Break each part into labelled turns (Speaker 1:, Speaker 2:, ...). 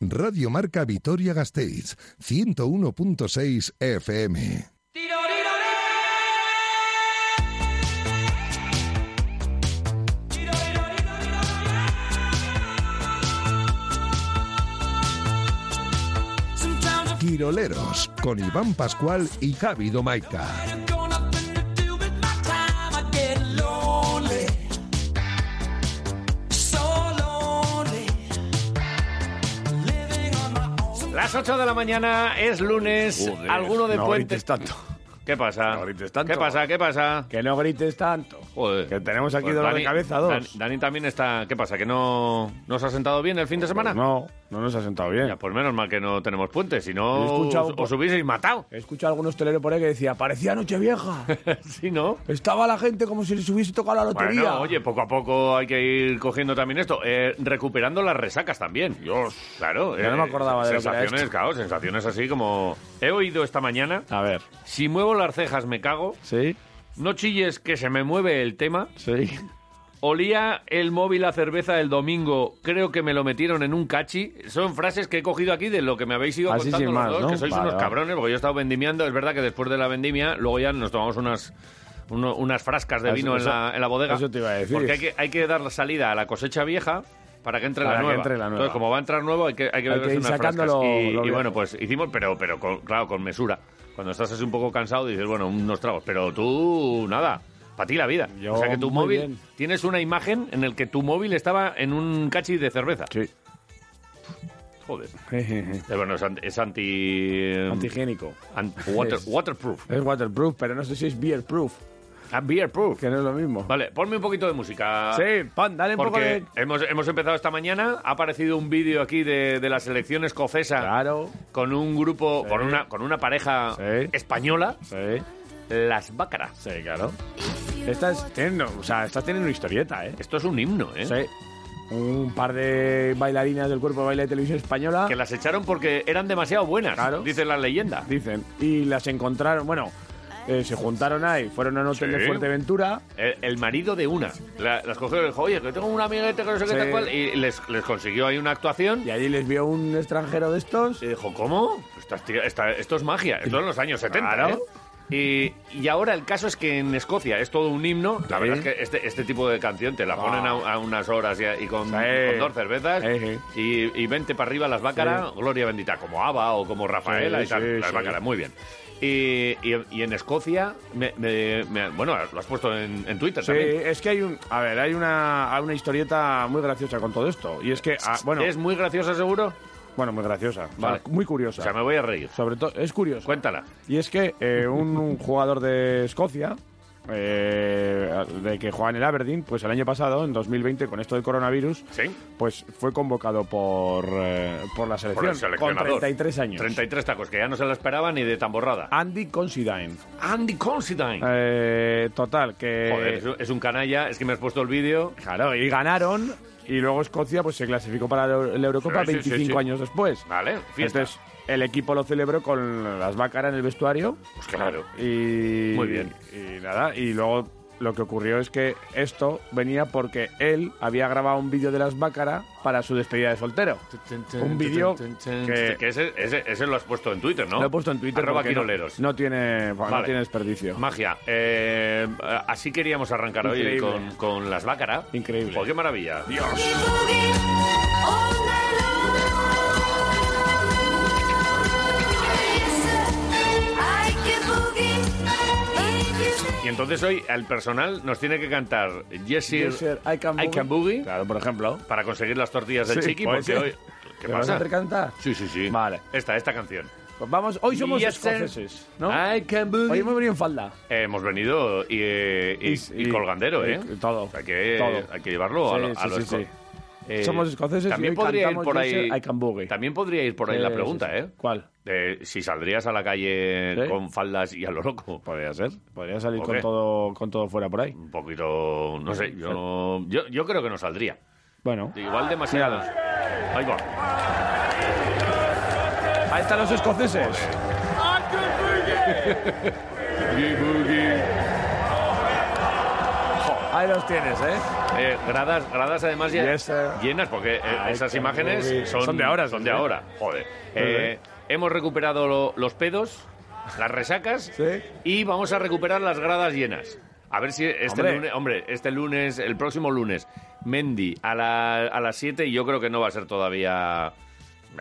Speaker 1: Radio Marca Vitoria Gasteiz, 101.6 FM. Quiroleros, con Iván Pascual y Javi Domaica.
Speaker 2: Las 8 de la mañana es lunes,
Speaker 3: Joder,
Speaker 2: alguno de
Speaker 3: no
Speaker 2: puentes.
Speaker 3: grites tanto.
Speaker 2: ¿Qué pasa?
Speaker 3: No grites tanto.
Speaker 2: ¿Qué pasa? ¿Qué pasa?
Speaker 3: Que no grites tanto.
Speaker 2: Joder.
Speaker 3: Que tenemos aquí
Speaker 2: Pues
Speaker 3: dolor
Speaker 2: Dani-
Speaker 3: de cabeza dos.
Speaker 2: Dan- Dani también está. ¿Qué pasa? ¿Que no nos ha sentado bien el fin de semana?
Speaker 3: Pues no, no nos ha sentado bien.
Speaker 2: Ya, pues menos mal que no tenemos puentes, si
Speaker 3: Yo he
Speaker 2: no os,
Speaker 3: escuchado un po-
Speaker 2: os hubieseis matado.
Speaker 3: He escuchado a algún hostelero por ahí que decía, parecía Nochevieja.
Speaker 2: sí, ¿no?
Speaker 3: Estaba la gente como si les hubiese tocado la lotería.
Speaker 2: Bueno, oye, poco a poco hay que ir cogiendo también esto, eh, recuperando las resacas también. Dios, claro. eh,
Speaker 3: Yo no me acordaba de lo que era
Speaker 2: sensaciones,
Speaker 3: esto.
Speaker 2: claro, sensaciones así como he oído esta mañana.
Speaker 3: A ver,
Speaker 2: Si muevo las cejas me cago.
Speaker 3: sí,
Speaker 2: No chilles que se me mueve el tema.
Speaker 3: sí.
Speaker 2: Olía el móvil a cerveza el domingo. Creo que me lo metieron en un cachi. Son frases que he cogido aquí de lo que me habéis ido
Speaker 3: Así
Speaker 2: contando
Speaker 3: sin
Speaker 2: los
Speaker 3: más,
Speaker 2: dos,
Speaker 3: ¿no?
Speaker 2: que sois
Speaker 3: Vale,
Speaker 2: unos
Speaker 3: vale.
Speaker 2: cabrones, porque yo he estado vendimiando. Es verdad que después de la vendimia, luego ya nos tomamos unas. uno- unas frascas de
Speaker 3: Eso-
Speaker 2: vino
Speaker 3: eso-
Speaker 2: en, la, en la bodega.
Speaker 3: eso te iba a decir.
Speaker 2: Porque hay que, hay que dar la salida a la cosecha vieja para que entre,
Speaker 3: Para
Speaker 2: la,
Speaker 3: que
Speaker 2: nueva.
Speaker 3: entre la nueva.
Speaker 2: Entonces, como va a entrar nuevo, hay que, hay que
Speaker 3: Hay
Speaker 2: beberse
Speaker 3: que ir
Speaker 2: unas
Speaker 3: sacando
Speaker 2: frascas.
Speaker 3: lo-
Speaker 2: y,
Speaker 3: lo
Speaker 2: y bueno,
Speaker 3: viejo.
Speaker 2: pues hicimos, pero, pero con- claro, con mesura. Cuando estás así un poco cansado, dices, bueno, unos tragos. Pero tú, nada, para ti la vida.
Speaker 3: Yo,
Speaker 2: o sea que tu
Speaker 3: muy
Speaker 2: móvil,
Speaker 3: bien.
Speaker 2: tienes una imagen en el que tu móvil estaba en un cachi de cerveza.
Speaker 3: Sí.
Speaker 2: Joder. Eh, Bueno, es, an- es anti... em,
Speaker 3: Antigénico.
Speaker 2: an- water-
Speaker 3: Es.
Speaker 2: waterproof.
Speaker 3: Es waterproof, pero no sé si es beerproof,
Speaker 2: Ah, beer proof.
Speaker 3: que no es lo mismo.
Speaker 2: Vale, ponme un poquito de música.
Speaker 3: Sí, pan, dale un poco
Speaker 2: Porque
Speaker 3: de...
Speaker 2: hemos, hemos empezado esta mañana, ha aparecido un vídeo aquí de, de la selección escocesa
Speaker 3: Claro.
Speaker 2: con un grupo, con, una, con una pareja
Speaker 3: Sí.
Speaker 2: española,
Speaker 3: Sí,
Speaker 2: Las Bácaras.
Speaker 3: sí, claro. Estás teniendo, o sea, estás teniendo una historieta, ¿eh?
Speaker 2: Esto es un himno, ¿eh?
Speaker 3: Sí. Un par de bailarinas del cuerpo de baile de televisión española.
Speaker 2: Que las echaron porque eran demasiado buenas,
Speaker 3: Claro.
Speaker 2: dice la leyenda.
Speaker 3: dicen. Y las encontraron, bueno, eh, se juntaron ahí, fueron a un hotel
Speaker 2: Sí.
Speaker 3: de Fuerteventura.
Speaker 2: El, el marido de una. La- las cogió y le dijo, oye, que tengo un amiguete que no sé qué
Speaker 3: Sí.
Speaker 2: tal cual. Y les, les consiguió ahí una actuación.
Speaker 3: Y allí les vio un extranjero de estos.
Speaker 2: Y dijo, ¿cómo? Pues Estas tía- esta- esto es magia. Esto en los años 70,
Speaker 3: Claro.
Speaker 2: ¿eh? Y, y ahora el caso es que en Escocia es todo un himno. La
Speaker 3: Sí.
Speaker 2: verdad es que este, este tipo de canción te la
Speaker 3: Ah.
Speaker 2: ponen a, a unas horas y, a- y con,
Speaker 3: Sí.
Speaker 2: con dos cervezas
Speaker 3: Sí,
Speaker 2: Y, y vente para arriba las bácaras, gloria bendita, como Ava o como Rafaela
Speaker 3: Sí,
Speaker 2: y tal.
Speaker 3: sí,
Speaker 2: las
Speaker 3: sí.
Speaker 2: bácaras, muy bien. Y, y- y en Escocia, me- me- me- bueno, lo has puesto en, en Twitter
Speaker 3: Sí,
Speaker 2: también.
Speaker 3: es que hay un. A ver, hay una, hay una historieta muy graciosa con todo esto. Y es que, ah, bueno,
Speaker 2: ¿Es muy graciosa, seguro?
Speaker 3: bueno, muy graciosa, o sea,
Speaker 2: Vale.
Speaker 3: muy
Speaker 2: O
Speaker 3: curiosa.
Speaker 2: sea, me voy a reír.
Speaker 3: Sobre todo, es curiosa.
Speaker 2: Cuéntala.
Speaker 3: Y es que eh, un, un jugador de Escocia, eh, de que juega en el Aberdeen, pues el año pasado, en 2020, con esto del coronavirus,
Speaker 2: ¿Sí?
Speaker 3: pues fue convocado por, eh, por la
Speaker 2: Por
Speaker 3: selección.
Speaker 2: el seleccionador.
Speaker 3: Con 33 años.
Speaker 2: 33 tacos, que ya no se la esperaba ni de tamborrada.
Speaker 3: Andy Considine.
Speaker 2: Andy Considine.
Speaker 3: Eh, total, que...
Speaker 2: Joder, es un- es un canalla, es que me has puesto el vídeo.
Speaker 3: Claro, y ganaron. Y luego Escocia pues se clasificó para la la Eurocopa
Speaker 2: Sí, sí, sí,
Speaker 3: 25
Speaker 2: sí.
Speaker 3: años después.
Speaker 2: Vale, fiesta.
Speaker 3: Entonces, el equipo lo celebró con las bácaras en el vestuario.
Speaker 2: pues claro.
Speaker 3: Y,
Speaker 2: Muy bien.
Speaker 3: Y nada, y luego lo que ocurrió es que esto venía porque él había grabado un vídeo de las bácaras para su despedida de soltero. Un vídeo que,
Speaker 2: Que ese, ese, ese lo has puesto en Twitter, ¿no?
Speaker 3: lo he puesto en Twitter.
Speaker 2: Arroba
Speaker 3: porque no-
Speaker 2: quiroleros.
Speaker 3: No, tiene, no
Speaker 2: Vale.
Speaker 3: tiene desperdicio.
Speaker 2: Magia. Eh, así queríamos arrancar hoy
Speaker 3: Increíble.
Speaker 2: con, con las bácaras.
Speaker 3: Increíble.
Speaker 2: Joder, qué maravilla. Dios. Y entonces hoy el personal nos tiene que cantar Yes, sir,
Speaker 3: Yes, sir, I can
Speaker 2: boogie,
Speaker 3: Claro, por ejemplo.
Speaker 2: para conseguir las tortillas del
Speaker 3: Sí,
Speaker 2: chiqui,
Speaker 3: puede
Speaker 2: porque
Speaker 3: ser.
Speaker 2: hoy... ¿Qué
Speaker 3: ¿Me vas a
Speaker 2: pasa?
Speaker 3: hacer cantar?
Speaker 2: Sí, sí, sí.
Speaker 3: Vale.
Speaker 2: Esta, esta canción.
Speaker 3: Pues vamos, hoy somos
Speaker 2: Yes, sir.
Speaker 3: escoceses, ¿no?
Speaker 2: I can boogie.
Speaker 3: Hoy hemos venido en falda.
Speaker 2: Eh, hemos venido y, eh, y-
Speaker 3: Y-
Speaker 2: y
Speaker 3: y-
Speaker 2: colgandero,
Speaker 3: y-
Speaker 2: ¿eh?
Speaker 3: y todo,
Speaker 2: Hay que,
Speaker 3: todo.
Speaker 2: Hay que llevarlo a
Speaker 3: Sí,
Speaker 2: lo, a
Speaker 3: sí,
Speaker 2: lo
Speaker 3: sí,
Speaker 2: esco-
Speaker 3: sí.
Speaker 2: Eh,
Speaker 3: Somos escoceses y
Speaker 2: también
Speaker 3: hoy
Speaker 2: podría ir
Speaker 3: cantamos
Speaker 2: por
Speaker 3: Yes,
Speaker 2: ahí.
Speaker 3: sir, I can boogie.
Speaker 2: También podría ir por ahí la
Speaker 3: Sí,
Speaker 2: pregunta,
Speaker 3: sí, sí.
Speaker 2: ¿eh?
Speaker 3: ¿Cuál?
Speaker 2: De si saldrías a la calle
Speaker 3: Sí.
Speaker 2: con faldas y a lo loco.
Speaker 3: Podría ser. Podría salir
Speaker 2: ¿Por
Speaker 3: con
Speaker 2: qué?
Speaker 3: todo, con todo fuera por ahí.
Speaker 2: Un poquito, no sé, yo, no- yo, yo creo que no saldría.
Speaker 3: Bueno.
Speaker 2: Igual demasiado. Ahí va.
Speaker 3: Ahí están los escoceses.
Speaker 2: Boogie, boogie.
Speaker 3: Jo, Ahí los tienes, ¿eh?
Speaker 2: Eh, gradas, gradas además ya
Speaker 3: Yes, sir.
Speaker 2: llenas, porque eh,
Speaker 3: Ay,
Speaker 2: esas
Speaker 3: qué
Speaker 2: imágenes
Speaker 3: movie.
Speaker 2: son,
Speaker 3: Son de ahora,
Speaker 2: Son
Speaker 3: sí,
Speaker 2: de
Speaker 3: sí.
Speaker 2: ahora, joder. Eh, hemos recuperado lo- los pedos, las resacas,
Speaker 3: Sí.
Speaker 2: y vamos a recuperar las gradas llenas. A ver si este
Speaker 3: Hombre.
Speaker 2: lunes, hombre, este lunes, el próximo lunes, Mendy a, la- a las 7, y yo creo que no va a ser todavía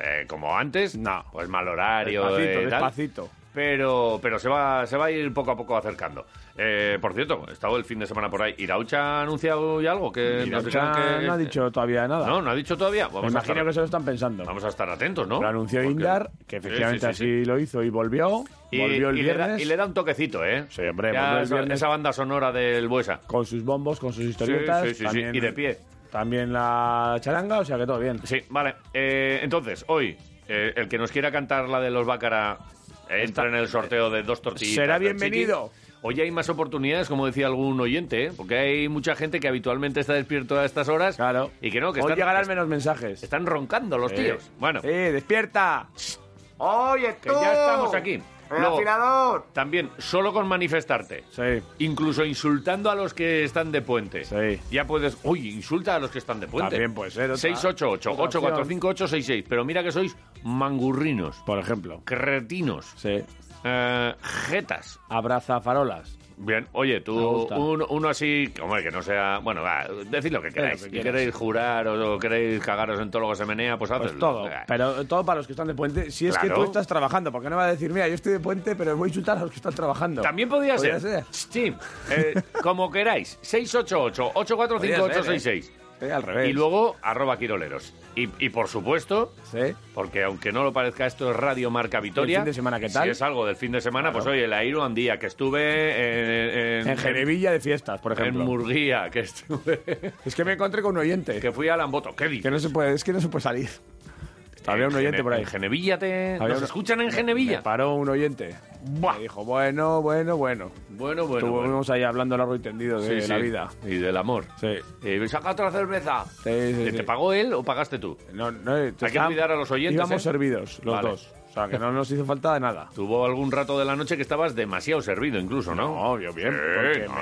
Speaker 2: eh, como antes.
Speaker 3: No.
Speaker 2: Pues mal horario.
Speaker 3: Despacito,
Speaker 2: eh, tal
Speaker 3: despacito.
Speaker 2: pero, pero se, va, se va a ir poco a poco acercando. Eh, por cierto, he estado el fin de semana por ahí. ¿Iraucha ha anunciado ya algo? que nos dijeron
Speaker 3: Iraucha
Speaker 2: que-
Speaker 3: no ha dicho todavía nada.
Speaker 2: No, no ha dicho todavía.
Speaker 3: Me
Speaker 2: Vamos, a
Speaker 3: imagino
Speaker 2: estar,
Speaker 3: que se lo están pensando.
Speaker 2: vamos a estar atentos, ¿no?
Speaker 3: Lo anunció
Speaker 2: Porque-
Speaker 3: Indar, que
Speaker 2: Sí,
Speaker 3: efectivamente
Speaker 2: sí, sí, sí.
Speaker 3: así lo hizo y volvió.
Speaker 2: Y,
Speaker 3: volvió el
Speaker 2: y le
Speaker 3: viernes
Speaker 2: da, y le da un toquecito, ¿eh?
Speaker 3: Sí, hombre,
Speaker 2: Ya
Speaker 3: volvió el
Speaker 2: esa,
Speaker 3: viernes.
Speaker 2: esa banda sonora del Buesa.
Speaker 3: con sus bombos, con sus historietas.
Speaker 2: sí, sí, sí,
Speaker 3: también-
Speaker 2: y de pie.
Speaker 3: También la charanga, o sea que todo bien.
Speaker 2: Sí, vale. Eh, entonces, hoy, eh, el que nos quiera cantar la de los Bácara eh, entra en el sorteo de dos tortillas.
Speaker 3: Será bienvenido.
Speaker 2: Hoy hay más oportunidades, como decía algún oyente, ¿eh? porque hay mucha gente que habitualmente está despierto a estas horas.
Speaker 3: Claro.
Speaker 2: Y que no, que
Speaker 3: Hoy
Speaker 2: están,
Speaker 3: llegarán
Speaker 2: est-
Speaker 3: menos mensajes.
Speaker 2: están roncando los
Speaker 3: Sí.
Speaker 2: tíos. Bueno,
Speaker 3: Sí, despierta.
Speaker 4: Oye,
Speaker 2: que ya estamos aquí. Luego,
Speaker 4: afilador.
Speaker 2: también, solo con manifestarte.
Speaker 3: Sí.
Speaker 2: Incluso insultando a los que están de puente.
Speaker 3: Sí.
Speaker 2: Ya puedes. Uy, insulta a los que están de puente.
Speaker 3: También puede ser otra-
Speaker 2: 688-845-866. Pero mira que sois mangurrinos,
Speaker 3: Por ejemplo.
Speaker 2: cretinos,
Speaker 3: Sí.
Speaker 2: eh, jetas.
Speaker 3: Abraza farolas.
Speaker 2: Bien, oye, tú,
Speaker 3: Me gusta.
Speaker 2: un- uno así, hombre, que no sea. Bueno, va, decid lo que queráis.
Speaker 3: lo que
Speaker 2: si
Speaker 3: quieras.
Speaker 2: queréis jurar o, o queréis cagaros en todo lo que se menea, pues hacedlo.
Speaker 3: Pues todo.
Speaker 2: Eh,
Speaker 3: Pero todo para los que están de puente. Si es
Speaker 2: Claro.
Speaker 3: que tú estás trabajando, porque no va a decir, mira, yo estoy de puente, pero voy a insultar a los que están trabajando.
Speaker 2: También podría ser.
Speaker 3: ser.
Speaker 2: Sí, eh, como queráis. 688-845-866.
Speaker 3: Eh, al revés.
Speaker 2: Y luego, arroba quiroleros. Y, y por supuesto,
Speaker 3: Sí.
Speaker 2: porque aunque no lo parezca, esto es Radio Marca Vitoria.
Speaker 3: ¿Y el fin de semana qué tal?
Speaker 2: Si es algo del fin de semana, pues oye, la Iron Día, que estuve en...
Speaker 3: En Genevilla de fiestas, por
Speaker 2: En
Speaker 3: ejemplo.
Speaker 2: Murguía, que estuve...
Speaker 3: es que me encontré con un oyente.
Speaker 2: que fui a Lamboto. ¿Qué
Speaker 3: Que
Speaker 2: dices?
Speaker 3: no se puede, es que no se puede salir. Había
Speaker 2: En
Speaker 3: un oyente
Speaker 2: Gene-
Speaker 3: por ahí.
Speaker 2: En Genevilla te...
Speaker 3: Había
Speaker 2: ¿Nos
Speaker 3: un-
Speaker 2: escuchan en
Speaker 3: Me
Speaker 2: Genevilla?
Speaker 3: paró un oyente.
Speaker 2: Buah.
Speaker 3: Me dijo, bueno, bueno, bueno.
Speaker 2: Bueno, bueno, bueno.
Speaker 3: Estuvimos ahí hablando largo y tendido de
Speaker 2: Sí,
Speaker 3: la
Speaker 2: sí.
Speaker 3: vida.
Speaker 2: Y del amor.
Speaker 3: Sí.
Speaker 2: Eh, saca otra cerveza.
Speaker 3: Sí, sí,
Speaker 2: ¿Te,
Speaker 3: sí.
Speaker 2: te pagó él o pagaste tú?
Speaker 3: No, no, eh,
Speaker 2: que cuidar a los oyentes,
Speaker 3: Íbamos
Speaker 2: ¿eh?
Speaker 3: servidos, los
Speaker 2: Vale.
Speaker 3: dos. O sea, que no nos hizo falta de nada.
Speaker 2: Tuvo algún rato de la noche que estabas demasiado servido incluso, ¿no?
Speaker 3: obvio, bien.
Speaker 2: Sí,
Speaker 3: porque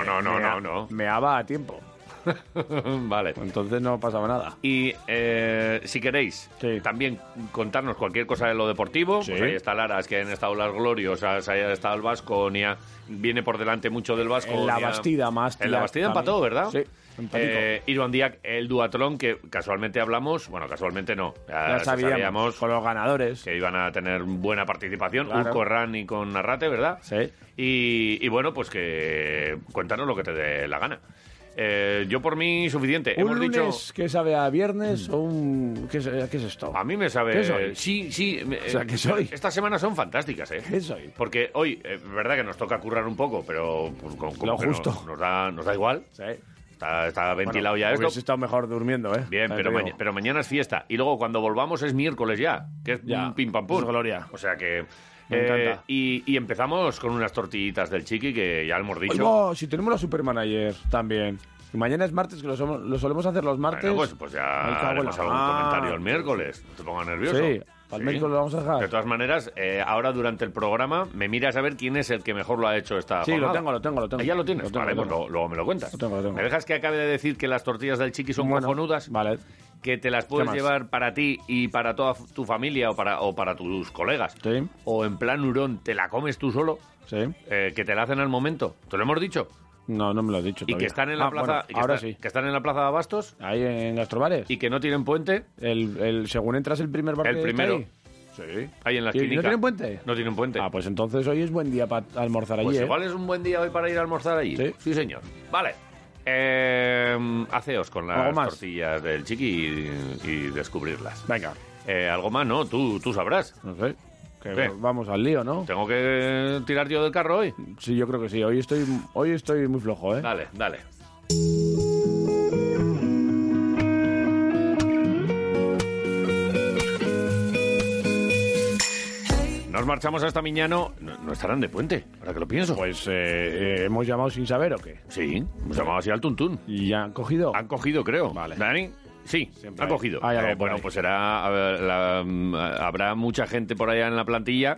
Speaker 2: no,
Speaker 3: me-
Speaker 2: no, no,
Speaker 3: me
Speaker 2: no,
Speaker 3: ha-
Speaker 2: no.
Speaker 3: Me aba a tiempo.
Speaker 2: vale.
Speaker 3: Entonces no pasaba nada.
Speaker 2: Y eh, si queréis
Speaker 3: Sí.
Speaker 2: también contarnos cualquier cosa de lo deportivo,
Speaker 3: Sí.
Speaker 2: pues ahí está Laras, que han estado las gloriosas, ahí ha estado el Vasconia, viene por delante mucho del Vasco.
Speaker 3: En la Bastida, más
Speaker 2: En la
Speaker 3: tía,
Speaker 2: Bastida
Speaker 3: también.
Speaker 2: empató, ¿verdad?
Speaker 3: Sí, empatico.
Speaker 2: Eh, Iruan Díaz, el duatlón que casualmente hablamos, bueno, casualmente no, ya,
Speaker 3: Ya
Speaker 2: se
Speaker 3: sabíamos,
Speaker 2: sabíamos
Speaker 3: con los ganadores.
Speaker 2: que iban a tener buena participación,
Speaker 3: Claro.
Speaker 2: Urco Herrán y con Narrate, ¿verdad?
Speaker 3: Sí.
Speaker 2: Y, y bueno, pues que cuéntanos lo que te dé la gana. Eh, yo por mí suficiente.
Speaker 3: ¿Un
Speaker 2: Hemos
Speaker 3: lunes
Speaker 2: dicho...
Speaker 3: que sabe a viernes o un... ¿Qué es, qué es esto?
Speaker 2: A mí me sabe.
Speaker 3: ¿Qué soy?
Speaker 2: Sí, sí. me- eh,
Speaker 3: O sea, ¿qué soy?
Speaker 2: Estas semanas son fantásticas, ¿eh?
Speaker 3: ¿Qué soy?
Speaker 2: Porque hoy, eh, es verdad que nos toca currar un poco, pero pues, con, como
Speaker 3: Lo
Speaker 2: que no-
Speaker 3: justo.
Speaker 2: Nos, da, nos da igual.
Speaker 3: Sí.
Speaker 2: Está, está ventilado
Speaker 3: Bueno, pues
Speaker 2: ya esto.
Speaker 3: Hubiese estado mejor durmiendo, ¿eh?
Speaker 2: Bien,
Speaker 3: También
Speaker 2: pero,
Speaker 3: te digo.
Speaker 2: maña- pero mañana es fiesta. Y luego cuando volvamos es miércoles ya, que es
Speaker 3: Ya,
Speaker 2: un pim pam pum.
Speaker 3: es gloria.
Speaker 2: O sea que. eh,
Speaker 3: Me encanta.
Speaker 2: Y, y empezamos con unas tortillitas del chiqui que ya hemos dicho.
Speaker 3: Oigo, si tenemos la Supermanager también. Y mañana es martes, que lo, somos- lo solemos hacer los martes.
Speaker 2: Bueno, pues, pues ya
Speaker 3: Me cago en la
Speaker 2: haremos algún
Speaker 3: mar.
Speaker 2: comentario el miércoles. No te pongas nervioso.
Speaker 3: Sí, al miércoles lo vamos a dejar.
Speaker 2: De todas maneras, eh, ahora durante el programa me miras a ver quién es el que mejor lo ha hecho esta
Speaker 3: Sí, lo
Speaker 2: jornada.
Speaker 3: tengo, lo tengo, lo tengo.
Speaker 2: Ah, ya lo tienes.
Speaker 3: Lo tengo,
Speaker 2: vale,
Speaker 3: lo
Speaker 2: pues
Speaker 3: tengo.
Speaker 2: lo- luego me lo cuentas.
Speaker 3: Lo tengo, lo tengo.
Speaker 2: ¿Me dejas que acabe de decir que las tortillas del chiqui son
Speaker 3: Bueno,
Speaker 2: cojonudas?
Speaker 3: Vale.
Speaker 2: Que te las puedes
Speaker 3: más?
Speaker 2: llevar para ti y para toda f- tu familia o para, o para tus colegas.
Speaker 3: Sí.
Speaker 2: O en plan hurón, te la comes tú solo.
Speaker 3: Sí.
Speaker 2: eh, que te la hacen al momento. Te lo hemos dicho.
Speaker 3: No, no me lo has dicho.
Speaker 2: Y que
Speaker 3: todavía.
Speaker 2: están en la
Speaker 3: Ah,
Speaker 2: plaza.
Speaker 3: bueno,
Speaker 2: y que
Speaker 3: ahora
Speaker 2: están-
Speaker 3: sí.
Speaker 2: Que están en la plaza de Abastos
Speaker 3: Ahí en Gastrobares.
Speaker 2: y que no tienen puente.
Speaker 3: El, el, según entras el primer bar
Speaker 2: El
Speaker 3: que está
Speaker 2: primero.
Speaker 3: ahí. Sí.
Speaker 2: Ahí en la
Speaker 3: ¿Y- y no
Speaker 2: esquinica.
Speaker 3: tienen puente?
Speaker 2: No tienen puente.
Speaker 3: Ah, pues entonces hoy es buen día para almorzar allí.
Speaker 2: Pues
Speaker 3: ¿eh?
Speaker 2: igual es un buen día hoy para ir a almorzar allí. Sí,
Speaker 3: Sí.
Speaker 2: señor. Vale. Eh, haceos con
Speaker 3: ¿Algo
Speaker 2: las
Speaker 3: más?
Speaker 2: tortillas del chiqui y, y descubrirlas.
Speaker 3: Venga,
Speaker 2: Eh, Algo más, ¿no? Tú, tú sabrás.
Speaker 3: no sé. Que
Speaker 2: ¿Qué?
Speaker 3: Vamos al lío, ¿no?
Speaker 2: ¿Tengo que Eh, tirar yo del carro hoy?
Speaker 3: Sí, yo creo que sí. Hoy estoy, hoy estoy muy flojo, ¿eh?
Speaker 2: Dale, dale. Nos marchamos hasta Miñano. No, no estarán de puente, ahora que lo pienso.
Speaker 3: Pues eh, eh, hemos llamado sin saber o qué.
Speaker 2: Sí, nos llamaba así al tuntún.
Speaker 3: Y ya han cogido.
Speaker 2: Han cogido, creo.
Speaker 3: Vale.
Speaker 2: ¿Dani? Sí,
Speaker 3: Siempre
Speaker 2: han
Speaker 3: hay-
Speaker 2: cogido.
Speaker 3: hay algo por
Speaker 2: bueno,
Speaker 3: ahí.
Speaker 2: pues será. a ver, la- mm, a- habrá mucha gente por allá en la plantilla,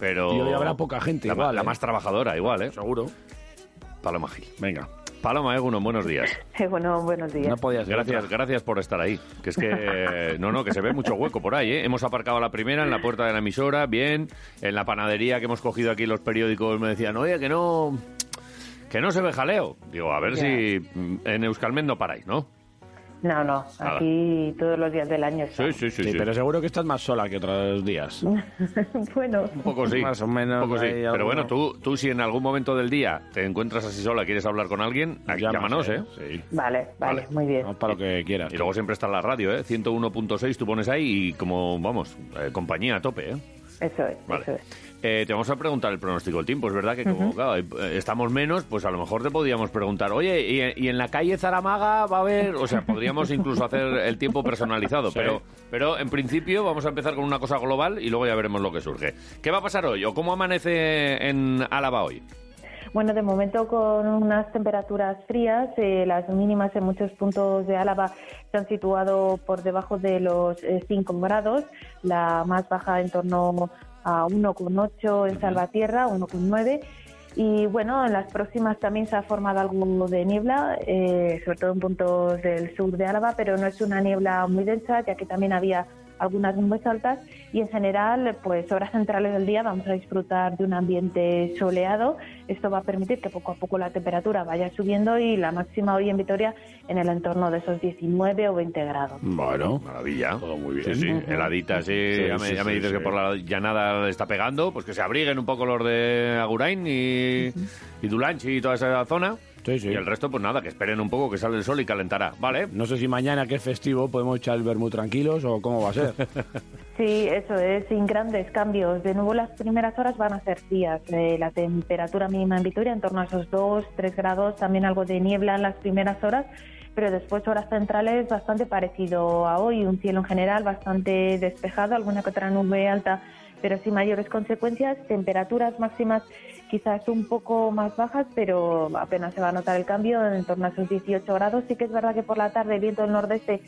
Speaker 2: pero.
Speaker 3: Y hoy habrá poca gente
Speaker 2: La, ma-
Speaker 3: igual,
Speaker 2: la
Speaker 3: ¿eh?
Speaker 2: más trabajadora, igual, ¿eh?
Speaker 3: Seguro.
Speaker 2: Paloma Gil.
Speaker 3: Venga.
Speaker 2: Paloma Egunon, buenos días.
Speaker 4: bueno, buenos días.
Speaker 3: No podías,
Speaker 2: Gracias, gracias por estar ahí. Que es que, no, no, que se ve mucho hueco por ahí, ¿eh? Hemos aparcado a la primera en la puerta de la emisora, bien. En la panadería que hemos cogido aquí los periódicos me decían, oye, que no, que no se ve jaleo. Digo, a ver
Speaker 4: Ya.
Speaker 2: si mm, en Euskalmen no paráis, ¿no?
Speaker 4: No, no,
Speaker 2: Nada.
Speaker 4: aquí todos los días del año
Speaker 2: Sí,
Speaker 4: está.
Speaker 2: sí, sí.
Speaker 3: Sí,
Speaker 2: sí.
Speaker 3: pero seguro que estás más sola que otros días.
Speaker 4: bueno,
Speaker 2: Un poco sí.
Speaker 3: ¿Eh? Más o menos
Speaker 2: Un poco sí.
Speaker 3: hay
Speaker 2: Pero
Speaker 3: alguno.
Speaker 2: bueno, tú, tú si en algún momento del día te encuentras así sola, quieres hablar con alguien, a- llámanos, ¿eh?
Speaker 3: Sí.
Speaker 4: vale, vale,
Speaker 2: Vale.
Speaker 4: muy bien.
Speaker 3: Vamos para lo que quieras.
Speaker 2: Y luego siempre está la radio, ¿eh? 101.6 tú pones ahí y como, vamos, eh, compañía a tope, ¿eh?
Speaker 4: Eso es,
Speaker 2: Vale.
Speaker 4: eso es.
Speaker 2: Eh, te vamos a preguntar el pronóstico del tiempo. Es verdad que como claro, eh, estamos menos, pues a lo mejor te podríamos preguntar, oye, ¿y, en- y en la calle Zaramaga va a haber...? O sea, podríamos incluso hacer el tiempo personalizado,
Speaker 3: Sí.
Speaker 2: pero, pero en principio vamos a empezar con una cosa global y luego ya veremos lo que surge. ¿Qué va a pasar hoy o cómo amanece en Álava hoy?
Speaker 4: Bueno, de momento con unas temperaturas frías, eh, las mínimas en muchos puntos de Álava se han situado por debajo de los 5 grados, la más baja en torno a 1,8 en Salvatierra, 1,9. Y bueno, en las próximas también se ha formado algo de niebla, eh, sobre todo en puntos del sur de Álava, pero no es una niebla muy densa, ya que también había algunas nubes altas y en general, pues horas centrales del día vamos a disfrutar de un ambiente soleado. Esto va a permitir que poco a poco la temperatura vaya subiendo y la máxima hoy en Vitoria en el entorno de esos 19 o 20 grados.
Speaker 3: Bueno,
Speaker 2: Maravilla.
Speaker 3: Todo muy bien.
Speaker 2: Sí, sí, heladita, sí.
Speaker 3: Sí,
Speaker 2: ya me,
Speaker 3: sí,
Speaker 2: ya me
Speaker 3: sí,
Speaker 2: dices
Speaker 3: sí.
Speaker 2: que por la llanada le está pegando, pues que se abriguen un poco los de Agurain y, y Dulanchi y toda esa zona.
Speaker 3: Sí, sí.
Speaker 2: Y el resto, pues nada, que esperen un poco que sale el sol y calentará, ¿vale?
Speaker 3: No sé si mañana, que es festivo, podemos echar el vermú tranquilos o cómo va a ser.
Speaker 4: Sí, eso es, sin grandes cambios. De nuevo, las primeras horas van a ser frías. Eh, la temperatura mínima en Vitoria en torno a esos 2, 3 grados, también algo de niebla en las primeras horas, pero después horas centrales bastante parecido a hoy, un cielo en general bastante despejado, alguna que otra nube alta, pero sin mayores consecuencias, temperaturas máximas quizás un poco más bajas, pero apenas se va a notar el cambio en torno a esos 18 grados. Sí que es verdad que por la tarde el viento del nordeste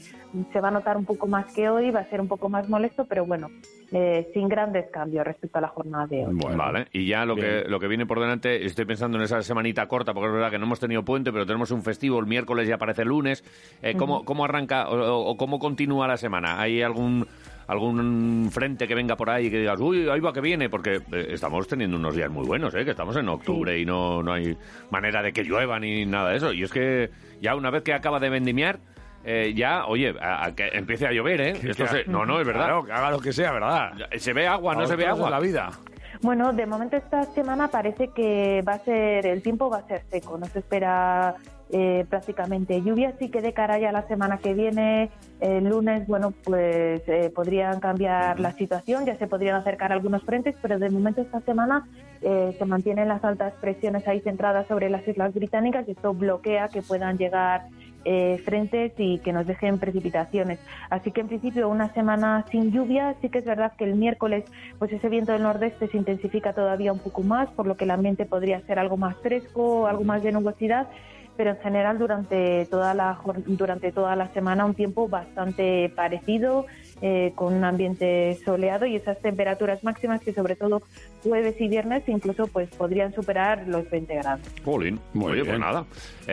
Speaker 4: se va a notar un poco más que hoy, va a ser un poco más molesto, pero bueno, eh, sin grandes cambios respecto a la jornada de hoy.
Speaker 3: Bueno.
Speaker 2: Vale, y ya lo que,
Speaker 3: Bien.
Speaker 2: lo que viene por delante, estoy pensando en esa semanita corta, porque es verdad que no hemos tenido puente, pero tenemos un festivo, el miércoles ya aparece el lunes. Eh, ¿cómo, ¿Cómo arranca o, o cómo continúa la semana? ¿Hay algún algún frente que venga por ahí y que digas, uy, ahí va que viene? Porque eh, estamos teniendo unos días muy buenos, ¿eh? que estamos en octubre y no, no hay manera de que llueva ni nada de eso. Y es que ya una vez que acaba de vendimiar, eh, ya, oye, a, a que empiece a llover, ¿eh? Esto se- no, no, es verdad.
Speaker 3: Claro, que haga lo que sea, ¿verdad?
Speaker 2: Se ve agua, no
Speaker 3: A
Speaker 2: se ve
Speaker 3: vosotros
Speaker 2: agua.
Speaker 3: es la vida.
Speaker 4: Bueno, de momento esta semana parece que va a ser, el tiempo va a ser seco, no se espera eh, prácticamente lluvia, así que de cara ya a la semana que viene, el lunes, bueno, pues eh, podrían cambiar la situación, ya se podrían acercar algunos frentes, pero de momento esta semana eh, se mantienen las altas presiones ahí centradas sobre las islas británicas y esto bloquea que puedan llegar eh, frentes y que nos dejen precipitaciones. Así que en principio una semana sin lluvia, sí que es verdad que el miércoles pues ese viento del nordeste se intensifica todavía un poco más, por lo que el ambiente podría ser algo más fresco, algo más de nubosidad, pero en general durante toda la jor- durante toda la semana un tiempo bastante parecido, eh, con un ambiente soleado y esas temperaturas máximas que sobre todo jueves y viernes incluso pues podrían superar los 20 grados.
Speaker 2: Jolín,
Speaker 3: Muy
Speaker 2: oye, pues
Speaker 3: bien.
Speaker 2: nada.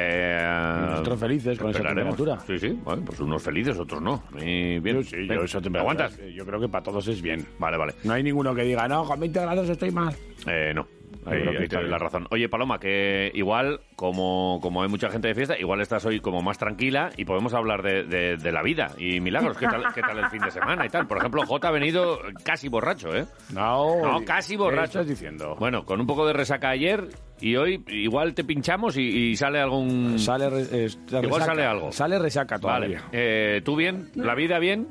Speaker 2: Eh,
Speaker 3: Nosotros felices con esa
Speaker 2: esperaremos.
Speaker 3: temperatura.
Speaker 2: Sí, sí, bueno, pues unos felices, otros no. A mí, bien.
Speaker 3: Yo sí,
Speaker 2: Venga,
Speaker 3: yo esa temperatura-
Speaker 2: ¿Aguantas?
Speaker 3: Yo creo que para todos es bien.
Speaker 2: Vale, vale.
Speaker 3: No hay ninguno que diga, no, con 20 grados estoy más.
Speaker 2: Eh, no.
Speaker 3: Yo
Speaker 2: Ahí,
Speaker 3: creo
Speaker 2: ahí
Speaker 3: que
Speaker 2: te
Speaker 3: está
Speaker 2: doy la
Speaker 3: bien.
Speaker 2: razón. Oye, Paloma, que igual, como, como hay mucha gente de fiesta, igual estás hoy como más tranquila y podemos hablar de, de- de la vida y milagros. ¿Qué tal, ¿Qué tal el fin de semana y tal? Por ejemplo, J ha venido casi borracho, ¿eh?
Speaker 3: No,
Speaker 2: No, casi borracho.
Speaker 3: ¿Qué estás diciendo?
Speaker 2: Bueno, con un poco de resaca ayer y hoy igual te pinchamos y, y sale algún...
Speaker 3: Sale, re- es-
Speaker 2: Igual
Speaker 3: resaca.
Speaker 2: sale algo.
Speaker 3: Sale resaca
Speaker 2: Vale.
Speaker 3: todavía.
Speaker 2: Eh, ¿Tú bien? ¿La vida bien?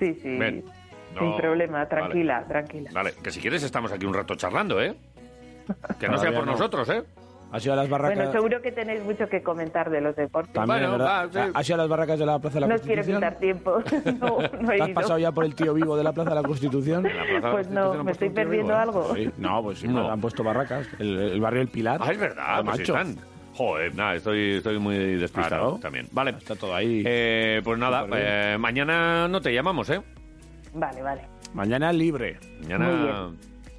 Speaker 4: Sí, sí.
Speaker 2: Ven.
Speaker 4: Sin
Speaker 2: No,
Speaker 4: problema,
Speaker 2: vale.
Speaker 4: tranquila, tranquila.
Speaker 2: Vale, que si quieres estamos aquí un rato charlando, ¿eh? Que no sea
Speaker 3: Todavía
Speaker 2: por
Speaker 3: no.
Speaker 2: nosotros, ¿eh?
Speaker 3: Ha sido a las barracas.
Speaker 4: Bueno, seguro que tenéis mucho que comentar de los deportes.
Speaker 3: También,
Speaker 2: Bueno,
Speaker 3: ¿verdad?
Speaker 2: va, sí.
Speaker 3: Ha sido a las barracas de la Plaza de la
Speaker 4: no os quiero
Speaker 3: Constitución.
Speaker 4: quitar tiempo. No, no he
Speaker 3: ¿Te has
Speaker 4: ido.
Speaker 3: pasado ya por el tío vivo de la Plaza de la Constitución?
Speaker 2: En la plaza de la
Speaker 4: Pues no,
Speaker 2: Constitución han
Speaker 4: me
Speaker 2: puesto
Speaker 4: estoy
Speaker 2: un tío
Speaker 4: perdiendo
Speaker 2: vivo, ¿eh?
Speaker 4: algo.
Speaker 3: Sí, no, pues sí,
Speaker 2: No.
Speaker 3: han puesto barracas. El, el barrio El Pilar.
Speaker 2: Ah, es verdad,
Speaker 3: Lo
Speaker 2: pues sí
Speaker 3: macho.
Speaker 2: están. Joder, nada, estoy, estoy muy despistado
Speaker 3: Claro.
Speaker 2: también. Vale,
Speaker 3: Está todo ahí.
Speaker 2: eh, pues nada,
Speaker 3: Súper bien.
Speaker 2: eh, mañana no te llamamos, ¿eh?
Speaker 4: Vale, vale.
Speaker 3: Mañana libre.
Speaker 2: Mañana...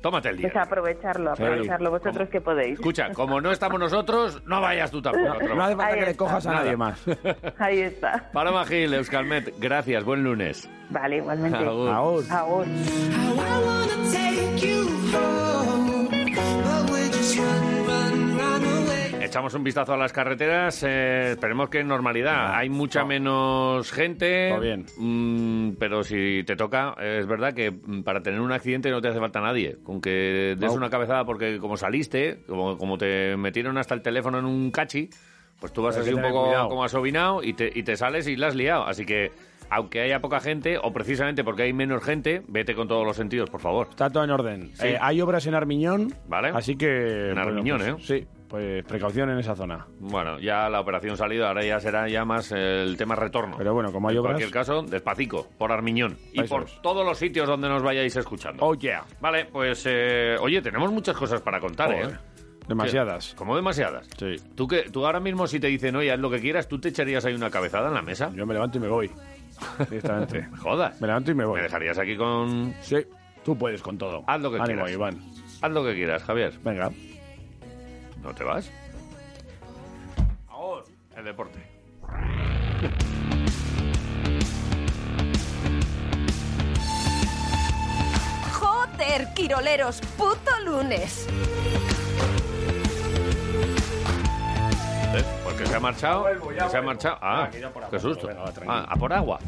Speaker 2: Tómate el día.
Speaker 4: Pues aprovecharlo,
Speaker 2: Sí.
Speaker 4: aprovecharlo vosotros
Speaker 2: Como-
Speaker 4: que podéis.
Speaker 2: Escucha, como no estamos nosotros, no vayas tú tampoco. a
Speaker 3: No hace
Speaker 2: trabajar.
Speaker 3: falta
Speaker 4: Ahí
Speaker 3: que le
Speaker 4: está.
Speaker 3: cojas a
Speaker 2: Nada.
Speaker 3: nadie más.
Speaker 4: Ahí está.
Speaker 2: Paloma Gil, Euskalmet, gracias, buen lunes.
Speaker 4: Vale, igualmente.
Speaker 2: Agur.
Speaker 3: Aún.
Speaker 4: Agur.
Speaker 5: How I wanna take you home, but we just run, run, run away.
Speaker 2: Echamos un vistazo a las carreteras, eh, esperemos que en normalidad. Hay mucha menos gente.
Speaker 3: Ah, Todo bien.
Speaker 2: mm, pero si te toca, eh, es verdad que mm, para tener un accidente no te hace falta nadie. Con que des
Speaker 3: No.
Speaker 2: una cabezada porque como saliste, como, como te metieron hasta el teléfono en un cachi, pues tú vas
Speaker 3: Hay que
Speaker 2: así un
Speaker 3: tener
Speaker 2: poco
Speaker 3: cuidado.
Speaker 2: como asobinado y te, y te sales y la has liado. Así que, aunque haya poca gente, o precisamente porque hay menos gente, vete con todos los sentidos, por favor.
Speaker 3: Está todo en orden.
Speaker 2: Sí.
Speaker 3: Eh, hay obras en Armiñón.
Speaker 2: Vale.
Speaker 3: Así que.
Speaker 2: En Armiñón, ¿eh?
Speaker 3: pues, Sí, pues precaución en esa zona.
Speaker 2: Bueno, ya la operación salida, ahora ya será ya más eh, el tema retorno.
Speaker 3: Pero bueno, como hay
Speaker 2: En
Speaker 3: obras.
Speaker 2: cualquier caso, despacico, por Armiñón y
Speaker 3: Eso
Speaker 2: por
Speaker 3: es.
Speaker 2: todos los sitios donde nos vayáis escuchando.
Speaker 3: Oh, yeah.
Speaker 2: Vale, pues eh, oye, tenemos muchas cosas para contar, ¿eh?
Speaker 3: Joder. Demasiadas.
Speaker 2: Como demasiadas.
Speaker 3: Sí.
Speaker 2: Tú que tú ahora mismo si te dicen, "Oye, haz lo que quieras", tú te echarías ahí una cabezada en la mesa.
Speaker 3: Yo me levanto y me voy. Directamente.
Speaker 2: Me Jodas.
Speaker 3: Me levanto y me voy.
Speaker 2: Me dejarías aquí con
Speaker 3: Sí. Tú puedes con todo.
Speaker 2: Haz lo que
Speaker 3: Ánimo,
Speaker 2: quieras.
Speaker 3: Iván.
Speaker 2: haz lo que quieras, Javier.
Speaker 3: Venga.
Speaker 2: ¿No te vas? Ahora, el deporte.
Speaker 6: Joder, quiroleros, puto lunes.
Speaker 2: ¿Eh? Porque se ha marchado. se ha marchado. Ah,
Speaker 3: Venga, que ya por agua,
Speaker 2: qué susto.
Speaker 3: venga, va, tranquilo.
Speaker 2: ah, a por agua.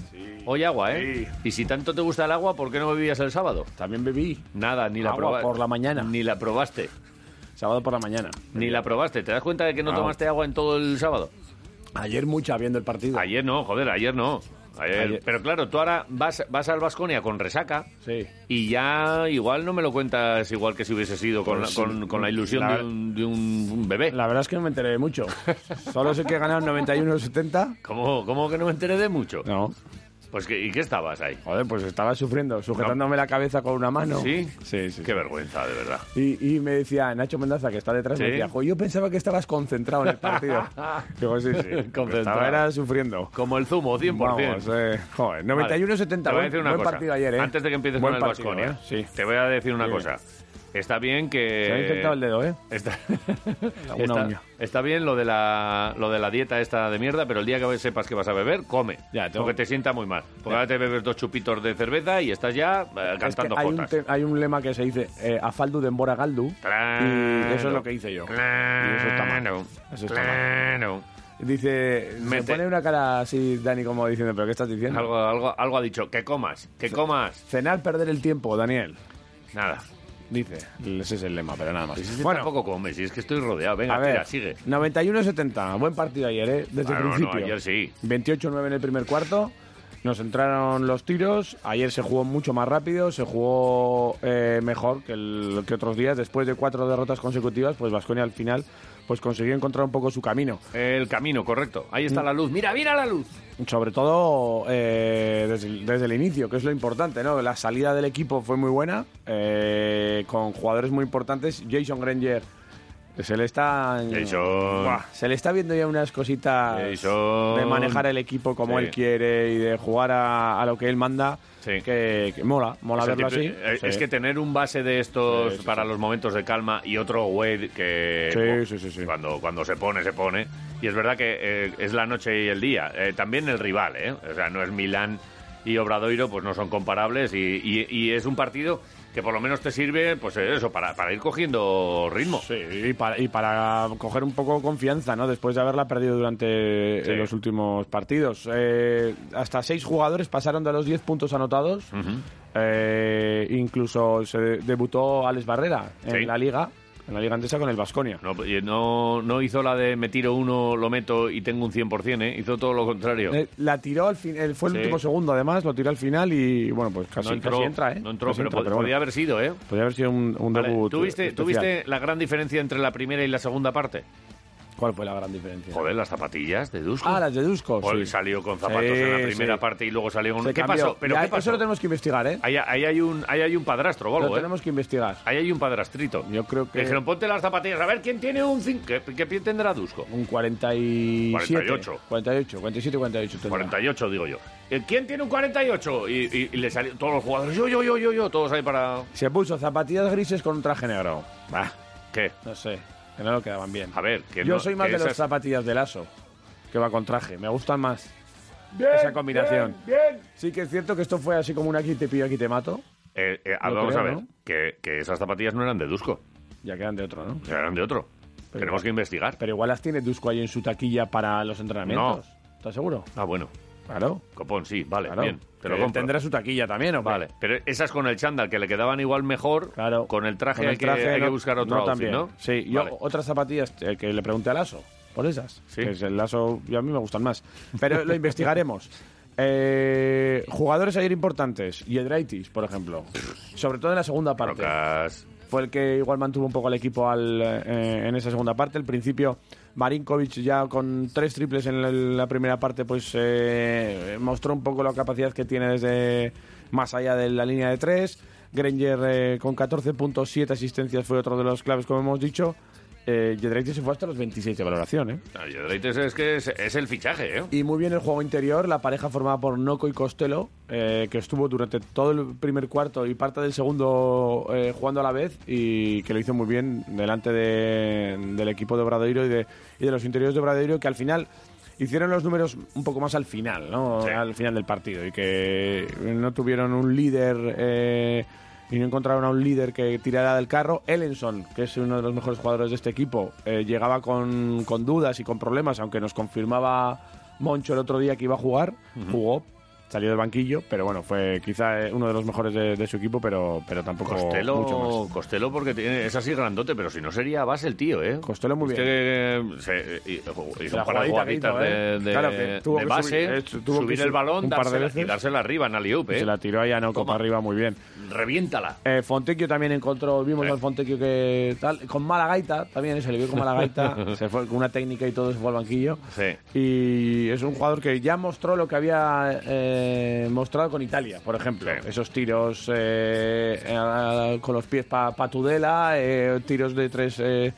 Speaker 2: Hoy agua, ¿eh?
Speaker 3: Sí.
Speaker 2: Y si tanto te gusta el agua, ¿por qué no bebías el sábado?
Speaker 3: También bebí.
Speaker 2: Nada, ni la
Speaker 3: Agua
Speaker 2: probaste.
Speaker 3: por la mañana.
Speaker 2: Ni la probaste.
Speaker 3: Sábado por la mañana.
Speaker 2: Ni la probaste. ¿Te das cuenta de que no
Speaker 3: Ah.
Speaker 2: tomaste agua en todo el sábado?
Speaker 3: Ayer mucha viendo el partido.
Speaker 2: Ayer no, joder, ayer no. Ayer.
Speaker 3: Ayer.
Speaker 2: Pero claro, tú ahora vas, vas al Vasconia con resaca.
Speaker 3: Sí.
Speaker 2: Y ya igual no me lo cuentas igual que si hubiese sido con,
Speaker 3: Pues,
Speaker 2: la, con- con la ilusión
Speaker 3: la-
Speaker 2: de, un, de un bebé.
Speaker 3: La verdad es que no me enteré de mucho. Solo sé que ganaron 91-70.
Speaker 2: ¿Cómo, ¿Cómo que no me enteré de mucho?
Speaker 3: No.
Speaker 2: Pues que, ¿y qué estabas ahí?
Speaker 3: Joder, pues estaba sufriendo, sujetándome la cabeza con una mano.
Speaker 2: ¿Sí?
Speaker 3: Sí, sí.
Speaker 2: Qué vergüenza, de verdad.
Speaker 3: Y, y me decía Nacho Mendaza, que está detrás,
Speaker 2: ¿Sí?
Speaker 3: me decía, "Jo, yo pensaba que estabas concentrado en el partido. Digo, sí, sí.
Speaker 2: Concentrado.
Speaker 3: Estaba era sufriendo.
Speaker 2: Como el zumo, 100%.
Speaker 3: Vamos, eh, joder,
Speaker 2: Vale.
Speaker 3: 91-70.
Speaker 2: Te voy a
Speaker 3: buen-
Speaker 2: decir una
Speaker 3: buen
Speaker 2: cosa.
Speaker 3: partido ayer, ¿eh?
Speaker 2: Antes de que empieces
Speaker 3: Buen
Speaker 2: con el
Speaker 3: partido,
Speaker 2: Baskonia,
Speaker 3: ¿eh? Sí.
Speaker 2: te voy a decir una
Speaker 3: Sí.
Speaker 2: cosa. Está bien que...
Speaker 3: Se ha infectado el dedo, ¿eh?
Speaker 2: Está,
Speaker 3: Alguna
Speaker 2: está-
Speaker 3: uña.
Speaker 2: está bien lo de, la, lo de la dieta esta de mierda, pero el día que sepas que vas a beber, come.
Speaker 3: Ya, tengo-
Speaker 2: Porque te sienta muy mal. Porque ahora te bebes dos chupitos de cerveza y estás ya eh,
Speaker 3: Es que
Speaker 2: cantando
Speaker 3: hay, un
Speaker 2: jotas.
Speaker 3: te- hay un lema que se dice eh, a Faldu de Embora Galdu. Y eso es lo que hice yo.
Speaker 2: Claro,
Speaker 3: Y eso está mal. Eso está mal.
Speaker 2: claro.
Speaker 3: Dice, me
Speaker 2: Mete-
Speaker 3: pone una cara así, Dani, como diciendo, ¿pero qué estás diciendo?
Speaker 2: Algo, algo, algo ha dicho. Que comas, que comas.
Speaker 3: Cenar, perder el tiempo, Daniel.
Speaker 2: Nada.
Speaker 3: Dice, ese es el lema, pero nada más.
Speaker 2: Pues este tampoco come, si es que estoy rodeado. Venga,
Speaker 3: a ver,
Speaker 2: tira, sigue.
Speaker 3: 91-70, buen partido ayer, ¿eh? Desde
Speaker 2: Claro,
Speaker 3: el
Speaker 2: no,
Speaker 3: principio.
Speaker 2: ayer sí.
Speaker 3: 28-9 en el primer cuarto, nos entraron los tiros, ayer se jugó mucho más rápido, se jugó eh, mejor que, el- que otros días, después de cuatro derrotas consecutivas, pues Vasconia al final pues consiguió encontrar un poco su camino.
Speaker 2: El camino, correcto. Ahí está la luz. Mira, mira la luz.
Speaker 3: Sobre todo eh, desde, desde el inicio, que es lo importante, ¿no? La salida del equipo fue muy buena, eh, con jugadores muy importantes. Jason Granger, se le está...
Speaker 2: Jason.
Speaker 3: Buah, se le está viendo ya unas cositas
Speaker 2: Jason.
Speaker 3: de manejar el equipo como
Speaker 2: Sí.
Speaker 3: él quiere y de jugar a, a lo que él manda,
Speaker 2: Sí.
Speaker 3: que, que mola, mola
Speaker 2: Es el
Speaker 3: verlo
Speaker 2: tipo-
Speaker 3: así.
Speaker 2: eh, Es
Speaker 3: Sí.
Speaker 2: que tener un base de estos
Speaker 3: Sí, sí,
Speaker 2: para los momentos de calma y otro güey que
Speaker 3: Sí,
Speaker 2: buah,
Speaker 3: sí, sí, sí.
Speaker 2: Cuando, cuando se pone, se pone. Y es verdad que eh, es la noche y el día. Eh, también el rival, ¿eh? O sea, no es Milán y Obradoiro, pues no son comparables. Y, y- y es un partido que por lo menos te sirve, pues eh, eso, para, para ir cogiendo ritmo.
Speaker 3: Sí, y para, y para coger un poco confianza, ¿no? Después de haberla perdido durante
Speaker 2: Sí.
Speaker 3: eh, los últimos partidos. Eh, hasta seis jugadores pasaron de los 10 puntos
Speaker 2: Mm.
Speaker 3: anotados. Eh, incluso se de- debutó Alex Barrera en
Speaker 2: Sí.
Speaker 3: la liga, en la liga andesa con el Vasconia.
Speaker 2: No, y no, no hizo la de me tiro uno, lo meto y tengo un 100%, ¿eh? Hizo todo lo contrario.
Speaker 3: Eh, La tiró al final, fue el
Speaker 2: Sí.
Speaker 3: último segundo además, lo tiró al final y bueno, pues casi,
Speaker 2: no entró,
Speaker 3: casi entra, ¿eh?
Speaker 2: no entró,
Speaker 3: Casi
Speaker 2: pero, pod-
Speaker 3: entra,
Speaker 2: podía
Speaker 3: bueno.
Speaker 2: haber sido, ¿eh?
Speaker 3: Podía haber sido un, un
Speaker 2: Vale,
Speaker 3: debut.
Speaker 2: ¿Tú viste,
Speaker 3: especial.
Speaker 2: tú viste la gran diferencia entre la primera y la segunda parte?
Speaker 3: ¿Cuál fue la gran diferencia?
Speaker 2: Joder, las zapatillas de Dusko.
Speaker 3: Ah, las de Dusko.
Speaker 2: Joder,
Speaker 3: sí.
Speaker 2: salió con zapatos en
Speaker 3: Sí,
Speaker 2: la primera
Speaker 3: sí.
Speaker 2: parte y luego salió con...
Speaker 3: Se
Speaker 2: ¿Qué
Speaker 3: cambió.
Speaker 2: pasó? ¿Pero
Speaker 3: Ya,
Speaker 2: qué pasó?
Speaker 3: Eso lo tenemos que investigar, ¿eh?
Speaker 2: Ahí, ahí hay un, ahí hay un padrastro o
Speaker 3: Lo
Speaker 2: algo, ¿eh?
Speaker 3: tenemos que investigar.
Speaker 2: Ahí hay un padrastrito.
Speaker 3: Yo creo
Speaker 2: Le
Speaker 3: que
Speaker 2: dijeron, ponte las zapatillas, a ver quién tiene un... cin- ¿Qué, qué pie tendrá Dusko?
Speaker 3: un 47.
Speaker 2: 48.
Speaker 3: 48, 47, 48. tendrá.
Speaker 2: 48, digo yo. Eh, ¿Quién tiene un 48? Y, y- y le salieron todos los jugadores, yo, yo, yo, yo, yo, todos ahí para...
Speaker 3: Se puso zapatillas grises con un traje negro.
Speaker 2: Bah, ¿Qué?
Speaker 3: No sé, que no lo quedaban bien.
Speaker 2: A ver, que
Speaker 3: Yo
Speaker 2: no-
Speaker 3: soy más
Speaker 2: que
Speaker 3: de las
Speaker 2: esas-
Speaker 3: zapatillas de lazo, que va con traje. Me gustan más esa combinación. Sí que es cierto que esto fue así como un aquí te pillo, aquí te mato.
Speaker 2: Eh, eh, ah,
Speaker 3: Yo
Speaker 2: vamos
Speaker 3: creo,
Speaker 2: a ver,
Speaker 3: ¿no?
Speaker 2: que, que esas zapatillas no eran de Dusko,
Speaker 3: Ya quedan de otro, ¿no?
Speaker 2: eran de otro. Tenemos que investigar.
Speaker 3: Pero igual las tiene Dusko ahí en su taquilla para los entrenamientos. ¿Estás seguro?
Speaker 2: Ah, bueno.
Speaker 3: Claro.
Speaker 2: Copón, sí, vale,
Speaker 3: claro.
Speaker 2: bien. Te lo
Speaker 3: Que
Speaker 2: compro.
Speaker 3: Tendrá su taquilla también, ¿o qué?
Speaker 2: Vale, pero esas con el chándal, que le quedaban igual mejor,
Speaker 3: Claro.
Speaker 2: con el traje,
Speaker 3: Con
Speaker 2: hay, que, hay
Speaker 3: no-
Speaker 2: que buscar otro
Speaker 3: no
Speaker 2: outfit,
Speaker 3: también.
Speaker 2: ¿no?
Speaker 3: Sí, yo
Speaker 2: Vale.
Speaker 3: otras zapatillas eh, que le pregunté a Lasso, por esas.
Speaker 2: Sí.
Speaker 3: Que es el Lasso, yo a mí me gustan más. Pero lo investigaremos. Eh, jugadores ayer importantes, Yedraitis, por ejemplo. Sobre todo en la segunda parte.
Speaker 2: Rocas.
Speaker 3: Fue el que igual mantuvo un poco al equipo al, eh, en esa segunda parte. Al principio, Marinkovic ya con tres triples en la, la primera parte, pues eh, mostró un poco la capacidad que tiene desde más allá de la línea de tres. Granger eh, con 14.7 asistencias fue otro de los claves, como hemos dicho. Eh, Yedraitis se fue hasta los 26 de valoración, ¿eh?
Speaker 2: Ah, yo de Leites es que es, es el fichaje, ¿eh?
Speaker 3: Y muy bien el juego interior, la pareja formada por Noco y Costello, eh, que estuvo durante todo el primer cuarto y parte del segundo eh, jugando a la vez y que lo hizo muy bien delante de- del equipo de Obradoiro y de, y de los interiores de Obradoiro, que al final hicieron los números un poco más al final, ¿no?
Speaker 2: Sí.
Speaker 3: Al final del partido y que no tuvieron un líder. eh, y no encontraron a un líder que tirara del carro. Ellenson, que es uno de los mejores jugadores de este equipo, eh, llegaba con, con dudas y con problemas, aunque nos confirmaba Moncho el otro día que iba a jugar. Jugó, salió del banquillo, pero bueno, fue quizá eh, uno de los mejores de, de su equipo, pero, pero tampoco mucho
Speaker 2: Costello,
Speaker 3: más.
Speaker 2: Costello porque tiene, es así grandote, pero si no sería base el tío, ¿eh?
Speaker 3: Costello muy
Speaker 2: Es
Speaker 3: bien.
Speaker 2: que, eh, se- y- y- hizo
Speaker 3: La
Speaker 2: un par de
Speaker 3: jugadita que hizo,
Speaker 2: jugaditas de,
Speaker 3: ¿eh?
Speaker 2: de-
Speaker 3: Claro que tuvo
Speaker 2: de
Speaker 3: que
Speaker 2: base,
Speaker 3: subir, eh, tuvo que
Speaker 2: subir el
Speaker 3: subir
Speaker 2: balón
Speaker 3: un par de
Speaker 2: dársela-
Speaker 3: veces.
Speaker 2: y dársela arriba en Aliup,
Speaker 3: Y
Speaker 2: ¿eh?
Speaker 3: Se la tiró ahí a Noco
Speaker 2: Toma.
Speaker 3: para arriba muy bien.
Speaker 2: Reviéntala.
Speaker 3: Eh, Fontecchio también encontró, vimos
Speaker 2: Sí.
Speaker 3: al Fontecchio que tal, con mala gaita, también se le vio con mala gaita, se fue con una técnica y todo, se fue al banquillo.
Speaker 2: Sí.
Speaker 3: Y es un jugador que ya mostró lo que había eh, mostrado con Italia, por ejemplo.
Speaker 2: Sí.
Speaker 3: Esos tiros eh, eh, con los pies para Tudela, eh, tiros de tres eh,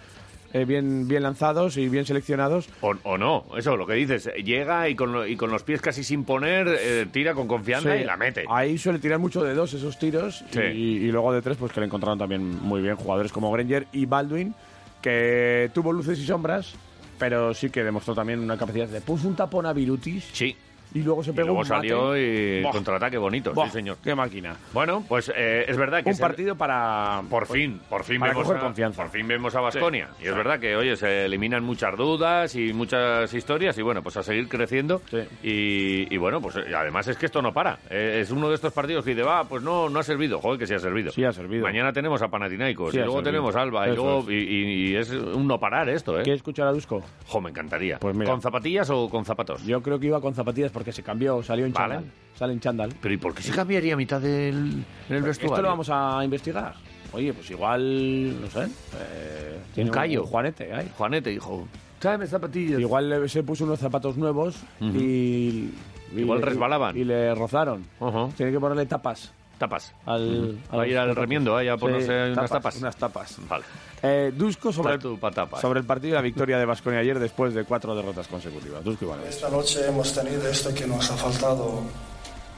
Speaker 3: eh, bien, bien lanzados y bien seleccionados.
Speaker 2: O, o no, eso, lo que dices, llega y con, lo- y con los pies casi sin poner, eh, tira con confianza
Speaker 3: Sí,
Speaker 2: y la mete.
Speaker 3: Ahí suele tirar mucho de dos esos tiros
Speaker 2: Sí.
Speaker 3: y, y luego de tres, pues que le encontraron también muy bien jugadores como Granger y Baldwin, que tuvo luces y sombras, pero sí que demostró también una capacidad de puso un tapón a Virutis
Speaker 2: Sí.
Speaker 3: y luego se
Speaker 2: Y
Speaker 3: pegó
Speaker 2: luego
Speaker 3: un mate.
Speaker 2: salió y
Speaker 3: Buah,
Speaker 2: contraataque bonito,
Speaker 3: buah,
Speaker 2: sí señor.
Speaker 3: Qué máquina.
Speaker 2: Bueno, pues eh, es verdad que
Speaker 3: Un
Speaker 2: es el-
Speaker 3: partido para
Speaker 2: Por fin, por fin
Speaker 3: para
Speaker 2: vemos
Speaker 3: coger
Speaker 2: a,
Speaker 3: confianza.
Speaker 2: Por fin vemos a Basconia. y es verdad que, oye, se eliminan muchas dudas y muchas historias y bueno, pues a seguir creciendo.
Speaker 3: Sí.
Speaker 2: Y, y, bueno, pues eh, además es que esto no para. Eh, es uno de estos partidos que dice, va, pues no, no ha servido. Joder, que sí ha servido.
Speaker 3: Sí ha servido.
Speaker 2: Mañana tenemos a Panathinaikos
Speaker 3: Sí
Speaker 2: y
Speaker 3: ha
Speaker 2: luego
Speaker 3: servido.
Speaker 2: tenemos a Alba y
Speaker 3: Eso
Speaker 2: luego
Speaker 3: es.
Speaker 2: y, y- y es un no parar esto, ¿eh?
Speaker 3: ¿Quieres escuchar a Dusko?
Speaker 2: Jo, me encantaría.
Speaker 3: Pues mira.
Speaker 2: ¿Con zapatillas o con zapatos?
Speaker 3: Yo creo que iba con zapatillas porque se cambió, salió en
Speaker 2: Vale.
Speaker 3: chándal. Sale en chándal.
Speaker 2: Pero ¿y por qué se cambiaría a mitad del en el vestuario?
Speaker 3: Esto lo vamos a investigar. Oye, pues igual, no sé. eh, tiene
Speaker 2: callo.
Speaker 3: Un juanete ahí.
Speaker 2: Juanete dijo, tráeme zapatillas.
Speaker 3: Igual le- se puso unos zapatos nuevos y, y
Speaker 2: Igual
Speaker 3: le-
Speaker 2: resbalaban.
Speaker 3: Y le rozaron.
Speaker 2: Ajá.
Speaker 3: Tiene que ponerle tapas
Speaker 2: Tapas.
Speaker 3: al.
Speaker 2: Va a ir al remiendo, ¿eh? Ya ponerse unas tapas.
Speaker 3: Unas tapas.
Speaker 2: Vale.
Speaker 3: Eh, Dusko sobre,
Speaker 2: Tatu pa' tapas.
Speaker 3: sobre el partido y la victoria de Vasconia ayer después de cuatro derrotas consecutivas. Dusko Ivanovic.
Speaker 7: Esta noche hemos tenido esto que nos ha faltado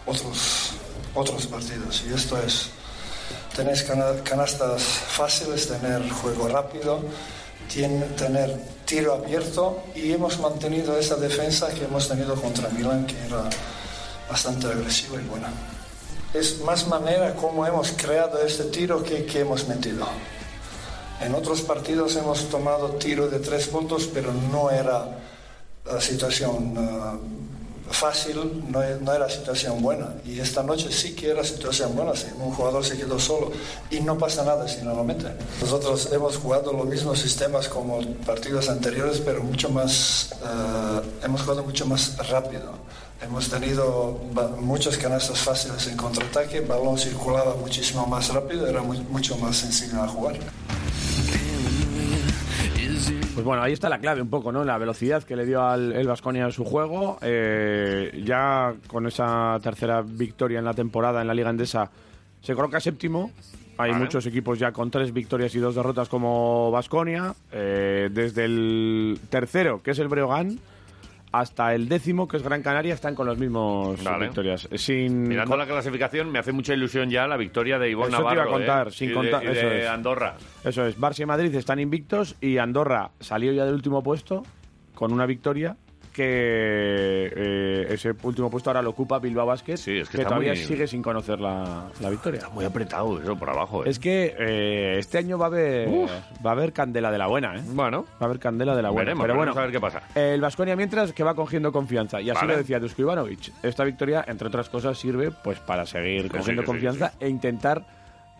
Speaker 7: otros, otros partidos y esto es tener canastas fáciles, tener juego rápido, tien- tener tiro abierto y hemos mantenido esa defensa que hemos tenido contra Milan que era bastante agresiva y buena. Es más manera como hemos creado este tiro que, que hemos metido. En otros partidos hemos tomado tiro de tres puntos, pero no era la situación eh, fácil, no, e- no era situación buena. Y esta noche sí que era situación buena, sí, un jugador se quedó solo y no pasa nada si no lo mete. Nosotros hemos jugado los mismos sistemas como partidos anteriores, pero mucho más, eh, hemos jugado mucho más rápido. Hemos tenido ba- muchas canastas fáciles en contraataque, el balón circulaba muchísimo más rápido, era mu- mucho más sencillo a jugar.
Speaker 5: is
Speaker 3: Pues bueno, ahí está la clave un poco, ¿no? La velocidad que le dio al el Vasconia en su juego. Eh, ya con esa tercera victoria en la temporada en la Liga Endesa se coloca séptimo. Hay
Speaker 2: Vale.
Speaker 3: muchos equipos ya con tres victorias y dos derrotas como Vasconia. desde el tercero, que es el Breogán, hasta el décimo, que es Gran Canaria, están con las mismas
Speaker 2: Vale.
Speaker 3: victorias. Eh, Sin
Speaker 2: Mirando la clasificación, me hace mucha ilusión ya la victoria de Ivonne
Speaker 3: Eso te iba a
Speaker 2: Navarro.
Speaker 3: contar,
Speaker 2: ¿eh?
Speaker 3: sin
Speaker 2: Y de-
Speaker 3: contar-
Speaker 2: y de
Speaker 3: eso es.
Speaker 2: Andorra.
Speaker 3: Eso es, Barça y Madrid están invictos y Andorra salió ya del último puesto con una victoria que eh, ese último puesto ahora lo ocupa Bilbao Basket,
Speaker 2: Sí, es que está
Speaker 3: todavía
Speaker 2: muy-
Speaker 3: sigue sin conocer la, la victoria.
Speaker 2: Muy apretado eso por abajo. ¿eh?
Speaker 3: Es que eh, este año va a haber va a haber candela de la buena, ¿eh?
Speaker 2: Bueno,
Speaker 3: Va a haber candela de la buena.
Speaker 2: Veremos,
Speaker 3: pero bueno,
Speaker 2: veremos a ver qué pasa.
Speaker 3: El Vasconia mientras que va cogiendo confianza. Y así
Speaker 2: Vale.
Speaker 3: lo decía Dusko Ivanovic. Esta victoria, entre otras cosas, sirve pues para seguir
Speaker 2: sí,
Speaker 3: cogiendo
Speaker 2: que sí,
Speaker 3: confianza e intentar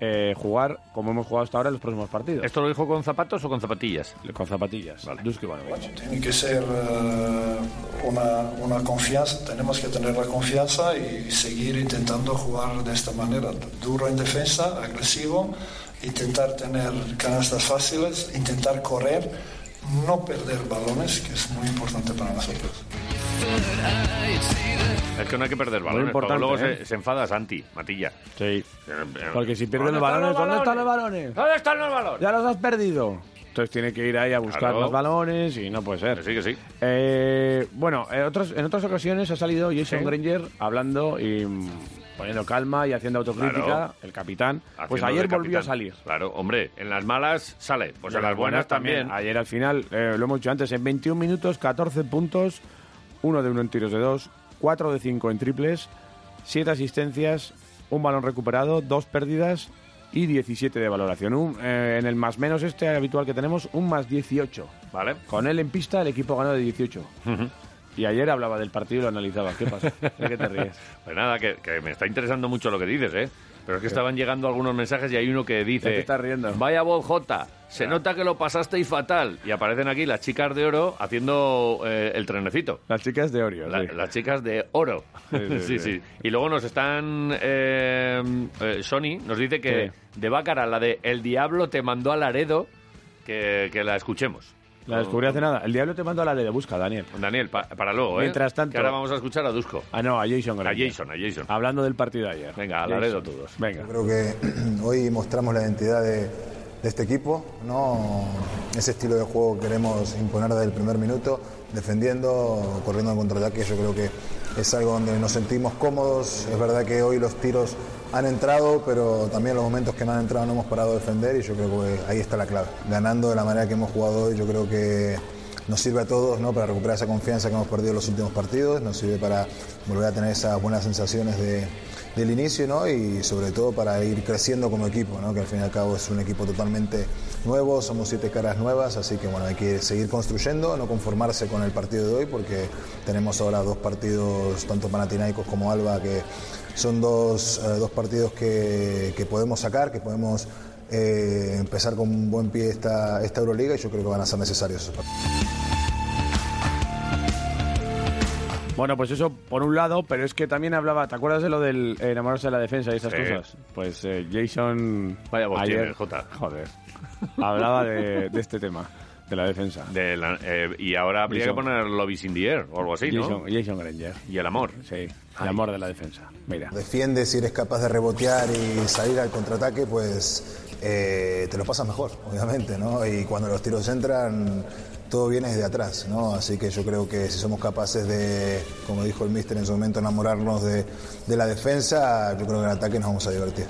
Speaker 3: eh, jugar como hemos jugado hasta ahora en los próximos partidos.
Speaker 2: ¿esto lo dijo con zapatos o con zapatillas?
Speaker 3: Con zapatillas.
Speaker 2: Vale.
Speaker 3: Dusko Ivanovic.
Speaker 7: Tiene que ser eh, una, una confianza, tenemos que tener la confianza y seguir intentando jugar de esta manera, duro en defensa, agresivo, intentar tener canastas fáciles, intentar correr, no perder balones, que es muy importante para nosotros.
Speaker 2: Es que no hay que perder balones. porque
Speaker 3: importante,
Speaker 2: Luego
Speaker 3: ¿eh?
Speaker 2: se, se enfada Santi, Matilla. Eh,
Speaker 3: Sí. Porque
Speaker 2: Porque
Speaker 3: si pierden los balones, ¿dónde están los balones?
Speaker 2: ¿Dónde están los balones?
Speaker 3: Ya los has perdido. Entonces tiene que ir ahí a buscar
Speaker 2: Claro.
Speaker 3: los balones y no puede ser.
Speaker 2: Que sí, que sí.
Speaker 3: Eh, bueno, en, otros- en otras ocasiones ha salido Jason
Speaker 2: Sí.
Speaker 3: Granger hablando y mm, poniendo calma y haciendo autocrítica,
Speaker 2: Claro.
Speaker 3: el capitán. pues
Speaker 2: Haciendo
Speaker 3: ayer
Speaker 2: de
Speaker 3: volvió a
Speaker 2: capitán.
Speaker 3: salir.
Speaker 2: Claro, hombre, en las malas sale. Pues en las buenas también.
Speaker 3: Ayer al final, eh, lo hemos dicho antes, en 21 minutos, 14 puntos, 1 de 1 en tiros de 2, 4 de 5 en triples, 7 asistencias, un balón recuperado, 2 pérdidas y 17 de valoración. Un, eh, en el más menos este habitual que tenemos, un más 18.
Speaker 2: ¿Vale?
Speaker 3: Con él en pista, el equipo ganó de 18. Y ayer hablaba del partido y lo analizaba. ¿Qué pasa? ¿De qué te ríes?
Speaker 2: Pues nada, que, que me está interesando mucho lo que dices, ¿eh? Pero es que estaban llegando algunos mensajes y hay uno que dice...
Speaker 3: Ya te estás riendo.
Speaker 2: Vaya voz, Jota. Se nota que lo pasasteis fatal. Y aparecen aquí las chicas de oro haciendo eh, el trenecito.
Speaker 3: Las chicas de Orio.
Speaker 2: La-
Speaker 3: sí.
Speaker 2: Las chicas de oro. Sí,
Speaker 3: Sí, sí,
Speaker 2: sí.
Speaker 3: sí.
Speaker 2: Y luego nos están... eh, eh, Sony nos dice que de Bácara, la de El Diablo te mandó a Laredo, que, que la escuchemos.
Speaker 3: La descubrí hace nada. El diablo te manda a la ley de busca, Daniel.
Speaker 2: Daniel, pa- para luego, ¿eh?
Speaker 3: Mientras tanto-
Speaker 2: Que ahora vamos a escuchar a Dusko.
Speaker 3: Ah, no, a Jason
Speaker 2: A
Speaker 3: Granger.
Speaker 2: Jason, a Jason.
Speaker 3: Hablando del partido de ayer.
Speaker 2: Venga, a
Speaker 3: Jason.
Speaker 2: Laredo todos.
Speaker 3: Venga.
Speaker 8: Creo que hoy mostramos la identidad de, de este equipo, ¿no? Ese estilo de juego queremos imponer desde el primer minuto, defendiendo, corriendo en contraataque, yo creo que es algo donde nos sentimos cómodos. Es verdad que hoy los tiros han entrado, pero también los momentos que no han entrado no hemos parado de defender y yo creo que ahí está la clave. Ganando de la manera que hemos jugado hoy, yo creo que nos sirve a todos ¿no? para recuperar esa confianza que hemos perdido en los últimos partidos, nos sirve para volver a tener esas buenas sensaciones de- del inicio ¿no? y sobre todo para ir creciendo como equipo, ¿no? que al fin y al cabo es un equipo totalmente nuevo, somos siete caras nuevas, así que bueno, hay que seguir construyendo, no conformarse con el partido de hoy porque tenemos ahora dos partidos, tanto Panathinaikos como Alba, que son dos, eh, dos partidos que, que podemos sacar, que podemos... eh, empezar con un buen pie esta, esta Euroliga y yo creo que van a ser necesarios esos partidos.
Speaker 3: Bueno, pues eso por un lado, pero es que también hablaba, ¿te acuerdas de lo del enamorarse de la defensa y esas
Speaker 2: Sí.
Speaker 3: cosas? Pues eh, Jason
Speaker 2: Vaya voz
Speaker 3: ayer,
Speaker 2: tiene, Jota.
Speaker 3: Joder. Hablaba de, de este tema, de la defensa.
Speaker 2: De la- eh, y ahora habría
Speaker 3: Jason.
Speaker 2: que poner Love is in the air o algo así, ¿no?
Speaker 3: Jason, Jason Granger.
Speaker 2: Y el amor.
Speaker 3: Sí, el amor de la defensa. Mira.
Speaker 8: Defiendes y eres capaz de rebotear y salir al contraataque, pues eh, te lo pasas mejor, obviamente, ¿no? Y cuando los tiros entran, todo viene desde atrás, ¿no? Así que yo creo que si somos capaces de, como dijo el mister en su momento, enamorarnos de, de la defensa, yo creo que en ataque nos vamos a divertir.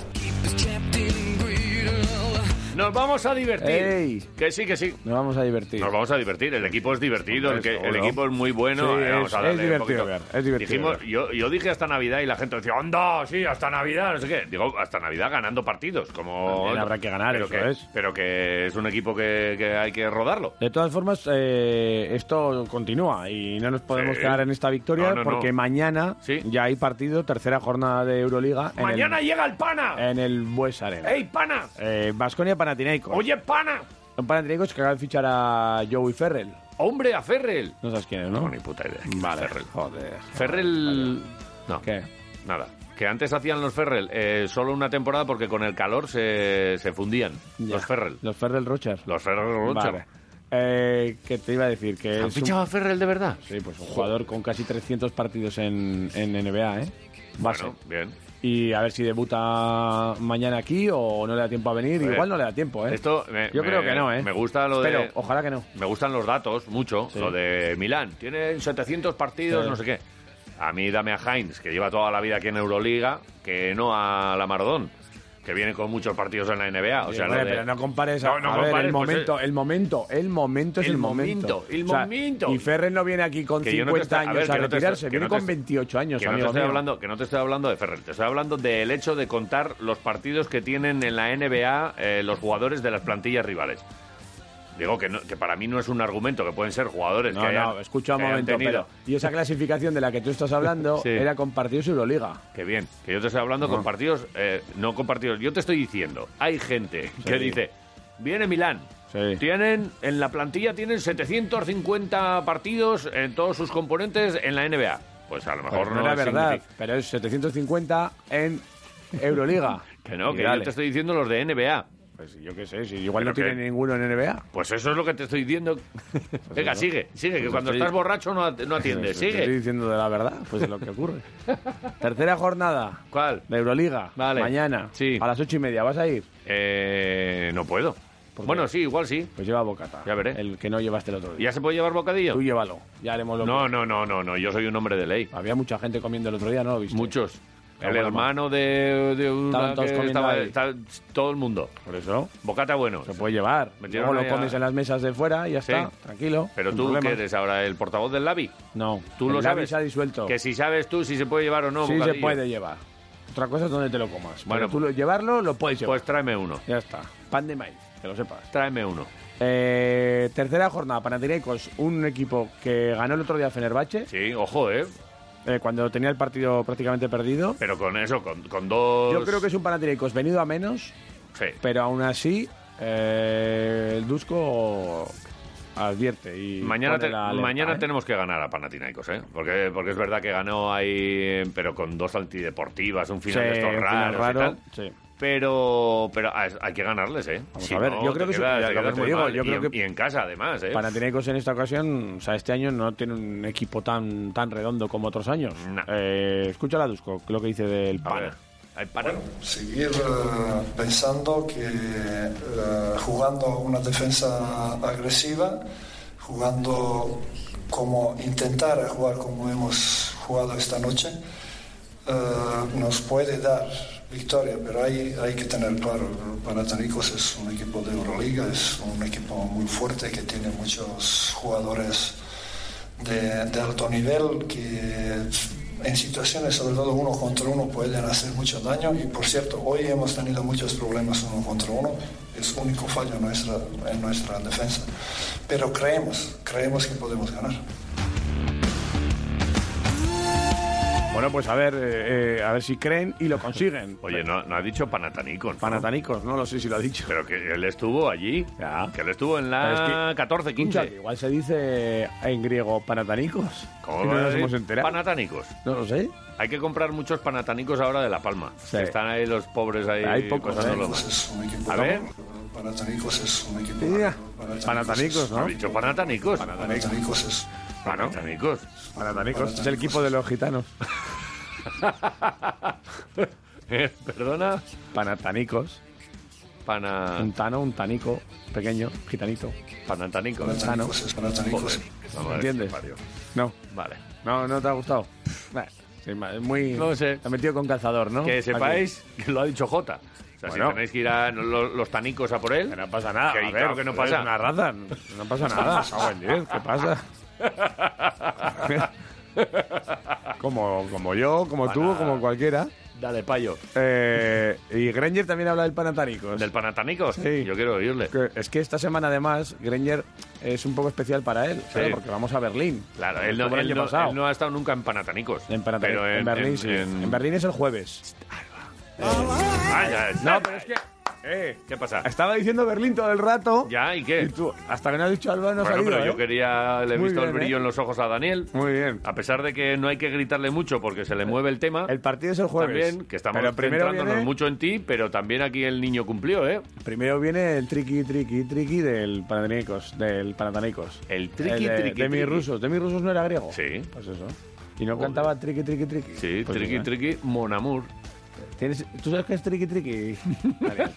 Speaker 2: Nos vamos a divertir.
Speaker 3: ¡Ey!
Speaker 2: Que sí, que sí.
Speaker 3: Nos vamos a divertir.
Speaker 2: Nos vamos a divertir. El equipo es divertido, el,
Speaker 3: Hombre,
Speaker 2: que- el
Speaker 3: seguro.
Speaker 2: equipo es muy bueno.
Speaker 3: Sí,
Speaker 2: Eh, vamos
Speaker 3: es-
Speaker 2: a darle
Speaker 3: es
Speaker 2: un poquito.
Speaker 3: divertido ver, es divertido
Speaker 2: Dijimos,
Speaker 3: ver.
Speaker 2: yo, yo dije hasta Navidad y la gente decía, ¡onda! Sí, hasta Navidad, no sé qué. Digo, hasta Navidad ganando partidos. Como...
Speaker 3: También habrá que ganar,
Speaker 2: pero
Speaker 3: eso
Speaker 2: que,
Speaker 3: es.
Speaker 2: Pero que es un equipo que, que hay que rodarlo.
Speaker 3: De todas formas, eh, esto continúa y no nos podemos
Speaker 2: Sí.
Speaker 3: quedar en esta victoria
Speaker 2: No, no, no.
Speaker 3: porque mañana
Speaker 2: Sí.
Speaker 3: ya hay partido, tercera jornada de Euroliga. en el-
Speaker 2: ¡Mañana llega el pana!
Speaker 3: En el Bues Arena.
Speaker 2: ¡Ey, pana!
Speaker 3: Eh, Baskonia Panathinaikos.
Speaker 2: ¡Oye, pana!
Speaker 3: Son Panathinaikos que acaban de fichar a Joey Ferrell.
Speaker 2: ¡Hombre, a Ferrell!
Speaker 3: No sabes quién es, ¿no?
Speaker 2: No, ni puta idea.
Speaker 3: Vale,
Speaker 2: Ferrell.
Speaker 3: joder.
Speaker 2: Ferrell... No.
Speaker 3: ¿Qué?
Speaker 2: Nada. Que antes hacían los Ferrell eh, solo una temporada porque con el calor se, se fundían.
Speaker 3: Ya.
Speaker 2: Los Ferrell.
Speaker 3: Los Ferrell Rochers.
Speaker 2: Los Ferrell Rocher.
Speaker 3: Vale. Eh, ¿Qué te iba a decir? Que
Speaker 2: ¿Han
Speaker 3: es un-
Speaker 2: fichado a Ferrell de verdad?
Speaker 3: sí, pues un jugador con casi 300 partidos en, en NBA, ¿eh? Base.
Speaker 2: Bueno, bien.
Speaker 3: Y a ver si debuta mañana aquí o no le da tiempo a venir.
Speaker 2: Oye,
Speaker 3: Igual no le da tiempo, ¿eh?
Speaker 2: esto me-
Speaker 3: Yo
Speaker 2: me-
Speaker 3: creo que no, ¿eh?
Speaker 2: me gusta lo
Speaker 3: Espero,
Speaker 2: de-
Speaker 3: ojalá que no.
Speaker 2: Me gustan los datos mucho,
Speaker 3: Sí.
Speaker 2: lo de Milán. Tienen 700 partidos,
Speaker 3: Sí.
Speaker 2: no sé qué. A mí dame a Heinz, que lleva toda la vida aquí en Euroliga, que no a la Maradón, que viene con muchos partidos en la NBA. O sea,
Speaker 3: Hombre,
Speaker 2: lo de-
Speaker 3: pero no compares a,
Speaker 2: No, no
Speaker 3: a ver,
Speaker 2: compares,
Speaker 3: el
Speaker 2: pues,
Speaker 3: momento,
Speaker 2: eh,
Speaker 3: el momento, el momento es
Speaker 2: el
Speaker 3: el momento.
Speaker 2: momento, el
Speaker 3: O sea,
Speaker 2: momento.
Speaker 3: y Ferrer no viene aquí con
Speaker 2: Que yo no te
Speaker 3: 50
Speaker 2: estoy- a
Speaker 3: años
Speaker 2: ver,
Speaker 3: a,
Speaker 2: que no te estoy-
Speaker 3: retirarse,
Speaker 2: que
Speaker 3: viene
Speaker 2: no te-
Speaker 3: con 28 años,
Speaker 2: que no, te
Speaker 3: amigo
Speaker 2: estoy
Speaker 3: mío.
Speaker 2: hablando, que no te estoy hablando de Ferrer, te estoy hablando del hecho de contar los partidos que tienen en la NBA eh, los jugadores de las plantillas rivales. Digo que, no- que para mí no es un argumento, que pueden ser jugadores
Speaker 3: No,
Speaker 2: que hayan,
Speaker 3: no, escucha un
Speaker 2: que hayan
Speaker 3: momento,
Speaker 2: tenido-
Speaker 3: pero- Y esa clasificación de la que tú estás hablando
Speaker 2: Sí.
Speaker 3: era con partidos Euroliga.
Speaker 2: Que bien, que yo te estoy hablando con partidos, eh, no con partidos. Yo te estoy diciendo, hay gente que dice, viene Milán.
Speaker 3: Sí.
Speaker 2: Tienen, en la plantilla tienen 750 partidos en todos sus componentes en la NBA. Pues a lo mejor
Speaker 3: Pues
Speaker 2: no,
Speaker 3: no era
Speaker 2: significa-
Speaker 3: verdad, pero es 750 en Euroliga.
Speaker 2: Que no,
Speaker 3: Y
Speaker 2: que yo
Speaker 3: dale.
Speaker 2: te estoy diciendo los de NBA.
Speaker 3: Pues yo qué sé, si igual
Speaker 2: Pero
Speaker 3: no tiene
Speaker 2: que-
Speaker 3: ninguno en NBA.
Speaker 2: Pues eso es lo que te estoy diciendo. Venga,
Speaker 3: eso.
Speaker 2: sigue, sigue, que
Speaker 3: Pues
Speaker 2: cuando
Speaker 3: estoy-
Speaker 2: estás borracho no, at- no atiendes.
Speaker 3: Pues te Estoy
Speaker 2: Sigue.
Speaker 3: diciendo de la verdad, pues es lo que ocurre. Tercera jornada.
Speaker 2: ¿Cuál?
Speaker 3: De Euroliga.
Speaker 2: Vale.
Speaker 3: Mañana.
Speaker 2: Sí.
Speaker 3: A las ocho y media. ¿Vas a ir?
Speaker 2: Eh, no puedo.
Speaker 3: ¿Por qué?
Speaker 2: Bueno, sí, igual sí.
Speaker 3: Pues lleva bocata.
Speaker 2: Ya veré.
Speaker 3: El que no llevaste el otro día.
Speaker 2: ¿Ya se puede llevar bocadillo?
Speaker 3: Tú llévalo. Ya haremos lo
Speaker 2: No, no, no, no, no. Yo soy un hombre de ley.
Speaker 3: que- Había mucha gente comiendo el otro día, ¿no lo viste?
Speaker 2: Muchos.
Speaker 3: Ah,
Speaker 2: El
Speaker 3: bueno,
Speaker 2: hermano de, de una
Speaker 3: Estaban todos
Speaker 2: que
Speaker 3: comiendo
Speaker 2: estaba-
Speaker 3: ahí.
Speaker 2: está- todo el mundo.
Speaker 3: Por eso.
Speaker 2: Bocata bueno.
Speaker 3: Se puede llevar.
Speaker 2: Metieron
Speaker 3: Luego lo
Speaker 2: ahí a-
Speaker 3: comes en las mesas de fuera y ya
Speaker 2: Sí.
Speaker 3: está. Tranquilo.
Speaker 2: Pero
Speaker 3: sin
Speaker 2: tú
Speaker 3: problemas.
Speaker 2: que eres ahora el portavoz del Labi.
Speaker 3: No.
Speaker 2: Tú
Speaker 3: El
Speaker 2: lo
Speaker 3: Labi
Speaker 2: sabes.
Speaker 3: se ha disuelto.
Speaker 2: Que si sabes tú si se puede llevar o no.
Speaker 3: sí se
Speaker 2: bocadillo.
Speaker 3: puede llevar. Otra cosa es donde te lo comas. Pero
Speaker 2: Bueno,
Speaker 3: tú lo- llevarlo lo puedes llevar.
Speaker 2: Pues tráeme uno.
Speaker 3: Ya está. Pan de maíz, que lo sepas.
Speaker 2: Tráeme uno.
Speaker 3: Eh, tercera jornada, Panathinaikos, un equipo que ganó el otro día a Fenerbahce,
Speaker 2: Sí, ojo, ¿eh?
Speaker 3: eh, cuando tenía el partido prácticamente perdido.
Speaker 2: Pero con eso, con, con dos.
Speaker 3: Yo creo que es un Panathinaikos venido a menos,
Speaker 2: Pues Sí.
Speaker 3: pero aún así eh, el Dusko advierte y
Speaker 2: Mañana,
Speaker 3: pone
Speaker 2: te-
Speaker 3: la alerta,
Speaker 2: mañana
Speaker 3: ¿eh?
Speaker 2: tenemos que ganar a Panathinaikos, ¿eh? Porque, porque es verdad que ganó ahí, pero con dos antideportivas, un final
Speaker 3: Sí,
Speaker 2: de estos
Speaker 3: un final
Speaker 2: raros
Speaker 3: raro,
Speaker 2: y tal.
Speaker 3: sí.
Speaker 2: Pero, pero ah, es- hay que ganarles, ¿eh?
Speaker 3: Vamos
Speaker 2: Si
Speaker 3: a ver,
Speaker 2: no,
Speaker 3: yo creo
Speaker 2: te
Speaker 3: que es-
Speaker 2: quedas-
Speaker 3: ya
Speaker 2: te
Speaker 3: lo que
Speaker 2: quedas
Speaker 3: te
Speaker 2: muy
Speaker 3: digo,
Speaker 2: mal.
Speaker 3: yo
Speaker 2: y,
Speaker 3: creo
Speaker 2: en-
Speaker 3: que-
Speaker 2: y en casa, además, ¿eh?
Speaker 3: Panathinaikos en esta ocasión, o sea, este año no tiene un equipo tan, tan redondo como otros años.
Speaker 2: No.
Speaker 3: Eh, escucha a Dusko, lo que dice del
Speaker 2: A ver,
Speaker 3: Pana.
Speaker 2: ay, pana.
Speaker 7: seguir eh, pensando que eh, jugando una defensa agresiva, jugando como intentar jugar como hemos jugado esta noche, eh, nos puede dar victoria, pero hay, hay que tener claro, Panathinaikos es un equipo de Euroliga, es un equipo muy fuerte que tiene muchos jugadores de, de alto nivel que en situaciones sobre todo uno contra uno pueden hacer mucho daño y por cierto hoy hemos tenido muchos problemas uno contra uno es único fallo en nuestra, en nuestra defensa pero creemos creemos que podemos ganar
Speaker 3: Bueno, pues a ver, eh, eh, a ver si creen y lo consiguen.
Speaker 2: Oye, Pues no, no ha dicho Panathinaikos. ¿no?
Speaker 3: Panatanicos, no lo sé si lo ha dicho.
Speaker 2: Pero que él estuvo allí.
Speaker 3: Ya.
Speaker 2: Que él estuvo en la
Speaker 3: Pero es que-
Speaker 2: 14,
Speaker 3: Escucha,
Speaker 2: 15.
Speaker 3: que igual se dice en griego panatanicos.
Speaker 2: ¿Cómo
Speaker 3: Que
Speaker 2: va
Speaker 3: no
Speaker 2: a
Speaker 3: nos
Speaker 2: decir?
Speaker 3: hemos enterado.
Speaker 2: Panathinaikos.
Speaker 3: No lo sé.
Speaker 2: Hay que comprar muchos panatánicos ahora de La Palma.
Speaker 3: Sí.
Speaker 2: Que Están ahí los pobres ahí.
Speaker 3: Hay pocos, ¿eh?
Speaker 2: pasándolo.
Speaker 7: Panathinaikos es un equipo
Speaker 2: A ver.
Speaker 7: Panathinaikos es un equipo
Speaker 3: Mira,
Speaker 7: Panathinaikos
Speaker 3: Panatanicos,
Speaker 7: es-
Speaker 2: ¿No?
Speaker 3: ¿no?
Speaker 2: ¿Ha dicho panatánicos?
Speaker 7: Panathinaikos es
Speaker 2: Panatánicos.
Speaker 3: Panatanicos. Es el equipo de los gitanos.
Speaker 2: Perdona.
Speaker 3: Panatanicos.
Speaker 2: Pana...
Speaker 3: Un tano, un tanico. Pequeño, gitanito.
Speaker 2: Panatánicos.
Speaker 7: Panathinaikos es Panathinaikos
Speaker 2: Joder.
Speaker 7: es-
Speaker 2: Vamos a ver,
Speaker 3: ¿Entiendes?
Speaker 2: Mario.
Speaker 3: No,
Speaker 2: Vale.
Speaker 3: no, no te ha gustado. Nah, sí, ma- es muy.
Speaker 2: No sé.
Speaker 3: Te ha metido con calzador, ¿no?
Speaker 2: Que sepáis que lo ha dicho Jota. O sea,
Speaker 3: Bueno.
Speaker 2: si tenéis que ir a lo- los, tanicos a por él.
Speaker 3: Que no pasa nada.
Speaker 2: Que
Speaker 3: a
Speaker 2: ahí
Speaker 3: ver,
Speaker 2: claro que no
Speaker 3: es
Speaker 2: pasa.
Speaker 3: Una raza. No pasa nada. Cago en diez, ¿Qué pasa? como, como yo, como tú, como cualquiera.
Speaker 2: Dale, payo.
Speaker 3: Eh, y Granger también habla del Panatánicos.
Speaker 2: ¿Del panatánicos?
Speaker 3: Sí.
Speaker 2: Yo quiero oírle.
Speaker 3: Que- Es que esta semana, además, Granger es un poco especial para él, claro, porque vamos a Berlín.
Speaker 2: Claro,
Speaker 3: Como
Speaker 2: él
Speaker 3: estuvo
Speaker 2: no,
Speaker 3: el
Speaker 2: él
Speaker 3: año
Speaker 2: no-
Speaker 3: pasado.
Speaker 2: él no ha estado nunca en panatánicos.
Speaker 3: En, Panatani-
Speaker 2: Pero
Speaker 3: en Berlín, sí.
Speaker 2: en-
Speaker 3: En Berlín es el jueves.
Speaker 2: Ah, ya, ya.
Speaker 3: No, pero es que Eh,
Speaker 2: ¿Qué pasa?
Speaker 3: Estaba diciendo Berlín todo el rato.
Speaker 2: ¿Ya? ¿Y qué?
Speaker 3: Y tú, hasta que no has dicho Alba, no
Speaker 2: bueno,
Speaker 3: has salido.
Speaker 2: pero yo
Speaker 3: ¿eh?
Speaker 2: quería, le he
Speaker 3: Muy
Speaker 2: visto el
Speaker 3: bien,
Speaker 2: brillo
Speaker 3: ¿eh?
Speaker 2: en los ojos a Daniel.
Speaker 3: Muy bien. Eh,
Speaker 2: A pesar de que no hay que gritarle mucho porque se le mueve el tema.
Speaker 3: El partido es el jueves.
Speaker 2: También, que estamos
Speaker 3: Pero primero
Speaker 2: centrándonos
Speaker 3: viene,
Speaker 2: mucho en ti, pero también aquí el niño cumplió, ¿eh?
Speaker 3: primero viene el triqui, triqui, triqui del Panathinaikos. Del Panathinaikos.
Speaker 2: El triqui,
Speaker 3: de,
Speaker 2: triqui,
Speaker 3: De mis
Speaker 2: triqui.
Speaker 3: rusos. De mis rusos no era griego.
Speaker 2: Sí.
Speaker 3: Pues eso. Y no cantaba triqui, triqui, triqui.
Speaker 2: Sí,
Speaker 3: Pues
Speaker 2: triqui,
Speaker 3: eso, ¿eh?
Speaker 2: triqui, mon amour.
Speaker 3: ¿Tienes- ¿Tú sabes qué es triqui, triqui? Daniel.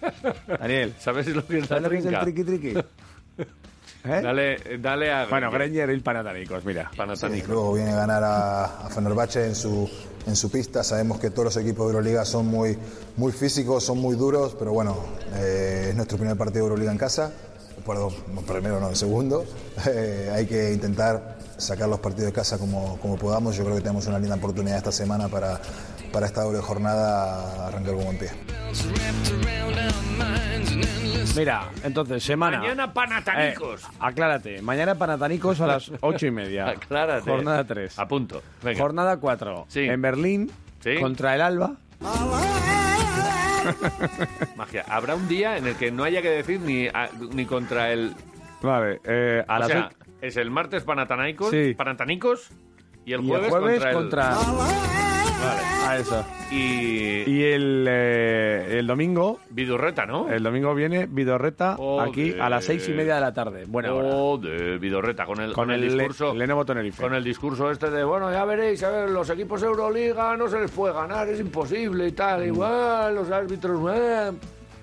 Speaker 3: Daniel.
Speaker 2: ¿Sabes lo que es la
Speaker 3: ¿Sabes lo que es el
Speaker 2: trinca?
Speaker 3: triqui, triqui? ¿Eh?
Speaker 2: Dale, dale a...
Speaker 3: Bueno, Granger y el Panathinaikos, mira.
Speaker 8: Sí,
Speaker 2: Panathinaikos.
Speaker 8: luego viene a ganar a, a Fenerbahce en su, en su pista. Sabemos que todos los equipos de Euroliga son muy, muy físicos, son muy duros, pero bueno, eh, es nuestro primer partido de Euroliga en casa. Perdón, no, primero no, el segundo. Eh, hay que intentar sacar los partidos de casa como, como podamos. Yo creo que tenemos una linda oportunidad esta semana para, para esta doble jornada arrancar con buen pie.
Speaker 3: Mira, entonces, semana.
Speaker 2: Mañana Panathinaikos.
Speaker 3: Eh, aclárate. Mañana Panathinaikos a las ocho y media.
Speaker 2: Aclárate.
Speaker 3: Jornada 3.
Speaker 2: A punto. Venga.
Speaker 3: Jornada 4.
Speaker 2: Sí.
Speaker 3: En Berlín.
Speaker 2: Sí.
Speaker 3: Contra el Alba.
Speaker 2: Magia. Habrá un día en el que no haya que decir ni, a- ni contra el...
Speaker 3: Vale. eh, a
Speaker 2: o
Speaker 3: las
Speaker 2: sea,
Speaker 3: ocho-
Speaker 2: es el martes Panathinaikos,
Speaker 3: Sí.
Speaker 2: Panathinaikos y el
Speaker 3: y
Speaker 2: jueves,
Speaker 3: el
Speaker 2: contra,
Speaker 3: jueves
Speaker 2: el-
Speaker 3: contra.
Speaker 2: Vale.
Speaker 3: A Ah, eso.
Speaker 2: Y...
Speaker 3: Y el, eh, el domingo.
Speaker 2: Vidorreta, ¿no?
Speaker 3: El domingo viene Vidorreta
Speaker 2: Joder.
Speaker 3: aquí a las seis y media de la tarde. Buena hora.
Speaker 2: Oh, de Vidorreta, con el, con el,
Speaker 3: Le-
Speaker 2: discurso...
Speaker 3: Lenovo Tenerife.
Speaker 2: Con el discurso este de, bueno, ya veréis, a ver, los equipos Euroliga no se les puede ganar, es imposible y
Speaker 3: Mm.
Speaker 2: tal, igual, los árbitros... eh.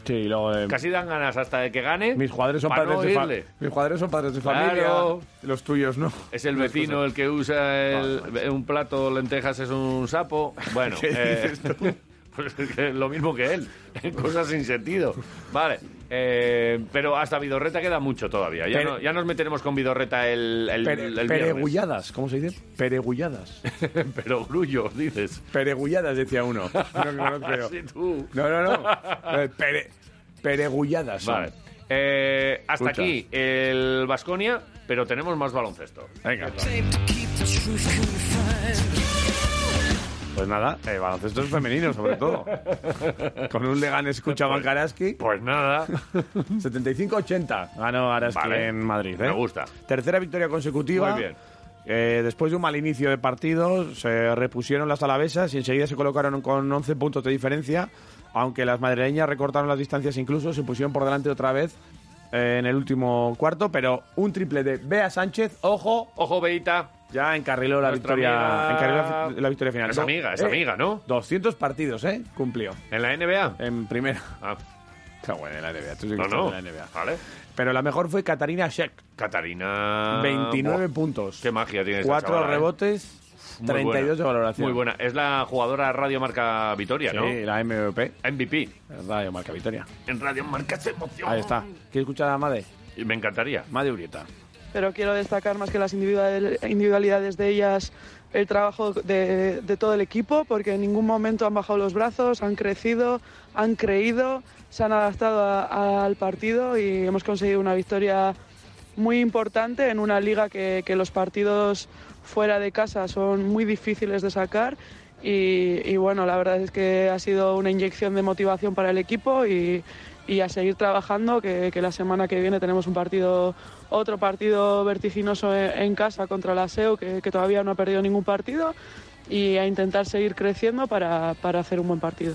Speaker 3: Sí, y luego de-
Speaker 2: Casi dan ganas hasta de que gane.
Speaker 3: Mis jugadores son
Speaker 2: pa'
Speaker 3: padres
Speaker 2: no
Speaker 3: de
Speaker 2: irle.
Speaker 3: familia. Mis jugadores son padres de
Speaker 2: Claro.
Speaker 3: familia. Los tuyos, ¿no?
Speaker 2: Es el
Speaker 3: Las
Speaker 2: vecino
Speaker 3: cosas.
Speaker 2: el que usa el- un plato lentejas es un sapo. Bueno, eh, pues es que lo mismo que él, cosas sin sentido. Vale, eh, pero hasta Vidorreta queda mucho todavía. Ya,
Speaker 3: Pero-
Speaker 2: no- ya nos meteremos con Vidorreta el, el,
Speaker 3: Pere-
Speaker 2: el viernes.
Speaker 3: peregulladas, ¿cómo se dice? Peregulladas.
Speaker 2: Pero grullo, dices.
Speaker 3: Peregulladas, decía uno. No, que conozco yo.
Speaker 2: Así tú.
Speaker 3: no, no. no. Eh, pere- peregulladas. son.
Speaker 2: Vale. Eh, hasta
Speaker 3: Escucha.
Speaker 2: aquí el Vasconia, pero tenemos más baloncesto.
Speaker 3: Venga. Pues nada, eh, baloncesto es femenino, sobre todo. Con un Legan escucha Bankaraski.
Speaker 2: Pues nada,
Speaker 3: 75-80 ganó Araski
Speaker 2: Vale.
Speaker 3: en Madrid. ¿eh?
Speaker 2: me gusta.
Speaker 3: Tercera victoria consecutiva.
Speaker 2: Muy bien.
Speaker 3: Eh, después de un mal inicio de partido, se repusieron las alavesas y enseguida se colocaron con 11 puntos de diferencia. Aunque las madrileñas recortaron las distancias, incluso se pusieron por delante otra vez eh, en el último cuarto. Pero un triple de Bea Sánchez, ojo,
Speaker 2: Ojo, Beita.
Speaker 3: ya encarriló la,
Speaker 2: Nuestra
Speaker 3: victoria,
Speaker 2: amiga-
Speaker 3: encarriló la fi- la victoria final.
Speaker 2: Es
Speaker 3: Do-
Speaker 2: amiga, es
Speaker 3: eh,
Speaker 2: amiga, ¿no?
Speaker 3: 200 partidos, ¿eh? Cumplió.
Speaker 2: ¿En la NBA?
Speaker 3: En primera.
Speaker 2: Ah,
Speaker 3: Está bueno, en la NBA. Tú sí que
Speaker 2: no,
Speaker 3: estás
Speaker 2: no.
Speaker 3: en la NBA.
Speaker 2: Vale.
Speaker 3: Pero la mejor fue Katarina Sheck.
Speaker 2: Catarina.
Speaker 3: 29
Speaker 2: Buah,
Speaker 3: puntos.
Speaker 2: Qué magia tiene esta
Speaker 3: 4
Speaker 2: chavala, ¿eh?
Speaker 3: rebotes,
Speaker 2: Muy
Speaker 3: 32 de
Speaker 2: buena.
Speaker 3: valoración.
Speaker 2: Muy buena. Eh, Es la jugadora Radio Marca Vitoria,
Speaker 3: Sí,
Speaker 2: ¿no?
Speaker 3: la MVP.
Speaker 2: MVP.
Speaker 3: Radio Marca Victoria.
Speaker 2: En Radio Marca se emoción.
Speaker 3: Ahí está. ¿Quieres escuchar a Made?
Speaker 2: Y me encantaría.
Speaker 3: Made Urieta.
Speaker 9: pero quiero destacar más que las individual- individualidades de ellas el trabajo de, de todo el equipo, porque en ningún momento han bajado los brazos, han crecido, han creído, se han adaptado a- al partido y hemos conseguido una victoria muy importante en una liga que, que los partidos fuera de casa son muy difíciles de sacar. Y, y bueno, la verdad es que ha sido una inyección de motivación para el equipo y, y a seguir trabajando, que, que la semana que viene tenemos un partido, otro partido vertiginoso en, en casa contra la SEO, que, que todavía no ha perdido ningún partido, y a intentar seguir creciendo para, para hacer un buen partido.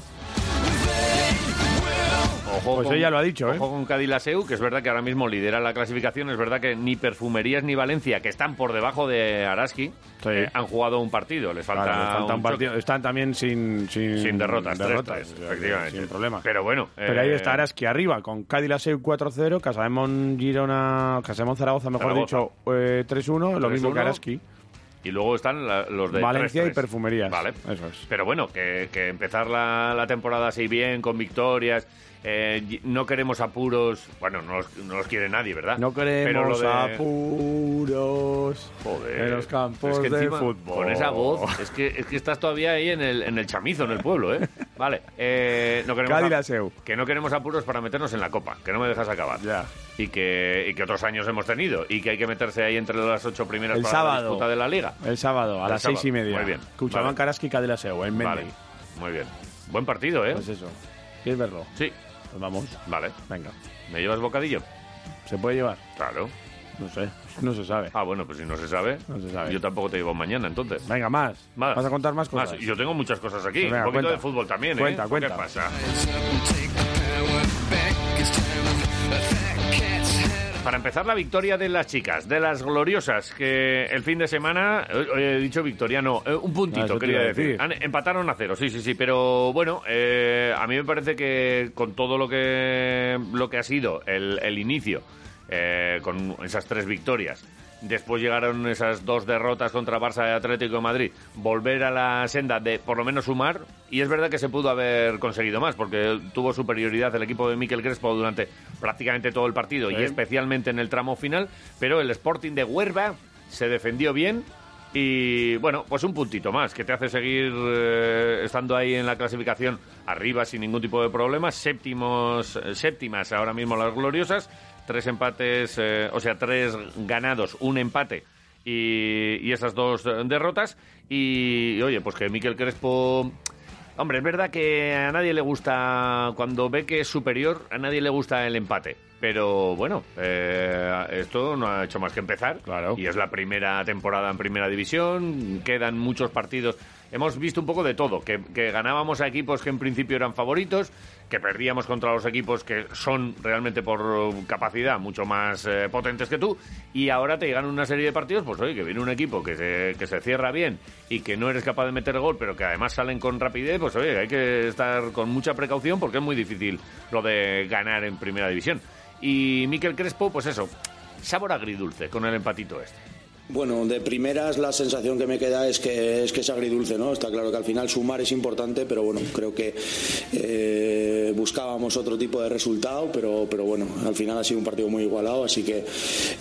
Speaker 2: Ojo
Speaker 3: Pues ella lo ha dicho, ¿eh?
Speaker 2: Ojo con Cadillaceu, que es verdad que ahora mismo lidera la clasificación. Es verdad que ni Perfumerías ni Valencia, que están por debajo de Araski,
Speaker 3: Sí.
Speaker 2: eh, han jugado un partido. Les falta,
Speaker 3: Claro, les falta un
Speaker 2: choque.
Speaker 3: partido. Están también sin, sin,
Speaker 2: Sin derrotas, tres, tres,
Speaker 3: o sea,
Speaker 2: efectivamente.
Speaker 3: Sin problemas.
Speaker 2: Pero bueno.
Speaker 3: Pero ahí
Speaker 2: eh,
Speaker 3: está Araski arriba, con Cádiz 6 4-0, Casademón Girona, Casademón Zaragoza, mejor
Speaker 2: Zaragoza.
Speaker 3: dicho, eh, 3-1, lo mismo que
Speaker 2: 3-1.
Speaker 3: Araski.
Speaker 2: Y luego están la- los de
Speaker 3: Valencia
Speaker 2: 3-3.
Speaker 3: y Perfumerías.
Speaker 2: Vale.
Speaker 3: Eso es.
Speaker 2: Pero bueno, que, que empezar la, la temporada así bien, con victorias. eh, y- no queremos apuros. Bueno, no los, no los quiere nadie, ¿verdad?
Speaker 3: No
Speaker 2: Pero
Speaker 3: queremos
Speaker 2: lo de-
Speaker 3: apuros
Speaker 2: Joder.
Speaker 3: en los campos
Speaker 2: Es que
Speaker 3: de
Speaker 2: encima,
Speaker 3: fútbol.
Speaker 2: Con esa voz, es que, es que estás todavía ahí en el, en el chamizo, en el pueblo, ¿eh? Vale. eh, no queremos
Speaker 3: Cádiz Aseu.
Speaker 2: que no queremos apuros para meternos en la copa, que no me dejas acabar.
Speaker 3: Ya.
Speaker 2: Y que, y que otros años hemos tenido, y que hay que meterse ahí entre las ocho primeras
Speaker 3: El
Speaker 2: para la
Speaker 3: sábado.
Speaker 2: disputa de la liga.
Speaker 3: El sábado a
Speaker 2: El
Speaker 3: las seis y
Speaker 2: sábado.
Speaker 3: media.
Speaker 2: Muy bien.
Speaker 3: Cuchaban
Speaker 2: Vale.
Speaker 3: Karaski Cadela Seu, en Mendy.
Speaker 2: Vale, muy bien. Buen partido, ¿eh?
Speaker 3: Pues eso. ¿Quieres verlo?
Speaker 2: Sí.
Speaker 3: vamos.
Speaker 2: Vale.
Speaker 3: Venga.
Speaker 2: ¿Me llevas bocadillo?
Speaker 3: ¿Se puede llevar?
Speaker 2: Claro.
Speaker 3: No sé. No se sabe.
Speaker 2: Ah, bueno, pues si no se sabe,
Speaker 3: No se sabe.
Speaker 2: yo tampoco te llevo mañana, entonces.
Speaker 3: Venga, más.
Speaker 2: Más.
Speaker 3: ¿Vas a contar más cosas?
Speaker 2: Yo tengo muchas cosas aquí.
Speaker 3: Venga,
Speaker 2: Un poquito
Speaker 3: cuenta.
Speaker 2: de fútbol también, ¿eh?
Speaker 3: Cuenta, cuenta.
Speaker 2: ¿Qué pasa? Para empezar, la victoria de las chicas, de las gloriosas, que el fin de semana, eh, eh, he dicho victoria, no, eh, un
Speaker 3: Ah,
Speaker 2: puntito
Speaker 3: eso te
Speaker 2: quería
Speaker 3: iba a
Speaker 2: decir.
Speaker 3: decir.
Speaker 2: Han- empataron a cero, sí, sí, sí, pero bueno, eh, a mí me parece que con todo lo que, lo que ha sido el, el inicio, eh, con esas tres victorias, después llegaron esas dos derrotas contra Barça y Atlético de Madrid, volver a la senda de por lo menos sumar, y es verdad que se pudo haber conseguido más, porque tuvo superioridad el equipo de Miquel Crespo durante prácticamente todo el partido
Speaker 3: Sí.
Speaker 2: y especialmente en el tramo final, pero el Sporting de Huerva se defendió bien y bueno, pues un puntito más que te hace seguir eh, estando ahí en la clasificación arriba sin ningún tipo de problema, séptimos eh, séptimas ahora mismo las gloriosas, tres empates, eh, o sea, tres ganados, un empate y, y esas dos eh, derrotas y, y, oye, pues que Miquel Crespo Hombre, es verdad que a nadie le gusta, cuando ve que es superior, a nadie le gusta el empate. Pero bueno, eh, esto no ha hecho más que empezar.
Speaker 3: Claro.
Speaker 2: Y es la primera temporada en primera división, quedan muchos partidos. Hemos visto un poco de todo, que, que ganábamos a equipos que en principio eran favoritos, que perdíamos contra los equipos que son realmente por capacidad mucho más eh, potentes que tú, y ahora te llegan una serie de partidos, pues oye, que viene un equipo que se, que se cierra bien y que no eres capaz de meter gol, pero que además salen con rapidez, pues oye, hay que estar con mucha precaución porque es muy difícil lo de ganar en primera división. Y Miquel Crespo, pues eso, sabor agridulce con el empatito este.
Speaker 10: Bueno, de primeras la sensación que me queda es que es que es agridulce, ¿no? Está claro que al final sumar es importante, pero bueno, creo que eh, buscábamos otro tipo de resultado, pero, pero bueno, al final ha sido un partido muy igualado, así que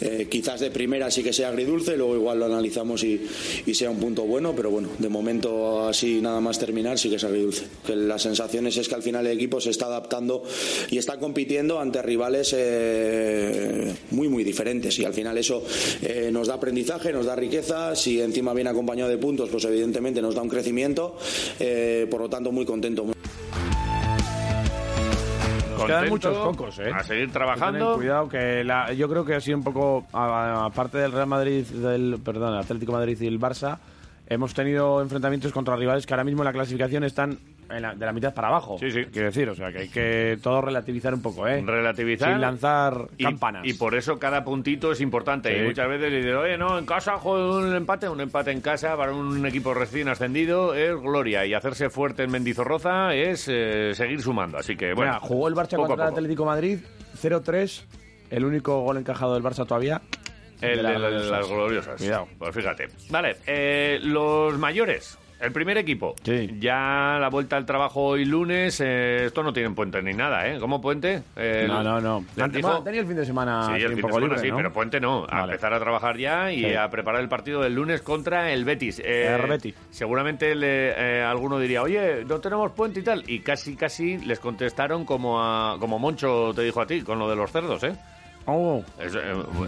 Speaker 10: eh, quizás de primera sí que sea agridulce, luego igual lo analizamos y, y sea un punto bueno, pero bueno, de momento así nada más terminar sí que es agridulce. Que las sensaciones es que al final el equipo se está adaptando y está compitiendo ante rivales eh, muy muy diferentes y al final eso eh, nos da aprendizaje, nos da riqueza, si encima viene acompañado de puntos pues evidentemente nos da un crecimiento, eh, por lo tanto muy contento. muy-
Speaker 3: Nos quedan
Speaker 2: Contento,
Speaker 3: muchos cocos, ¿eh?
Speaker 2: A seguir
Speaker 3: Hay que tener
Speaker 2: trabajando.
Speaker 3: Cuidado, que la- yo creo que ha sido un poco, a- a- aparte del Real Madrid, del perdón, Atlético de Madrid y el Barça, hemos tenido enfrentamientos contra rivales que ahora mismo en la clasificación están en la- de la mitad para abajo.
Speaker 2: Sí, sí.
Speaker 3: Quiero decir, o sea, que hay que todo relativizar un poco, ¿eh?
Speaker 2: Relativizar.
Speaker 3: Sin lanzar
Speaker 2: Y-
Speaker 3: campanas.
Speaker 2: Y por eso cada puntito es importante.
Speaker 3: Sí.
Speaker 2: Y muchas veces dicen, oye, no, en casa, joder, un empate, un empate en casa para un equipo recién ascendido es gloria. Y hacerse fuerte en Mendizorroza es eh, seguir sumando. Así que, bueno.
Speaker 3: Mira, jugó el Barça
Speaker 2: poco a
Speaker 3: contra el
Speaker 2: poco.
Speaker 3: Atlético de Madrid, 0-3, el único gol encajado del Barça todavía.
Speaker 2: El de,
Speaker 3: las
Speaker 2: la-
Speaker 3: gloriosas.
Speaker 2: las gloriosas.
Speaker 3: Cuidado.
Speaker 2: Pues fíjate. Vale, eh, los mayores. El primer equipo.
Speaker 3: Sí.
Speaker 2: Ya la vuelta al trabajo hoy lunes. eh, esto no tiene puente ni nada, ¿eh? ¿Cómo puente? Eh,
Speaker 3: No, no, no.
Speaker 2: les
Speaker 3: Han-
Speaker 2: dijo-
Speaker 3: bueno, han tenido el fin de semana
Speaker 2: Sí,
Speaker 3: así
Speaker 2: el
Speaker 3: un
Speaker 2: fin de
Speaker 3: poco
Speaker 2: semana
Speaker 3: libre,
Speaker 2: sí,
Speaker 3: ¿no?
Speaker 2: pero Puente no. A
Speaker 3: Vale.
Speaker 2: empezar a trabajar ya y
Speaker 3: Sí.
Speaker 2: a preparar el partido del lunes contra el Betis. Eh,
Speaker 3: El Betis.
Speaker 2: Seguramente le- eh, alguno diría, oye, no tenemos Puente y tal. Y casi, casi les contestaron como, a, como Moncho te dijo a ti, con lo de los cerdos, ¿eh?
Speaker 3: Oh.
Speaker 2: Es- eh,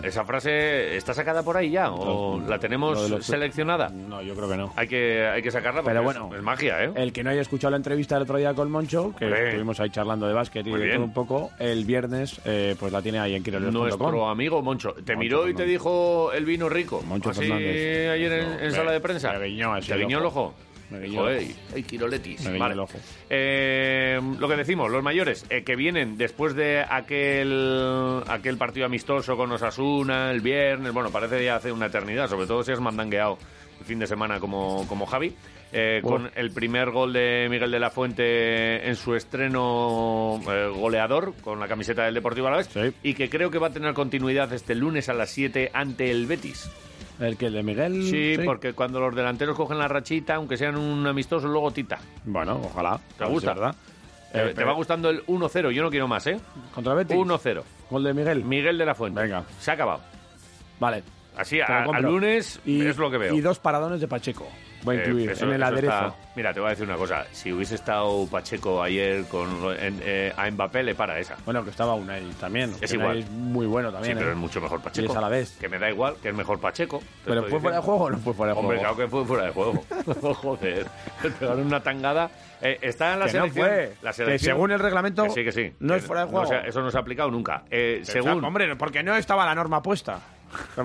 Speaker 2: esa frase está sacada por ahí ya o
Speaker 3: Entonces,
Speaker 2: la
Speaker 3: lo
Speaker 2: tenemos
Speaker 3: de los-
Speaker 2: seleccionada.
Speaker 3: No, yo creo que no.
Speaker 2: Hay que, hay que sacarla porque
Speaker 3: Pero
Speaker 2: es-
Speaker 3: bueno,
Speaker 2: es, magia, ¿eh?
Speaker 3: El que no haya escuchado la entrevista del otro día con Moncho, que
Speaker 2: Hombre.
Speaker 3: estuvimos ahí charlando de básquet y
Speaker 2: Muy
Speaker 3: de
Speaker 2: bien.
Speaker 3: todo un poco, el viernes eh, pues la tiene ahí en
Speaker 2: Nuestro
Speaker 3: quiroleros.com.
Speaker 2: amigo Moncho. ¿Te
Speaker 3: Moncho
Speaker 2: miró y te
Speaker 3: Fernández.
Speaker 2: dijo el vino rico?
Speaker 3: Moncho
Speaker 2: así
Speaker 3: Fernández.
Speaker 2: ayer en, en
Speaker 3: Me-
Speaker 2: sala de prensa.
Speaker 3: me guiñó así
Speaker 2: ¿Te
Speaker 3: el
Speaker 2: guiñó el ojo?
Speaker 3: ojo. Me guiñó
Speaker 2: Joder,
Speaker 3: el ojo.
Speaker 2: ay, quiroletis.
Speaker 3: Me guiñó
Speaker 2: Vale.
Speaker 3: el ojo.
Speaker 2: Eh, lo que decimos, los mayores, eh, que vienen después de aquel, aquel partido amistoso con Osasuna el viernes, bueno, parece ya hace una eternidad, sobre todo si has mandangueado el fin de semana como, como Javi, eh,
Speaker 3: Uf.
Speaker 2: con el primer gol de Miguel de la Fuente en su estreno eh, goleador con la camiseta del Deportivo Alavés
Speaker 3: Sí.
Speaker 2: y que creo que va a tener continuidad este lunes a las 7 ante el Betis.
Speaker 3: El que el de Miguel.
Speaker 2: Sí, porque cuando los delanteros cogen la rachita, aunque sean un amistoso, luego tita.
Speaker 3: Bueno, ojalá.
Speaker 2: ¿Te
Speaker 3: A ver si
Speaker 2: gusta?
Speaker 3: es ¿Verdad?
Speaker 2: Te-
Speaker 3: Eh,
Speaker 2: te
Speaker 3: pero-
Speaker 2: va gustando el 1-0, yo no quiero más, ¿eh?
Speaker 3: Contra Betis.
Speaker 2: 1-0.
Speaker 3: Gol de Miguel.
Speaker 2: Miguel de la Fuente.
Speaker 3: Venga.
Speaker 2: Se ha acabado.
Speaker 3: Vale.
Speaker 2: Así,
Speaker 3: te lo
Speaker 2: a- al
Speaker 3: compro.
Speaker 2: lunes
Speaker 3: Y-
Speaker 2: es lo que veo. Eh,
Speaker 3: Y dos paradones de Pacheco. Va a incluir
Speaker 2: eso-
Speaker 3: en el
Speaker 2: eso
Speaker 3: aderezo.
Speaker 2: está- mira, te voy a decir una cosa. Si hubiese estado Pacheco ayer con en- eh, a Mbappé, le para esa.
Speaker 3: Bueno, que estaba Unai también.
Speaker 2: Es
Speaker 3: Unai
Speaker 2: igual.
Speaker 3: Es muy bueno también.
Speaker 2: sí, pero
Speaker 3: ¿eh?
Speaker 2: es mucho mejor Pacheco.
Speaker 3: Y es a la vez.
Speaker 2: Que me da igual, que es mejor Pacheco. te
Speaker 3: ¿Pero
Speaker 2: estoy
Speaker 3: fue fuera de
Speaker 2: diciendo.
Speaker 3: juego o no fue fuera de
Speaker 2: Hombre,
Speaker 3: juego?
Speaker 2: claro que fue fuera de juego. Oh, Joder, le pegaron una tangada. Eh, está en la
Speaker 3: Que no
Speaker 2: selección.
Speaker 3: fue.
Speaker 2: la
Speaker 3: Que
Speaker 2: selección-
Speaker 3: según el reglamento,
Speaker 2: Que sí, que sí.
Speaker 3: no es
Speaker 2: Que
Speaker 3: fuera de
Speaker 2: no
Speaker 3: juego.
Speaker 2: se ha- eso no se ha aplicado nunca. Eh,
Speaker 3: Pero,
Speaker 2: según.
Speaker 3: Hombre, porque no estaba la norma puesta. Pero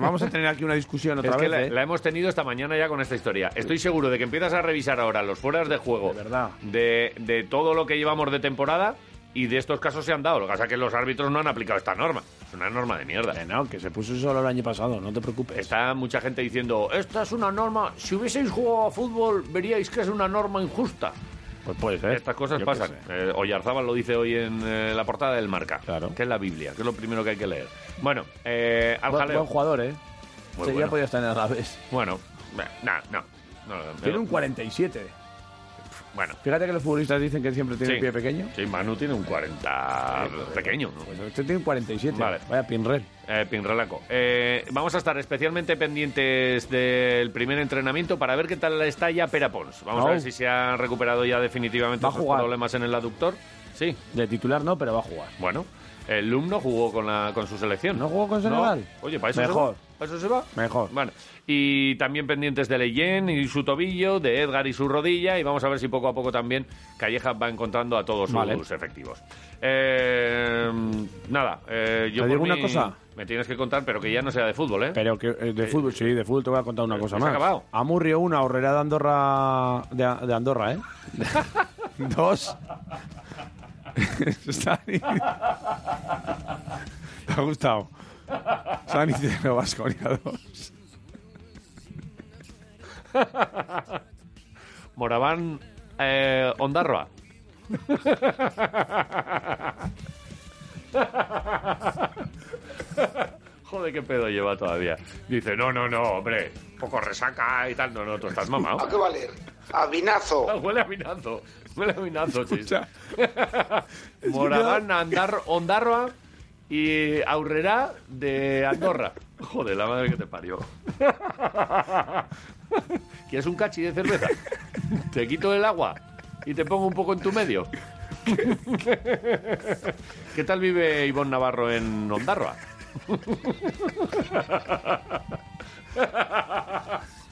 Speaker 3: vamos a tener aquí una discusión otra
Speaker 2: es
Speaker 3: vez.
Speaker 2: que la,
Speaker 3: ¿eh?
Speaker 2: la hemos tenido esta mañana ya con esta historia. Estoy seguro de que empiezas a revisar ahora los fueras de juego de, de todo lo que llevamos de temporada y de estos casos se han dado. Lo que pasa es que los árbitros no han aplicado esta norma. Es una norma de mierda.
Speaker 3: no, que se puso solo el año pasado, no te preocupes.
Speaker 2: Está mucha gente diciendo, esta es una norma, si hubieseis jugado a fútbol veríais que es una norma injusta.
Speaker 3: Pues puede ser.
Speaker 2: Estas cosas
Speaker 3: Yo qué
Speaker 2: pasan. Eh, Oyarzábal lo dice hoy en eh, la portada del Marca, que es la Biblia, que es lo primero que hay que leer. Bueno, eh, al
Speaker 3: Buen,
Speaker 2: jaleo.
Speaker 3: buen jugador, ¿eh?
Speaker 2: Muy
Speaker 3: Sería
Speaker 2: bueno.
Speaker 3: podía estar en el Alavés.
Speaker 2: Bueno, nada, no. no, no.
Speaker 3: Tiene un 47.
Speaker 2: Bueno.
Speaker 3: Fíjate que los futbolistas dicen que siempre tiene
Speaker 2: Sí.
Speaker 3: el pie pequeño.
Speaker 2: Sí, Manu tiene un 40 pequeño. ¿no?
Speaker 3: Este tiene un 47.
Speaker 2: Vale.
Speaker 3: Vaya pinrel.
Speaker 2: Eh, Pinrelaco. Eh, vamos a estar especialmente pendientes del primer entrenamiento para ver qué tal está ya Pera Pons. Vamos a
Speaker 3: Au.
Speaker 2: ver si se ha recuperado ya definitivamente
Speaker 3: Oh. Va a
Speaker 2: sus
Speaker 3: jugar.
Speaker 2: problemas en el aductor. Sí.
Speaker 3: De titular no, pero va a jugar.
Speaker 2: Bueno, el LUM no jugó con, la, con su selección. ¿No
Speaker 3: jugó con Senegal?
Speaker 2: Oye, para eso
Speaker 3: Mejor.
Speaker 2: se va. ¿Para eso se va?
Speaker 3: Mejor.
Speaker 2: Bueno, y también pendientes de Leyen y su tobillo, de Edgar y su rodilla, y vamos a ver si poco a poco también Calleja va encontrando a todos
Speaker 3: Vale.
Speaker 2: sus efectivos. Eh, nada, eh, yo
Speaker 3: ¿Te digo
Speaker 2: por
Speaker 3: una
Speaker 2: mí
Speaker 3: cosa?
Speaker 2: Me tienes que contar, pero que ya no sea de fútbol, ¿eh?
Speaker 3: Pero que eh, de fútbol, sí, de fútbol te voy a contar una cosa
Speaker 2: se ha
Speaker 3: más.
Speaker 2: acabado.
Speaker 3: Amurrio una, Horrera de Andorra de, A- de Andorra, ¿eh? Dos. Sani. ¿Te ha gustado? Sani cero Vasconia dos.
Speaker 2: Moraván eh, Ondarroa. Joder, qué pedo lleva todavía. Dice, no, no, no, hombre, poco resaca y tal. No, no, tú estás mamado.
Speaker 11: ¿A qué valer? A vinazo.
Speaker 2: Huele a vinazo. Huele a vinazo, chiste. Moraván Andar- Ondarroa y Aurrera de Andorra. Joder, la madre que te parió. ¿Quieres un cachi de cerveza? Te quito el agua y te pongo un poco en tu medio. ¿Qué tal vive Ivonne Navarro en Ondarroa?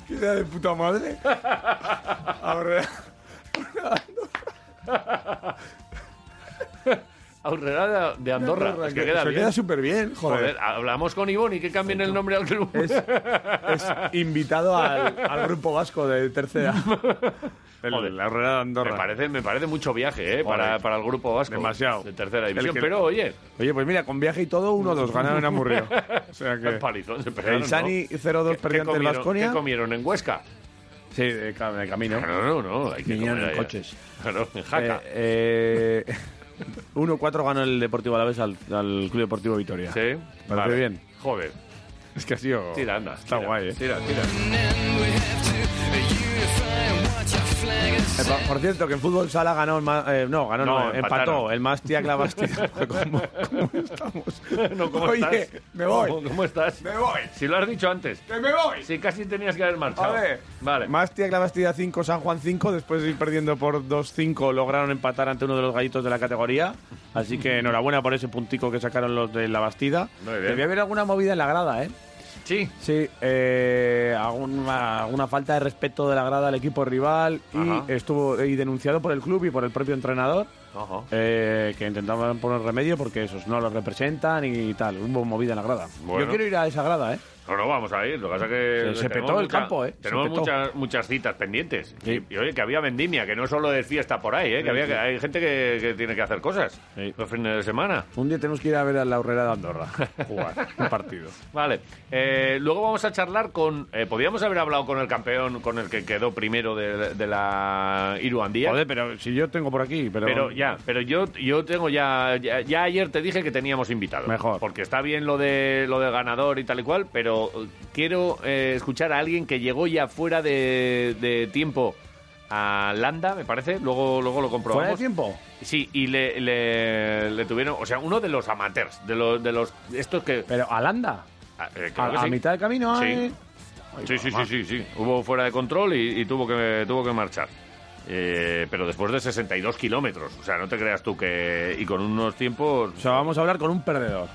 Speaker 3: ¿Qué idea de puta madre? Ahora.
Speaker 2: Aurrera de Andorra. Es que queda
Speaker 3: se
Speaker 2: bien.
Speaker 3: queda súper bien, joder.
Speaker 2: Joder, hablamos con Ivonne y que cambien el nombre al club.
Speaker 3: Invitado al, al grupo vasco de tercera.
Speaker 2: Joder. Me parece, me parece mucho viaje, ¿eh?
Speaker 3: Joder.
Speaker 2: Para, para el grupo vasco. Demasiado. De tercera división.
Speaker 3: El que-
Speaker 2: Pero, oye,
Speaker 3: Oye, pues mira, con viaje y todo, 1-2 ganaron a Murrio. O sea que.
Speaker 2: el palizón se pegaron,
Speaker 3: El Sani
Speaker 2: ¿no?
Speaker 3: 0-2 perdió ante el
Speaker 2: comieron-
Speaker 3: Vasconia.
Speaker 2: ¿Qué comieron en Huesca?
Speaker 3: Sí, de, ca- de camino.
Speaker 2: No, no, no. Hay que
Speaker 3: Vinieron
Speaker 2: comer
Speaker 3: en
Speaker 2: allá.
Speaker 3: coches.
Speaker 2: Claro, en Jaca.
Speaker 3: Eh, eh, 1-4 ganó el Deportivo Alavés al, al Club Deportivo Vitoria.
Speaker 2: Sí.
Speaker 3: Parece
Speaker 2: Vale.
Speaker 3: bien.
Speaker 2: Joder.
Speaker 3: Es que ha sido.
Speaker 2: Tira, anda.
Speaker 3: Está
Speaker 2: tira,
Speaker 3: guay, eh.
Speaker 2: Tira, tira.
Speaker 3: Eh, pa- Por cierto, que en fútbol sala ganó, el ma- eh, no, ganó,
Speaker 2: No,
Speaker 3: no, empató
Speaker 2: empataron.
Speaker 3: el Mastia que la Bastida. ¿Cómo, cómo estamos?
Speaker 2: No, ¿cómo
Speaker 3: Oye,
Speaker 2: estás?
Speaker 3: me voy.
Speaker 2: ¿Cómo, cómo estás?
Speaker 3: Me voy.
Speaker 2: Si lo has dicho antes.
Speaker 3: ¡Que me voy!
Speaker 2: Si casi tenías que haber marchado.
Speaker 3: A ver.
Speaker 2: Vale.
Speaker 3: Mastia que la Bastida 5, San Juan 5, después de ir perdiendo por 2-5 lograron empatar ante uno de los gallitos de la categoría. Así que enhorabuena por ese puntico que sacaron los de la Bastida.
Speaker 2: Muy bien.
Speaker 3: Debía haber alguna movida en la grada, ¿eh?
Speaker 2: Sí.
Speaker 3: Sí, eh, alguna, alguna falta de respeto de la grada al equipo rival
Speaker 2: Ajá.
Speaker 3: y estuvo y denunciado por el club y por el propio entrenador
Speaker 2: Ojo.
Speaker 3: eh, que intentaban poner remedio porque esos no los representan y tal. Hubo movida en la grada.
Speaker 2: Bueno.
Speaker 3: Yo quiero ir a esa grada, ¿eh?
Speaker 2: No, no, vamos a ir. Lo que pasa es que.
Speaker 3: Se- se
Speaker 2: tenemos
Speaker 3: petó el campo, ¿eh? Se
Speaker 2: Tenemos
Speaker 3: petó.
Speaker 2: muchas, muchas citas pendientes.
Speaker 3: Sí.
Speaker 2: Y, y oye, que había vendimia, que no solo es fiesta por ahí, ¿eh? Que,
Speaker 3: Sí,
Speaker 2: había,
Speaker 3: sí.
Speaker 2: que hay gente que, que tiene que hacer cosas
Speaker 3: Sí.
Speaker 2: los fines de semana.
Speaker 3: Un día tenemos que ir a ver a la Horrera de Andorra jugar un partido.
Speaker 2: Vale. Eh, luego vamos a charlar con. eh, Podríamos haber hablado con el campeón, con el que quedó primero de, de la Iruandía.
Speaker 3: Joder, pero si yo tengo por aquí, pero,
Speaker 2: Pero ya, pero yo, yo tengo ya, ya. ya ayer te dije que teníamos invitado.
Speaker 3: Mejor.
Speaker 2: Porque está bien lo de lo del ganador y tal y cual, pero eh, quiero eh, escuchar a alguien que llegó ya fuera de, de tiempo a Landa, me parece. Luego, luego lo comprobamos.
Speaker 3: fuera de tiempo.
Speaker 2: Sí, y le, le- le tuvieron. O sea, uno de los amateurs, de los. De los estos que.
Speaker 3: Pero Alanda,
Speaker 2: ah, eh, creo
Speaker 3: a,
Speaker 2: que
Speaker 3: a
Speaker 2: sí.
Speaker 3: mitad de camino.
Speaker 2: Sí.
Speaker 3: ¿eh?
Speaker 2: Sí, sí, sí, sí, sí. Hubo fuera de control y, y tuvo que tuvo que marchar. Eh, pero después de 62 kilómetros, o sea, no te creas tú que... Y con unos tiempos... O sea,
Speaker 3: vamos a hablar con un perdedor.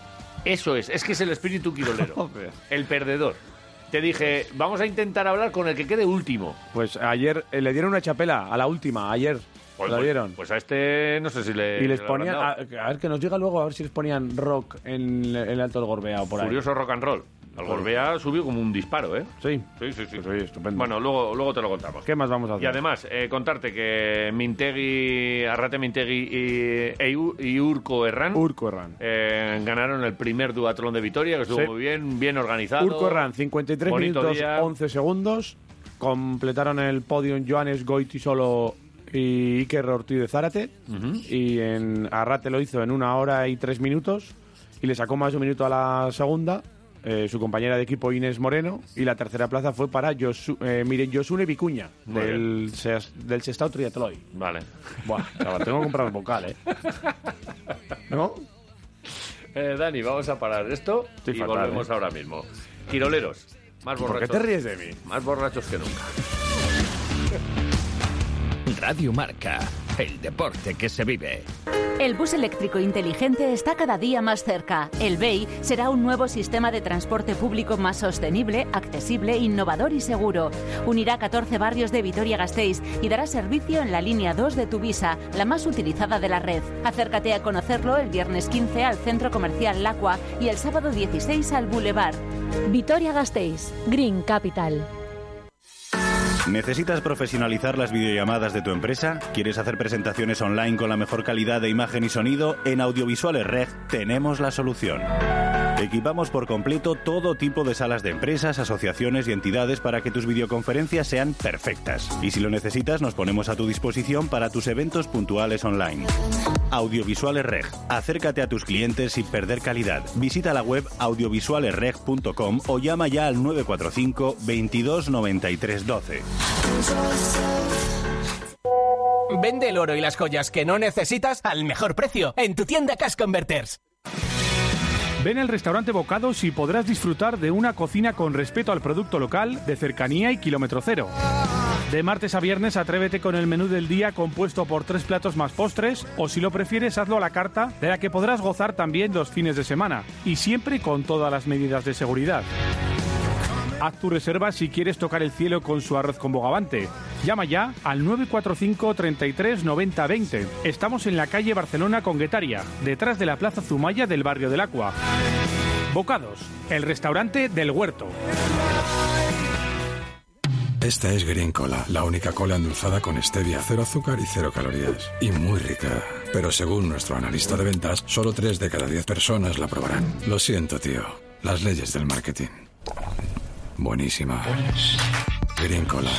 Speaker 2: Eso es, es que es el espíritu quirolero. el perdedor. Te dije, vamos a intentar hablar con el que quede último.
Speaker 3: Pues ayer eh, le dieron una chapela a la última, ayer.
Speaker 2: Pues,
Speaker 3: la
Speaker 2: pues-
Speaker 3: dieron.
Speaker 2: Pues a este no sé si le...
Speaker 3: y les
Speaker 2: le habrán
Speaker 3: ponían, a,
Speaker 2: dado.
Speaker 3: a ver que nos llega luego a ver si les ponían rock en el- el Alto del Gorbea o por ahí.
Speaker 2: Furioso rock and roll. Al Gorbea subió como un disparo, ¿eh?
Speaker 3: Sí. Pues
Speaker 2: Sí, sí, sí.
Speaker 3: estupendo.
Speaker 2: Bueno, luego, luego te lo contamos.
Speaker 3: ¿Qué más vamos a hacer?
Speaker 2: Y además, eh, contarte que Mintegui, Arrate Mintegui y, e Iu- y Urco Herrán
Speaker 3: Urco Herrán.
Speaker 2: eh, ganaron el primer duatlón de Vitoria, que estuvo
Speaker 3: Sí.
Speaker 2: muy bien, bien organizado.
Speaker 3: Urco Herrán, 53
Speaker 2: Bonito
Speaker 3: minutos
Speaker 2: día.
Speaker 3: 11 segundos. Completaron el podio en Joanes Goiti solo y Iker Ortiz de Zárate. Y en Arrate lo hizo en una hora y tres minutos. Y le sacó más de un minuto a la segunda. eh, su compañera de equipo Inés Moreno. Y la tercera plaza fue para Yosu, eh, Miren Yosune Vicuña,
Speaker 2: Muy
Speaker 3: del, Seas- del Sestao Triatloy.
Speaker 2: Vale.
Speaker 3: Buah, chaval, tengo que comprar un vocal, ¿eh? ¿No?
Speaker 2: Eh, Dani, vamos a parar esto
Speaker 3: Estoy
Speaker 2: y
Speaker 3: fatal,
Speaker 2: volvemos
Speaker 3: ¿eh?
Speaker 2: ahora mismo. Quiroleros, más
Speaker 3: ¿Por qué
Speaker 2: borrachos.
Speaker 3: te ríes de mí?
Speaker 2: Más borrachos que nunca.
Speaker 12: Radio Marca, el deporte que se vive.
Speaker 13: El bus eléctrico inteligente está cada día más cerca. El BEI será un nuevo sistema de transporte público más sostenible, accesible, innovador y seguro. Unirá 14 barrios de Vitoria-Gasteiz y dará servicio en la línea 2 de Tuvisa, la más utilizada de la red. Acércate a conocerlo el viernes 15 al Centro Comercial Lacua y el sábado 16 al Boulevard.
Speaker 14: Vitoria-Gasteiz, Green Capital.
Speaker 15: ¿Necesitas profesionalizar las videollamadas de tu empresa? ¿Quieres hacer presentaciones online con la mejor calidad de imagen y sonido? En Audiovisuales Red tenemos la solución. Equipamos por completo todo tipo de salas de empresas, asociaciones y entidades para que tus videoconferencias sean perfectas. Y si lo necesitas, nos ponemos a tu disposición para tus eventos puntuales online. Audiovisuales Reg. Acércate a tus clientes sin perder calidad. Visita la web audiovisualesreg.com o llama ya al 945 22 93 12.
Speaker 16: Vende el oro y las joyas que no necesitas al mejor precio en tu tienda Cash Converters.
Speaker 17: Ven al restaurante Bocados y podrás disfrutar de una cocina con respeto al producto local, de cercanía y kilómetro cero. De martes a viernes atrévete con el menú del día compuesto por tres platos más postres o si lo prefieres hazlo a la carta de la que podrás gozar también los fines de semana y siempre con todas las medidas de seguridad. Haz tu reserva si quieres tocar el cielo con su arroz con bogavante. Llama ya al 945 33 90 20. Estamos en la calle Barcelona con Guetaria, detrás de la Plaza Zumaya del barrio del Acua. Bocados, el restaurante del huerto.
Speaker 18: Esta es Green Cola, la única cola endulzada con stevia, cero azúcar y cero calorías. Y muy rica. Pero según nuestro analista de ventas, solo 3 de cada 10 personas la probarán. Lo siento, tío. Las leyes del marketing. Buenísima. Green Cola.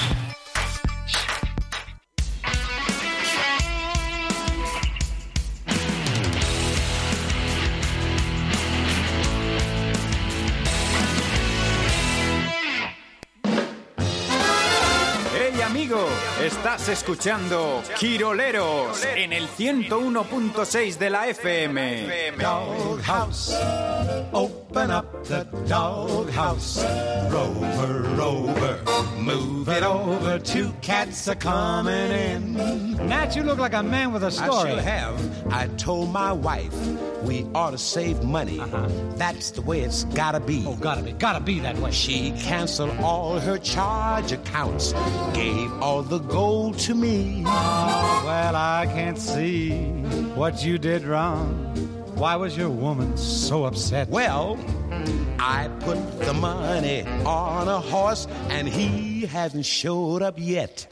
Speaker 19: Hey amigo, estás escuchando Quiroleros en el 101.6 de la FM.
Speaker 5: Doghouse, open up the doghouse. Rover, rover, move it over. Two cats are coming in. Matt, you look like a man with a
Speaker 20: story.
Speaker 5: I sure have. I told my wife we ought to save money. That's the way it's gotta be. Oh, gotta be, gotta be that way. She canceled all her charge accounts, gave all the gold to me.
Speaker 20: Well, I can't see what you did wrong. Why was your woman so upset?
Speaker 5: Well, I put the money on a horse and he hasn't showed up yet.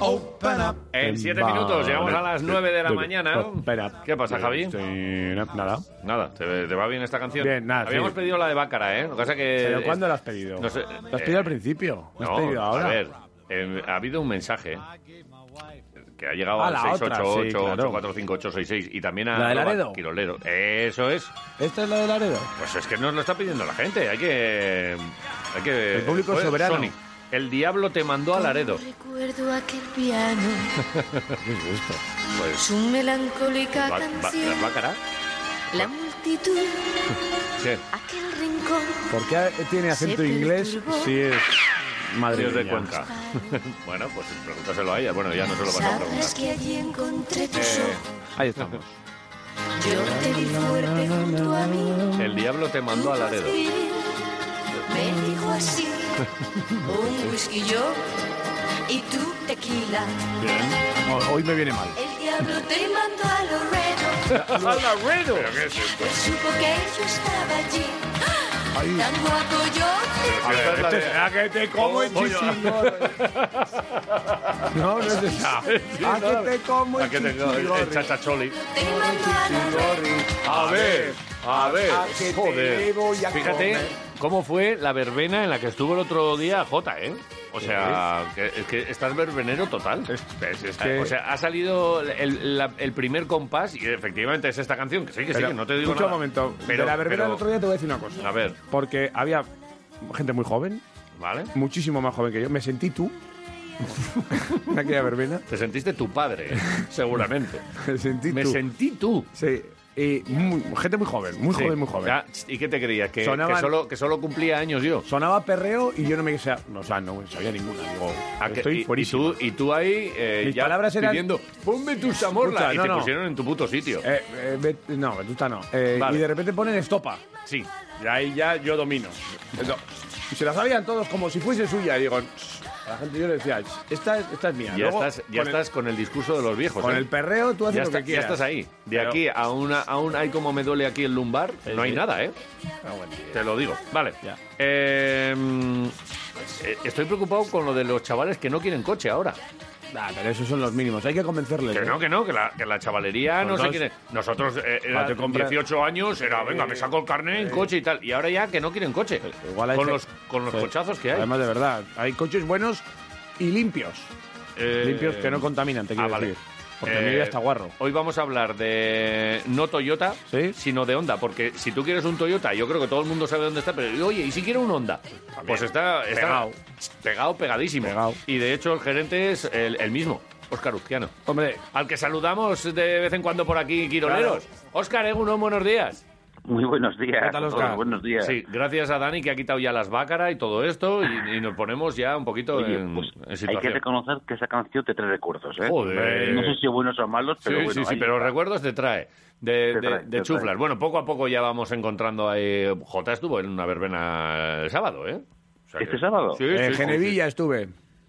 Speaker 5: Open up.
Speaker 2: En siete
Speaker 3: Vale.
Speaker 2: minutos, llegamos a las nueve de la
Speaker 3: Muy bien.
Speaker 2: mañana.
Speaker 3: Pues, espera.
Speaker 2: ¿Qué pasa, Javi?
Speaker 3: Sí, no, nada.
Speaker 2: Nada, ¿te, te va bien esta canción?
Speaker 3: Bien, nada,
Speaker 2: Habíamos
Speaker 3: sí.
Speaker 2: pedido la de Bácara, ¿eh? Lo que pasa que...
Speaker 3: ¿Pero cuándo lo has pedido?
Speaker 2: No sé,
Speaker 3: ¿Lo has
Speaker 2: eh,
Speaker 3: pedido al principio? ¿Lo has
Speaker 2: No,
Speaker 3: pedido ahora?
Speaker 2: A ver, eh, ha habido un mensaje que ha llegado
Speaker 3: Ah,
Speaker 2: al
Speaker 3: la otra,
Speaker 2: 688-845-866 y también a
Speaker 3: La de
Speaker 2: arroba
Speaker 3: Laredo.
Speaker 2: Quirolero. Eso es.
Speaker 3: ¿Esta es la de Laredo?
Speaker 2: Pues es que nos lo está pidiendo la gente. Hay que. Hay que eh,
Speaker 3: El público
Speaker 2: Joder,
Speaker 3: soberano.
Speaker 2: Sony, el diablo te mandó a Laredo.
Speaker 21: Recuerdo aquel piano,
Speaker 2: ¿Qué es esto? Pues.
Speaker 21: su melancólica
Speaker 2: ba- ba-
Speaker 21: canción.
Speaker 2: ¿Bácara?
Speaker 18: la multitud,
Speaker 2: Sí.
Speaker 21: Ah.
Speaker 18: aquel rincón.
Speaker 3: ¿Por qué tiene acento
Speaker 18: Se
Speaker 3: inglés
Speaker 18: perturbó.
Speaker 3: si es
Speaker 2: Madre
Speaker 3: madrileña?
Speaker 2: de Cuenca. bueno, pues pregúntaselo a ella. Bueno, ya no se lo vas a preguntar.
Speaker 18: Sabrás que allí encontré tus
Speaker 2: Eh,
Speaker 18: ojos,
Speaker 3: Ahí estamos.
Speaker 18: yo te vi fuerte junto a mí.
Speaker 2: El diablo te mandó a Laredo.
Speaker 18: Me dijo así, un whisky yo y tu tequila.
Speaker 3: Bien. Ho- Hoy me viene mal.
Speaker 18: El diablo te mandó a
Speaker 3: ¡A
Speaker 18: Laredo.
Speaker 3: Laredo!
Speaker 18: Pues supo que yo estaba allí.
Speaker 3: Ahí.
Speaker 18: Tan guapo yo te vi.
Speaker 3: Esta es la de- que te como en Chichingol. No, no es esa.
Speaker 2: Ah,
Speaker 3: A que te como
Speaker 2: A
Speaker 3: en
Speaker 2: que tengo
Speaker 3: Chichingol.
Speaker 2: el chachacholi.
Speaker 18: Te mandó a Laredo.
Speaker 2: A ver, a ver.
Speaker 18: A que te
Speaker 2: Joder.
Speaker 18: voy a
Speaker 2: Fíjate
Speaker 18: comer.
Speaker 2: cómo fue la verbena en la que estuvo el otro día Jota, ¿eh? O sea, que, es que estás verbenero total. Eh,
Speaker 3: que-
Speaker 2: O sea, ha salido el, la- el primer compás y efectivamente es esta canción. Que sí, que sí,
Speaker 3: Pero,
Speaker 2: que no te digo
Speaker 3: escucha
Speaker 2: nada.
Speaker 3: un momento.
Speaker 2: Pero,
Speaker 3: de la verbena
Speaker 2: pero-
Speaker 3: del otro día te voy a decir una cosa.
Speaker 2: A ver,
Speaker 3: Porque había gente muy joven,
Speaker 2: ¿vale?
Speaker 3: muchísimo más joven que yo. Me sentí tú en aquella verbena.
Speaker 2: Te sentiste tu padre, seguramente.
Speaker 3: Me sentí
Speaker 2: Me
Speaker 3: tú.
Speaker 2: sentí tú.
Speaker 3: Sí. Y muy- gente muy joven, muy
Speaker 2: Sí.
Speaker 3: joven, muy joven.
Speaker 2: Ya, ¿Y qué te creías? Que,
Speaker 3: Sonaban-
Speaker 2: que solo, que solo cumplía años yo.
Speaker 3: Sonaba perreo y yo no me sa- no, o sea, no sabía ninguna. Digo,
Speaker 2: Ah, que-
Speaker 3: estoy
Speaker 2: y- y,
Speaker 3: fuerísimo.
Speaker 2: tú, y tú ahí eh,
Speaker 3: Mis
Speaker 2: ya
Speaker 3: palabras eran-
Speaker 2: pidiendo, ponme tu chamorla.
Speaker 3: Escucha,
Speaker 2: y
Speaker 3: no,
Speaker 2: te
Speaker 3: no.
Speaker 2: pusieron en tu puto sitio.
Speaker 3: Eh, eh, Bet- no, Vetusta no. Eh,
Speaker 2: Vale.
Speaker 3: Y de repente ponen estopa.
Speaker 2: Sí.
Speaker 3: Y ahí ya yo domino. Eso. Y se la sabían todos como si fuese suya. Y digo, "Shh". a la gente yo le decía, "Shh, esta, es- esta es mía.
Speaker 2: Ya
Speaker 3: Luego,
Speaker 2: estás, ya
Speaker 3: con el-
Speaker 2: estás con el discurso de los viejos.
Speaker 3: con
Speaker 2: ¿eh?
Speaker 3: el perreo tú haces
Speaker 2: ya,
Speaker 3: lo
Speaker 2: está-
Speaker 3: que
Speaker 2: ya
Speaker 3: quieras.
Speaker 2: estás ahí. De
Speaker 3: Pero-
Speaker 2: aquí a una, aún hay como me duele aquí el lumbar, no hay
Speaker 3: sí.
Speaker 2: nada, ¿eh?
Speaker 3: Ah, bueno.
Speaker 2: Te lo digo. Vale.
Speaker 3: Ya.
Speaker 2: Eh, mm, eh, estoy preocupado con lo de los chavales que no quieren coche ahora.
Speaker 3: Ah, pero esos son los mínimos. Hay que convencerles.
Speaker 2: Que
Speaker 3: ¿eh?
Speaker 2: no, que no, que la, que la chavalería no
Speaker 3: Nosotros-
Speaker 2: se quiere. Nosotros eh, era
Speaker 3: Ah, te
Speaker 2: con
Speaker 3: compras-
Speaker 2: 18 años era, venga, me saco el carnet en coche y tal. Y ahora ya que no quieren coche.
Speaker 3: Igual hay
Speaker 2: con,
Speaker 3: fe-
Speaker 2: los, con los
Speaker 3: Sí.
Speaker 2: cochazos que hay.
Speaker 3: Además, de verdad, hay coches buenos y limpios.
Speaker 2: Eh,
Speaker 3: Limpios que no contaminan, te
Speaker 2: ah,
Speaker 3: quiero
Speaker 2: vale.
Speaker 3: decir. Porque
Speaker 2: Eh,
Speaker 3: mi vida está guarro.
Speaker 2: Hoy vamos a hablar de no Toyota,
Speaker 3: ¿Sí?
Speaker 2: sino de Honda, porque si tú quieres un Toyota, yo creo que todo el mundo sabe dónde está, pero oye, ¿y si quiero un Honda? Pues está, está
Speaker 3: Pegado.
Speaker 2: pegado, pegadísimo.
Speaker 3: Pegado.
Speaker 2: Y de hecho el gerente es el, el mismo, Óscar Uzquiano,
Speaker 3: Hombre,
Speaker 2: al que saludamos de vez en cuando por aquí, Quiroleros. Óscar, Egunon, buenos días.
Speaker 1: Muy buenos días.
Speaker 3: ¿Qué tal,
Speaker 1: a todos,
Speaker 3: Óscar?
Speaker 1: Buenos días.
Speaker 2: Sí, gracias a Dani que ha quitado ya las bácaras y todo esto, y, y nos ponemos ya un poquito
Speaker 1: Oye,
Speaker 2: en,
Speaker 1: pues,
Speaker 2: en
Speaker 1: hay que
Speaker 2: situación.
Speaker 1: reconocer que esa canción te trae recuerdos, ¿eh?
Speaker 2: Joder.
Speaker 1: No sé si buenos o malos,
Speaker 2: Sí,
Speaker 1: pero bueno.
Speaker 2: sí, sí,
Speaker 1: ahí
Speaker 2: pero
Speaker 1: está.
Speaker 2: recuerdos te trae. De,
Speaker 1: Te
Speaker 2: de-
Speaker 1: trae,
Speaker 2: de
Speaker 1: te
Speaker 2: chuflas.
Speaker 1: trae.
Speaker 2: Bueno, poco a poco ya vamos encontrando ahí. J estuvo en una verbena el sábado, ¿eh? O sea
Speaker 1: ¿Este sábado?
Speaker 2: Sí,
Speaker 3: en
Speaker 2: sí,
Speaker 3: Genevilla estuve.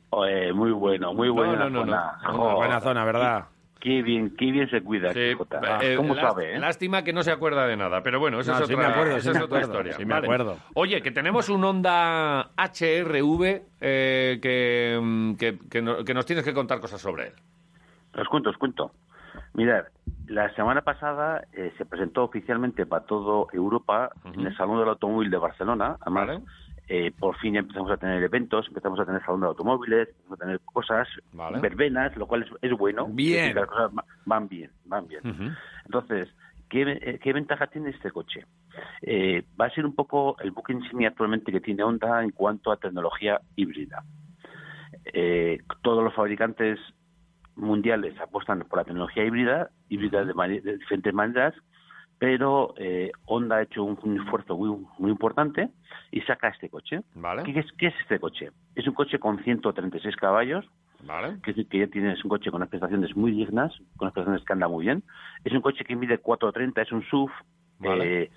Speaker 1: Oye, muy bueno, muy
Speaker 2: no,
Speaker 1: buena
Speaker 2: no, no.
Speaker 1: zona.
Speaker 2: Una
Speaker 1: Joder,
Speaker 3: Buena zona, ¿verdad?
Speaker 1: Qué bien, qué bien se cuida
Speaker 2: sí,
Speaker 1: aquí,
Speaker 2: sí.
Speaker 1: Jota.
Speaker 2: Eh,
Speaker 1: ¿Cómo
Speaker 2: lá-
Speaker 1: sabe, eh?
Speaker 2: Lástima que no se acuerda de nada, pero bueno, esa
Speaker 3: No,
Speaker 2: es
Speaker 3: sí
Speaker 2: otra,
Speaker 3: me acuerdo, sí
Speaker 2: esa
Speaker 3: me
Speaker 2: es otra
Speaker 3: acuerdo,
Speaker 2: historia.
Speaker 3: sí me
Speaker 2: Vale.
Speaker 3: acuerdo.
Speaker 2: Oye, que tenemos un Honda HRV eh, que, mm, que, que no- que nos tienes que contar cosas sobre él.
Speaker 1: Os cuento, os cuento. Mirad, la semana pasada eh, se presentó oficialmente para toda Europa en el Salón del Automóvil de Barcelona. Además,
Speaker 2: Vale.
Speaker 1: eh, por fin ya empezamos a tener eventos, empezamos a tener Salón de Automóviles, empezamos a tener cosas,
Speaker 2: Vale.
Speaker 1: verbenas, lo cual es, es bueno.
Speaker 3: Bien.
Speaker 1: Es decir, las cosas va- van bien, van bien. Entonces, ¿qué, eh, qué ventaja tiene este coche? Eh, va a ser un poco el buque insignia actualmente que tiene Honda en cuanto a tecnología híbrida. Eh, todos los fabricantes mundiales apuestan por la tecnología híbrida, híbrida de, mani- de diferentes maneras, pero eh, Honda ha hecho un, un esfuerzo muy, muy importante y saca este coche.
Speaker 2: ¿Vale?
Speaker 1: ¿Qué es, qué es este coche? Es un coche con 136 caballos,
Speaker 2: ¿Vale?
Speaker 1: que, es- que ya tienes un coche con unas prestaciones muy dignas, con unas prestaciones que anda muy bien. Es un coche que mide 430, es un SUV,
Speaker 2: Vale.
Speaker 1: eh,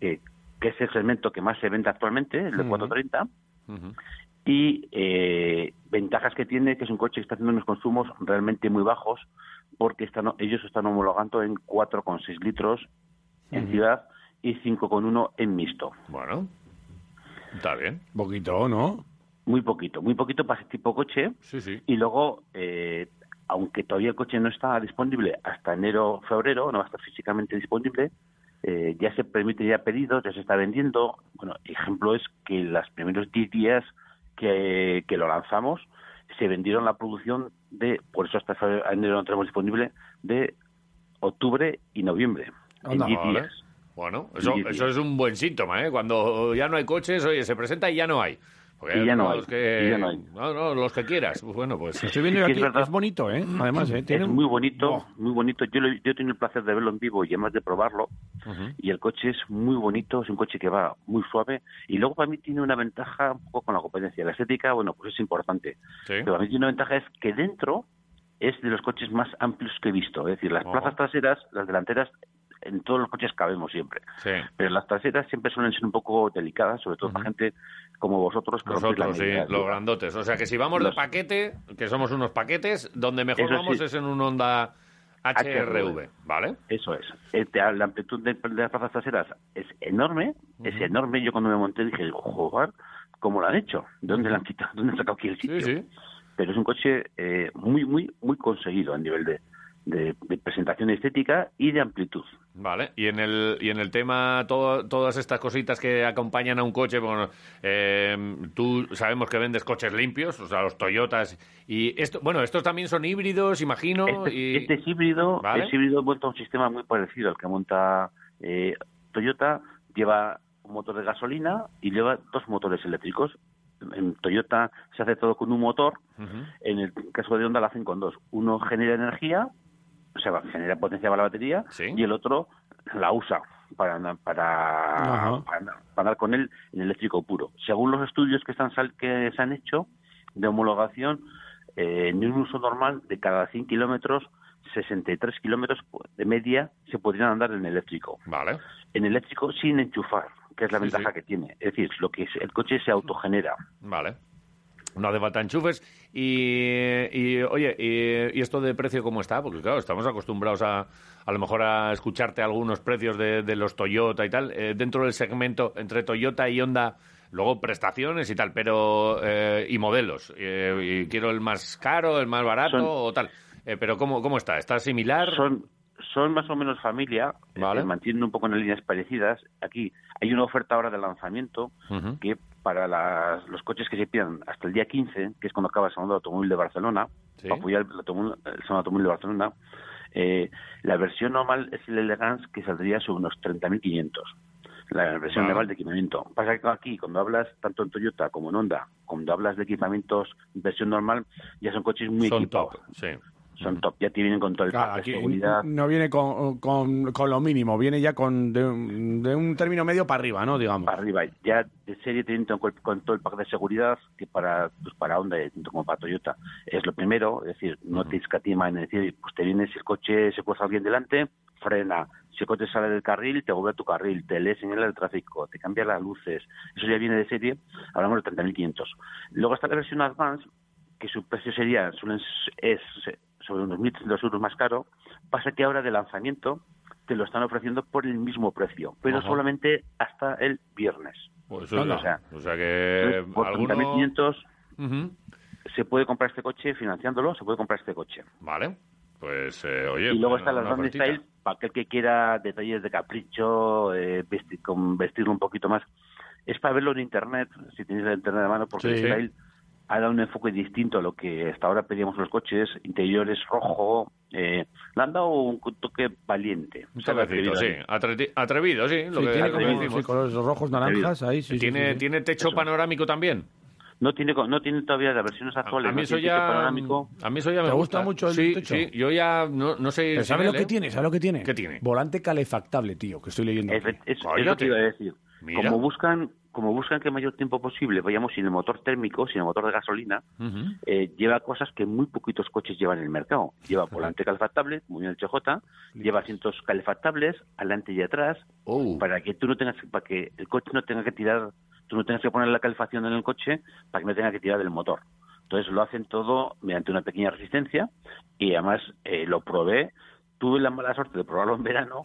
Speaker 1: eh, que es el segmento que más se vende actualmente, el de 430.
Speaker 2: Ujú.
Speaker 1: Y eh, ventajas que tiene, que es un coche que está haciendo unos consumos realmente muy bajos, porque están, ellos están homologando en 4,6 litros en ciudad y 5,1 en mixto.
Speaker 2: Bueno, está bien.
Speaker 3: Un poquito, ¿no?
Speaker 1: Muy poquito, muy poquito para ese tipo de coche.
Speaker 2: Sí, sí.
Speaker 1: Y luego, eh, aunque todavía el coche no está disponible hasta enero febrero, no va a estar físicamente disponible, eh, ya se permite ya pedidos, ya se está vendiendo. Bueno, ejemplo es que los primeros 10 días que, que lo lanzamos se vendieron la producción de, por eso hasta fe- enero no tenemos disponible, de octubre y noviembre. En
Speaker 3: Anda,
Speaker 1: 10
Speaker 2: vale.
Speaker 1: días.
Speaker 2: Bueno, eso,
Speaker 1: Y- y-
Speaker 2: eso es un buen síntoma, ¿eh? Cuando ya no hay coches, oye, se presenta y ya no hay. Porque
Speaker 1: Y ya no
Speaker 2: los
Speaker 1: hay,
Speaker 2: que-
Speaker 1: y ya no hay.
Speaker 2: No, no, los que quieras. Bueno, pues...
Speaker 3: Estoy viendo yo
Speaker 1: Sí, es
Speaker 3: aquí.
Speaker 1: verdad.
Speaker 3: Es bonito, ¿eh? Además, ¿eh? Tiene
Speaker 1: es
Speaker 3: un-
Speaker 1: muy bonito,
Speaker 3: Oh.
Speaker 1: muy bonito. Yo, lo- yo he tenido el placer de verlo en vivo y además de probarlo. y el coche es muy bonito, es un coche que va muy suave y luego para mí tiene una ventaja un poco con la competencia. La estética, bueno, pues es importante, pero para mí tiene una ventaja es que dentro es de los coches más amplios que he visto, es decir, las
Speaker 2: Ojo.
Speaker 1: plazas traseras, las delanteras, en todos los coches cabemos siempre,
Speaker 2: Sí.
Speaker 1: pero las traseras siempre suelen ser un poco delicadas, sobre todo para gente como vosotros que rompéis la
Speaker 2: Nosotros, sí,
Speaker 1: medida,
Speaker 2: los grandotes. O sea que si vamos de
Speaker 1: Los-
Speaker 2: paquete, que somos unos paquetes, donde mejor
Speaker 1: Eso
Speaker 2: vamos
Speaker 1: sí.
Speaker 2: es en un Honda HRV.
Speaker 1: ¿vale? Eso es. Eh, te- La amplitud de, de las plazas traseras es enorme, es
Speaker 2: Ujú.
Speaker 1: enorme. Yo cuando me monté dije, joder, ¿cómo lo han hecho? ¿De dónde lo han quitado? ¿Dónde han sacado aquí el sitio? Pero es un coche eh, muy, muy, muy conseguido a nivel de, de- de presentación estética y de amplitud.
Speaker 2: Vale, y en el, y en el tema, todo- todas estas cositas que acompañan a un coche, bueno, eh, tú sabemos que vendes coches limpios, o sea, los Toyotas, y esto, bueno, estos también son híbridos, imagino,
Speaker 1: Este,
Speaker 2: y...
Speaker 1: este es híbrido,
Speaker 2: Vale.
Speaker 1: es híbrido monta un sistema muy parecido al que monta eh, Toyota. Lleva un motor de gasolina y lleva dos motores eléctricos. En Toyota se hace todo con un motor En el caso de Honda la hacen con dos. Uno genera energía, o sea, genera potencia para la batería, y el otro la usa para, na- para,
Speaker 4: Ajá.
Speaker 1: para, na- para andar con él en eléctrico puro. Según los estudios que, están sal- que se han hecho de homologación, eh, en un uso normal de cada 100 kilómetros, 63 kilómetros de media se podrían andar en eléctrico.
Speaker 2: Vale.
Speaker 1: En eléctrico sin enchufar, que es la
Speaker 2: Sí,
Speaker 1: ventaja
Speaker 2: sí.
Speaker 1: que tiene. Es decir, lo que es- el coche se autogenera.
Speaker 2: Vale. No hace falta enchufes. Y, y, oye, y, y esto de precio cómo está? Porque, claro, estamos acostumbrados a, a lo mejor a escucharte algunos precios de, de los Toyota y tal. eh, dentro del segmento entre Toyota y Honda, luego prestaciones y tal, pero. eh, y modelos. Eh, y quiero el más caro, el más barato
Speaker 1: Son-
Speaker 2: o tal. Eh, pero, ¿cómo, ¿cómo está? ¿Está similar?
Speaker 1: Son, son más o menos familia, eh,
Speaker 2: Vale.
Speaker 1: se mantienen un poco en líneas parecidas. Aquí hay una oferta ahora de lanzamiento
Speaker 2: Ujú.
Speaker 1: que para las- los coches que se pidan hasta el día 15, que es cuando acaba el Salón del Automóvil de Barcelona,
Speaker 2: Sí.
Speaker 1: para apoyar el, automóvil- el Salón del Automóvil de Barcelona, eh, la versión normal es el Elegance que saldría sobre unos 30.500. La versión
Speaker 2: Vale.
Speaker 1: normal de equipamiento. Pasa que aquí, cuando hablas tanto en Toyota como en Honda, cuando hablas de equipamientos versión normal, ya son coches muy
Speaker 2: Son
Speaker 1: equipados.
Speaker 2: Sí.
Speaker 1: Son top, ya te vienen con todo el
Speaker 3: Claro,
Speaker 1: pack de
Speaker 3: aquí
Speaker 1: seguridad.
Speaker 3: no viene con, con- con lo mínimo, viene ya con de, un- de un término medio para arriba, ¿no? Digamos.
Speaker 1: Para arriba, ya de serie teniendo con, con todo el pack de seguridad que para pues para Honda eh, tanto como para Toyota es lo primero, es decir, no te escatima en decir, pues te vienes, el coche se cruza alguien delante, frena, si el coche sale del carril, te vuelve a tu carril, te lee señala el tráfico, te cambia las luces, eso ya viene de serie, hablamos de 30.500. Luego está la versión Advance, que su precio sería, suelen, es sobre unos 1.300 euros más caro, pasa que ahora de lanzamiento te lo están ofreciendo por el mismo precio, pero
Speaker 2: Ajá.
Speaker 1: solamente hasta el viernes.
Speaker 2: Pues eso
Speaker 1: O
Speaker 2: es-
Speaker 1: sea,
Speaker 2: o sea que.
Speaker 1: por
Speaker 2: alguno-
Speaker 1: 30.500
Speaker 2: Ujú.
Speaker 1: se puede comprar este coche financiándolo, se puede comprar este coche.
Speaker 2: Vale. Pues, eh, oye.
Speaker 1: y luego
Speaker 2: pues,
Speaker 1: está la
Speaker 2: una
Speaker 1: Grand
Speaker 2: ofertita.
Speaker 1: Style, para aquel que quiera detalles de capricho, eh, vestir- con vestirlo un poquito más. Es para verlo en Internet, si tenéis la Internet de mano, porque
Speaker 2: Sí.
Speaker 1: el Style ha dado un enfoque distinto a lo que hasta ahora pedíamos los coches, interiores rojo, eh, le han dado un toque valiente.
Speaker 2: Un
Speaker 1: ¿sabes?
Speaker 2: toquecito, sí.
Speaker 1: Atrevido.
Speaker 2: Atreti- Atrevido, sí. Lo
Speaker 3: Sí,
Speaker 2: que
Speaker 3: tiene como-
Speaker 2: atrevido decimos.
Speaker 3: sí, colores rojos, naranjas, ahí sí. sí,
Speaker 2: ¿Tiene,
Speaker 3: sí, sí.
Speaker 2: ¿Tiene techo panorámico también?
Speaker 1: No tiene, co- no tiene todavía las versiones actuales.
Speaker 2: A mí
Speaker 1: no
Speaker 2: eso
Speaker 1: tiene techo
Speaker 2: ya, a mí
Speaker 1: panorámico.
Speaker 2: eso ya me
Speaker 3: ¿Te gusta mucho el
Speaker 2: sí,
Speaker 3: techo?
Speaker 2: Sí, yo ya no, no sé...
Speaker 3: Pero
Speaker 2: sin
Speaker 3: ¿Sabes
Speaker 2: él,
Speaker 3: lo que
Speaker 2: ¿eh?
Speaker 3: tiene? ¿Sabes lo que tiene?
Speaker 2: ¿Qué tiene?
Speaker 3: Volante calefactable, tío, que estoy leyendo.
Speaker 1: Es,
Speaker 3: aquí.
Speaker 1: es- es lo
Speaker 3: Cállate.
Speaker 1: que iba a decir.
Speaker 3: Mira.
Speaker 1: Como buscan, como buscan que el mayor tiempo posible vayamos sin el motor térmico, sin el motor de gasolina, eh, lleva cosas que muy poquitos coches llevan en el mercado. Lleva volante calefactable, muy bien el CJ, lleva asientos calefactables, adelante y atrás, para que tú no tengas, para que el coche no tenga que tirar, tú no tengas que poner la calefacción en el coche para que no tenga que tirar del motor. Entonces lo hacen todo mediante una pequeña resistencia y además eh, lo probé. Tuve la mala suerte de probarlo en verano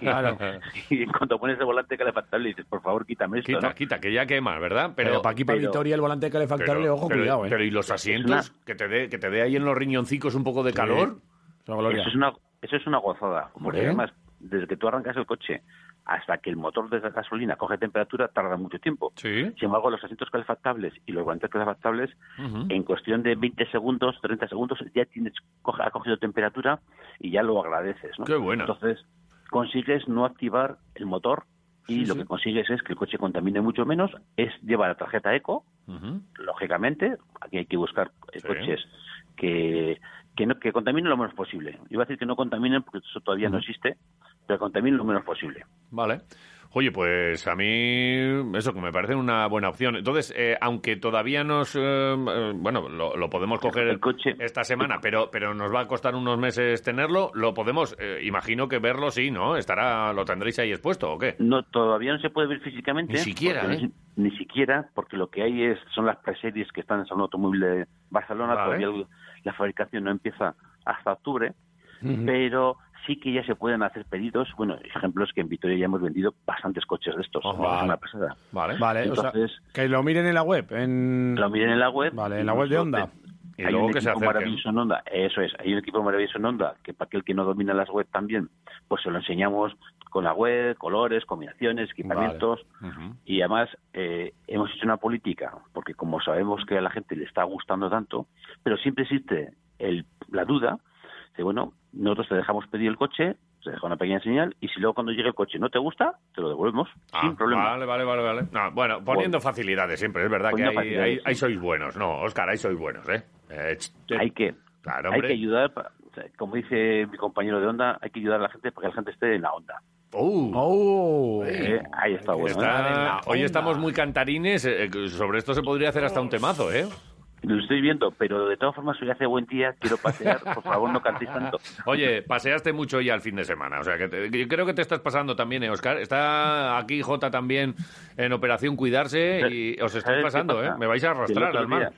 Speaker 1: y,
Speaker 2: Claro.
Speaker 1: y cuando pones el volante calefactable dices, por favor, quítame esto.
Speaker 2: Quita,
Speaker 1: ¿no?
Speaker 2: quita, que ya quema, ¿verdad? Pero,
Speaker 3: Pero, para aquí, para Vitoria, el volante calefactable,
Speaker 2: pero-
Speaker 3: ojo,
Speaker 2: pero-
Speaker 3: cuidado, ¿eh?
Speaker 2: Pero y los asientos, que te dé que te dé ahí en los riñoncicos un poco de calor.
Speaker 1: Eso es una, eso es una gozada. Porque
Speaker 2: Hombre.
Speaker 1: además, desde que tú arrancas el coche hasta que el motor de gasolina coge temperatura, tarda mucho tiempo. Sin embargo, los asientos calefactables y los guantes calefactables,
Speaker 2: ¿Mm?
Speaker 1: en cuestión de 20 segundos, 30 segundos, ya tienes coge- ha cogido temperatura y ya lo agradeces. ¿no?
Speaker 2: Qué bueno.
Speaker 1: Entonces, consigues no activar el motor y
Speaker 2: Sí,
Speaker 1: lo
Speaker 2: sí.
Speaker 1: que consigues es que el coche contamine mucho menos. Es lleva la tarjeta eco,
Speaker 2: Ujú.
Speaker 1: lógicamente, aquí hay que buscar eh, coches que, que, no, que contaminen lo menos posible. Iba a decir que no contaminen porque eso todavía no existe, pero contamine lo menos posible.
Speaker 2: Vale. Oye, pues a mí eso que me parece una buena opción. Entonces, eh, aunque todavía nos... eh, eh, bueno, lo, lo podemos coger esta semana, pero, pero nos va a costar unos meses tenerlo, lo podemos... eh, imagino que verlo sí, ¿no? Estará, ¿Lo tendréis ahí expuesto o qué?
Speaker 1: No, todavía no se puede ver físicamente.
Speaker 2: Ni siquiera,
Speaker 1: porque
Speaker 2: ¿eh?
Speaker 1: Ni, ni siquiera, porque lo que hay es son las preseries que están en el Salón Automóvil de Barcelona.
Speaker 2: Vale.
Speaker 1: Todavía la fabricación no empieza hasta octubre,
Speaker 2: Ujú.
Speaker 1: pero sí que ya se pueden hacer pedidos. Bueno, ejemplos que en Vitoria ya hemos vendido bastantes coches de estos. la
Speaker 3: vale.
Speaker 1: semana pasada.
Speaker 2: Vale.
Speaker 3: Vale, o sea,
Speaker 1: Entonces,
Speaker 3: que lo miren en la web. En...
Speaker 1: Lo miren en la web.
Speaker 3: Vale, en la web de Honda.
Speaker 1: Hay un equipo maravilloso en Honda, eso es, hay un equipo maravilloso en Honda, que para aquel que no domina las web también, pues se lo enseñamos con la web, colores, combinaciones, equipamientos, y además eh, hemos hecho una política, porque como sabemos que a la gente le está gustando tanto, pero siempre existe el, la duda de, bueno, nosotros te dejamos pedir el coche, te deja una pequeña señal, y si luego cuando llegue el coche no te gusta, te lo devolvemos, sin problema.
Speaker 2: Vale, vale, vale, vale. No, bueno, poniendo facilidades siempre, es verdad que
Speaker 1: Poniendo
Speaker 2: ahí,
Speaker 1: facilidades,
Speaker 2: ahí- ahí sois buenos, ¿no? Óscar, ahí sois buenos, ¿eh? Eh, ch-
Speaker 1: Hay que,
Speaker 2: Claro,
Speaker 1: hay
Speaker 2: hombre.
Speaker 1: que ayudar, pa- o sea, como dice mi compañero de onda, hay que ayudar a la gente para que la gente esté en la onda.
Speaker 3: ¡Oh!
Speaker 1: Eh, ahí está bueno.
Speaker 2: Está-
Speaker 1: ¿eh?
Speaker 2: hoy estamos muy cantarines, eh, eh, sobre esto se podría hacer hasta un temazo, ¿eh?
Speaker 1: Lo estoy viendo, pero de todas formas, hoy hace buen día, quiero pasear, por favor no cantéis tanto.
Speaker 2: Oye, paseaste mucho ya el fin de semana, o sea que te- yo creo que te estás pasando también, ¿eh, Oscar? Está aquí Jota también en Operación Cuidarse y os
Speaker 1: ¿Sabes
Speaker 2: estáis
Speaker 1: qué
Speaker 2: pasando, ¿eh?
Speaker 1: pasa?
Speaker 2: Me vais a
Speaker 1: Que el
Speaker 2: arrastrar
Speaker 1: otro
Speaker 2: al mar.
Speaker 1: día-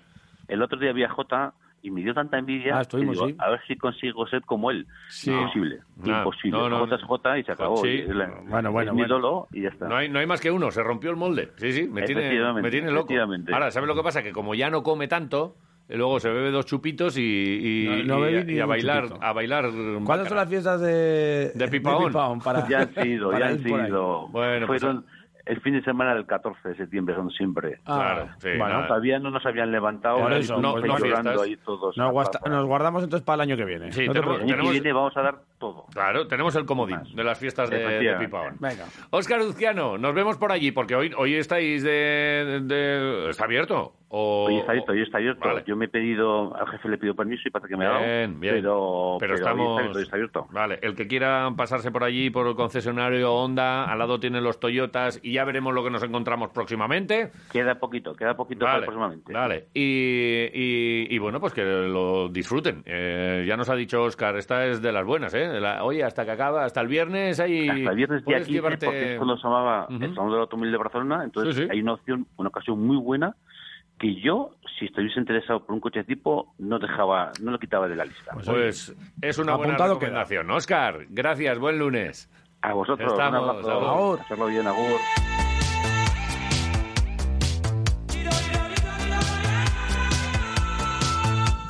Speaker 1: El otro día vi a Jota y me dio tanta envidia
Speaker 2: Ah,
Speaker 1: que
Speaker 2: estuvimos,
Speaker 1: digo,
Speaker 2: sí.
Speaker 1: a ver si consigo ser como él.
Speaker 2: Sí.
Speaker 1: Imposible,
Speaker 2: Nah,
Speaker 1: imposible.
Speaker 2: no, no.
Speaker 1: Jota es Jota y se acabó.
Speaker 2: Sí.
Speaker 1: Es la-
Speaker 2: Bueno, bueno,
Speaker 1: es mi
Speaker 2: bueno.
Speaker 1: ídolo y ya está.
Speaker 2: No hay, no hay más que uno, se rompió el molde. Sí, sí, me tiene,
Speaker 1: Efectivamente,
Speaker 2: me tiene loco.
Speaker 1: efectivamente.
Speaker 2: Ahora, ¿sabes lo que pasa? Que como ya no come tanto, eh, luego se bebe dos chupitos y, y-
Speaker 3: No, no
Speaker 2: y-
Speaker 3: bebí
Speaker 2: y
Speaker 3: ni
Speaker 2: a
Speaker 3: un
Speaker 2: bailar.
Speaker 3: chupito.
Speaker 2: A bailar
Speaker 3: ¿Cuándo son las fiestas de,
Speaker 2: De Pipaón.
Speaker 3: para,
Speaker 1: Ya han sido,
Speaker 3: para
Speaker 1: ya han
Speaker 3: ir por ahí?
Speaker 1: sido.
Speaker 2: Bueno, pues-
Speaker 1: Fueron el fin de semana del 14 de septiembre, son siempre.
Speaker 3: Ah, Claro, sí,
Speaker 1: bueno,
Speaker 3: nada.
Speaker 1: todavía no nos habían levantado.
Speaker 3: Por
Speaker 1: ahora
Speaker 3: eso,
Speaker 1: mismo
Speaker 3: pues
Speaker 1: estoy
Speaker 3: no
Speaker 1: llorando
Speaker 3: fiestas.
Speaker 1: ahí todos.
Speaker 3: Nos,
Speaker 1: papá.
Speaker 3: guarda- nos guardamos entonces para el año que viene.
Speaker 2: Sí,
Speaker 3: No te
Speaker 2: tenemos-
Speaker 1: El año que
Speaker 2: tenemos-
Speaker 1: viene vamos a dar todo.
Speaker 2: Claro, tenemos el comodín de las fiestas de, de
Speaker 1: Efectivamente.
Speaker 2: Pipaón.
Speaker 3: Venga.
Speaker 2: Óscar Uzquiano, nos vemos por allí, porque hoy, hoy estáis de, de- ¿Está abierto? O,
Speaker 1: Hoy está abierto, hoy está abierto.
Speaker 2: Vale.
Speaker 1: Yo me he pedido, al jefe le pido permiso y pasa que me ha dado.
Speaker 2: Bien, bien.
Speaker 1: Pero,
Speaker 2: Pero
Speaker 1: pero hoy está
Speaker 2: estamos-
Speaker 1: abierto, hoy está abierto.
Speaker 2: Vale, el que quiera pasarse por allí, por el concesionario Honda, al lado tienen los Toyotas y ya veremos lo que nos encontramos próximamente.
Speaker 1: Queda poquito, queda poquito para
Speaker 2: Vale,
Speaker 1: próximamente.
Speaker 2: vale. Y, y- y bueno, pues que lo disfruten. Eh, ya nos ha dicho Oscar, esta es de las buenas, ¿eh? La- oye, hasta que acaba, hasta el viernes hay...
Speaker 1: Hasta el viernes día
Speaker 2: puedes
Speaker 1: 15,
Speaker 2: llevarte-
Speaker 1: porque es cuando se llamaba
Speaker 2: Ujú.
Speaker 1: el Salón del Automóvil de Barcelona. Entonces
Speaker 2: Sí, sí.
Speaker 1: hay una opción, una ocasión muy buena que yo, si estuviese interesado por un coche de tipo, no dejaba, no lo quitaba de la lista.
Speaker 2: Pues es una buena
Speaker 1: Apuntado
Speaker 2: recomendación. Oscar, gracias, buen lunes.
Speaker 1: A vosotros,
Speaker 2: Estamos,
Speaker 1: un abrazo.
Speaker 2: agur.
Speaker 1: Hacerlo bien, agur.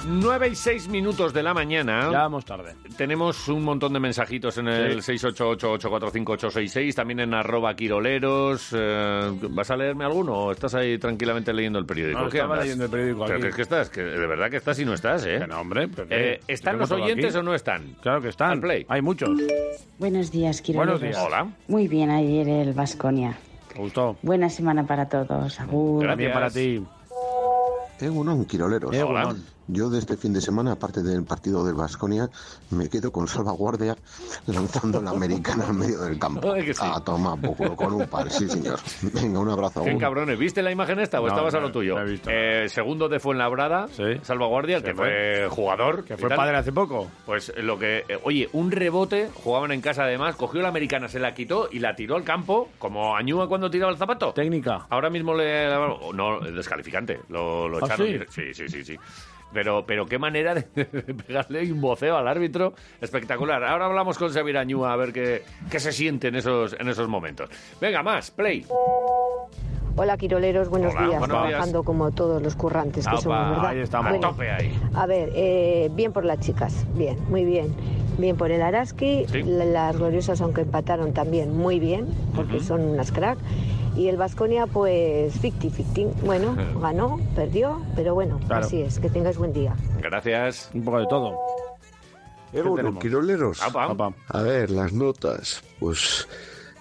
Speaker 2: Nueve y seis minutos de la mañana.
Speaker 3: Ya vamos tarde.
Speaker 2: Tenemos un montón de mensajitos en el 688845866, también en arroba quiroleros. Eh, ¿Vas a leerme alguno o estás ahí tranquilamente leyendo el periódico?
Speaker 3: No,
Speaker 2: ¿Qué
Speaker 3: estaba
Speaker 2: andas?
Speaker 3: leyendo el periódico
Speaker 2: Pero
Speaker 3: aquí.
Speaker 2: que es que estás, que de verdad que estás y no estás, ¿eh?
Speaker 3: No, hombre. pero
Speaker 2: Eh,
Speaker 3: ¿qué?
Speaker 2: ¿Están
Speaker 3: Tenemos
Speaker 2: los
Speaker 3: todo
Speaker 2: oyentes
Speaker 3: aquí.
Speaker 2: o no están?
Speaker 3: Claro que están. Hay muchos.
Speaker 4: Buenos días, Quiroleros.
Speaker 3: Buenos días. Hola.
Speaker 4: Muy bien, ayer el Vasconia.
Speaker 3: Me gustó.
Speaker 4: Buena semana para todos. Agur.
Speaker 3: También para ti.
Speaker 21: Egunon, Quiroleros.
Speaker 3: Egunon.
Speaker 21: Yo de este fin de semana, aparte del partido del Vasconia, me quedo con salvaguardia lanzando la americana al medio del campo.
Speaker 2: Ay, que sí.
Speaker 21: A tomar por culo, con un par, sí señor. Venga, un abrazo.
Speaker 2: Qué
Speaker 21: agur.
Speaker 2: cabrones. ¿Viste la imagen esta o
Speaker 21: No,
Speaker 2: estabas a
Speaker 21: no,
Speaker 2: lo tuyo? Eh, segundo de Fuenlabrada, Salvaguardia, que fue,
Speaker 3: fue.
Speaker 2: jugador.
Speaker 3: Que
Speaker 2: y
Speaker 3: fue
Speaker 2: tal.
Speaker 3: padre hace poco.
Speaker 2: Pues lo que. eh, oye, un rebote, jugaban en casa además, cogió la americana, se la quitó y la tiró al campo, como Añúa cuando tiraba el zapato.
Speaker 3: Técnica.
Speaker 2: Ahora mismo le. No, descalificante. Lo, lo
Speaker 3: ¿Ah,
Speaker 2: echaron.
Speaker 3: sí?
Speaker 2: dire- Sí, sí, sí, sí. Pero, pero qué manera de de pegarle un boceo al árbitro. Espectacular. Ahora hablamos con Xavier Añúa a ver qué, qué se siente en esos, en esos momentos. Venga, más, play.
Speaker 22: Hola, Quiroleros, buenos
Speaker 2: Hola,
Speaker 22: días.
Speaker 2: buenos días.
Speaker 22: Trabajando como todos los currantes que
Speaker 2: Apa,
Speaker 22: somos, ¿verdad?
Speaker 2: ahí estamos.
Speaker 22: Bueno,
Speaker 2: A tope ahí.
Speaker 22: A ver, eh, bien por las chicas, bien, muy bien. Bien por el Araski,
Speaker 23: Sí.
Speaker 22: la- las gloriosas, aunque empataron también, muy bien, porque
Speaker 23: Ujú.
Speaker 22: son unas crack. Y el Vasconia, pues, ficti, ficti. Bueno, ganó, perdió, pero bueno,
Speaker 2: Eh. Claro.
Speaker 22: así es. Que tengáis buen día.
Speaker 2: Gracias.
Speaker 3: Un poco de todo.
Speaker 21: Egunon, Quiroleros. A ver, las notas. Pues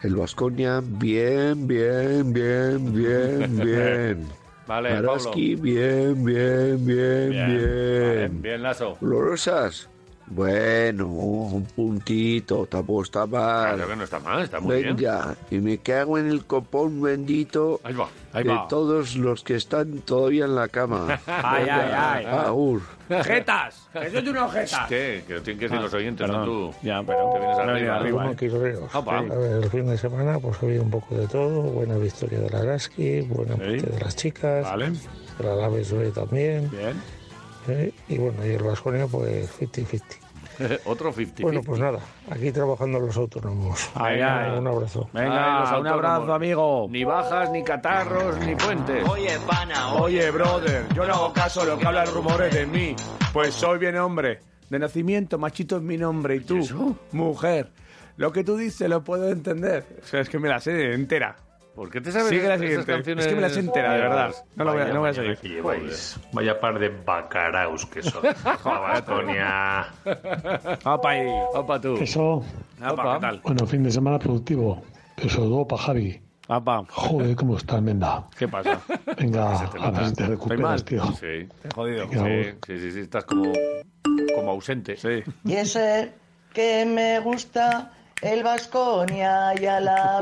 Speaker 21: el Vasconia, bien, bien, bien, bien, bien.
Speaker 2: Vale,
Speaker 21: Araski, bien, bien, bien, bien.
Speaker 2: Bien, Lazo.
Speaker 21: Gloriosas,
Speaker 6: Bueno, un puntito, tampoco está mal.
Speaker 2: Creo que no está mal, está muy bien.
Speaker 6: Venga, y me cago en el copón bendito
Speaker 2: Ahí va, ahí
Speaker 6: de
Speaker 2: va.
Speaker 6: todos los que están todavía en la cama.
Speaker 2: Ay,
Speaker 6: Venga,
Speaker 2: ay, ay.
Speaker 3: Ah,
Speaker 6: agur.
Speaker 24: ¡Jetas! ¡Eso es una ojeta!
Speaker 2: ¿Qué? Que tienen que
Speaker 3: Ah,
Speaker 2: decir los oyentes, no tú.
Speaker 24: Ya, pero...
Speaker 2: Te vienes arriba. eh.
Speaker 7: Bueno, quiroleros.
Speaker 2: Opa.
Speaker 7: A ver, El fin de semana pues ha habido un poco de todo. Buena victoria de la Gaski, buena parte de las chicas. De la Lave Sue también. Eh, y bueno, y el Vasconia pues 50-50.
Speaker 2: Otro 50.
Speaker 7: Bueno, pues nada, aquí trabajando los autónomos.
Speaker 2: Ay, ay.
Speaker 7: Un abrazo.
Speaker 2: Venga,
Speaker 11: Ah,
Speaker 2: los
Speaker 7: un
Speaker 2: autónomos.
Speaker 7: abrazo,
Speaker 24: amigo.
Speaker 2: Ah, Ni bajas, ni catarros, ni puentes.
Speaker 24: Oye, pana, oye, brother, yo no hago caso a lo que hablan rumores de mí.
Speaker 3: Pues soy bien hombre. De nacimiento, machito es mi nombre. ¿Y tú? Mujer. Lo que tú dices lo puedo entender. O sea, es que me la sé entera.
Speaker 2: ¿Por qué te sabes
Speaker 3: Sigue la
Speaker 2: esas
Speaker 3: siguiente.
Speaker 2: canciones?
Speaker 3: Es que me la sé entera, de verdad. No, la voy, a- no voy a seguir.
Speaker 8: vaya par de bacaraos que son. Vasconia.
Speaker 3: Opa ahí.
Speaker 2: Opa tú.
Speaker 7: Eso.
Speaker 2: Opa, ¿qué tal?
Speaker 7: Bueno, fin de semana productivo. Eso, luego para Javi. Joder, cómo está Menda.
Speaker 2: ¿Qué pasa?
Speaker 7: Venga,
Speaker 2: Ah. Se te
Speaker 3: Ah,
Speaker 2: nota.
Speaker 7: a ver si te recuperas, tío.
Speaker 2: Sí.
Speaker 7: jodido.
Speaker 2: Sí, sí, sí, sí, estás como, como ausente. Sí.
Speaker 23: Y ese que me gusta el Vasconia y a la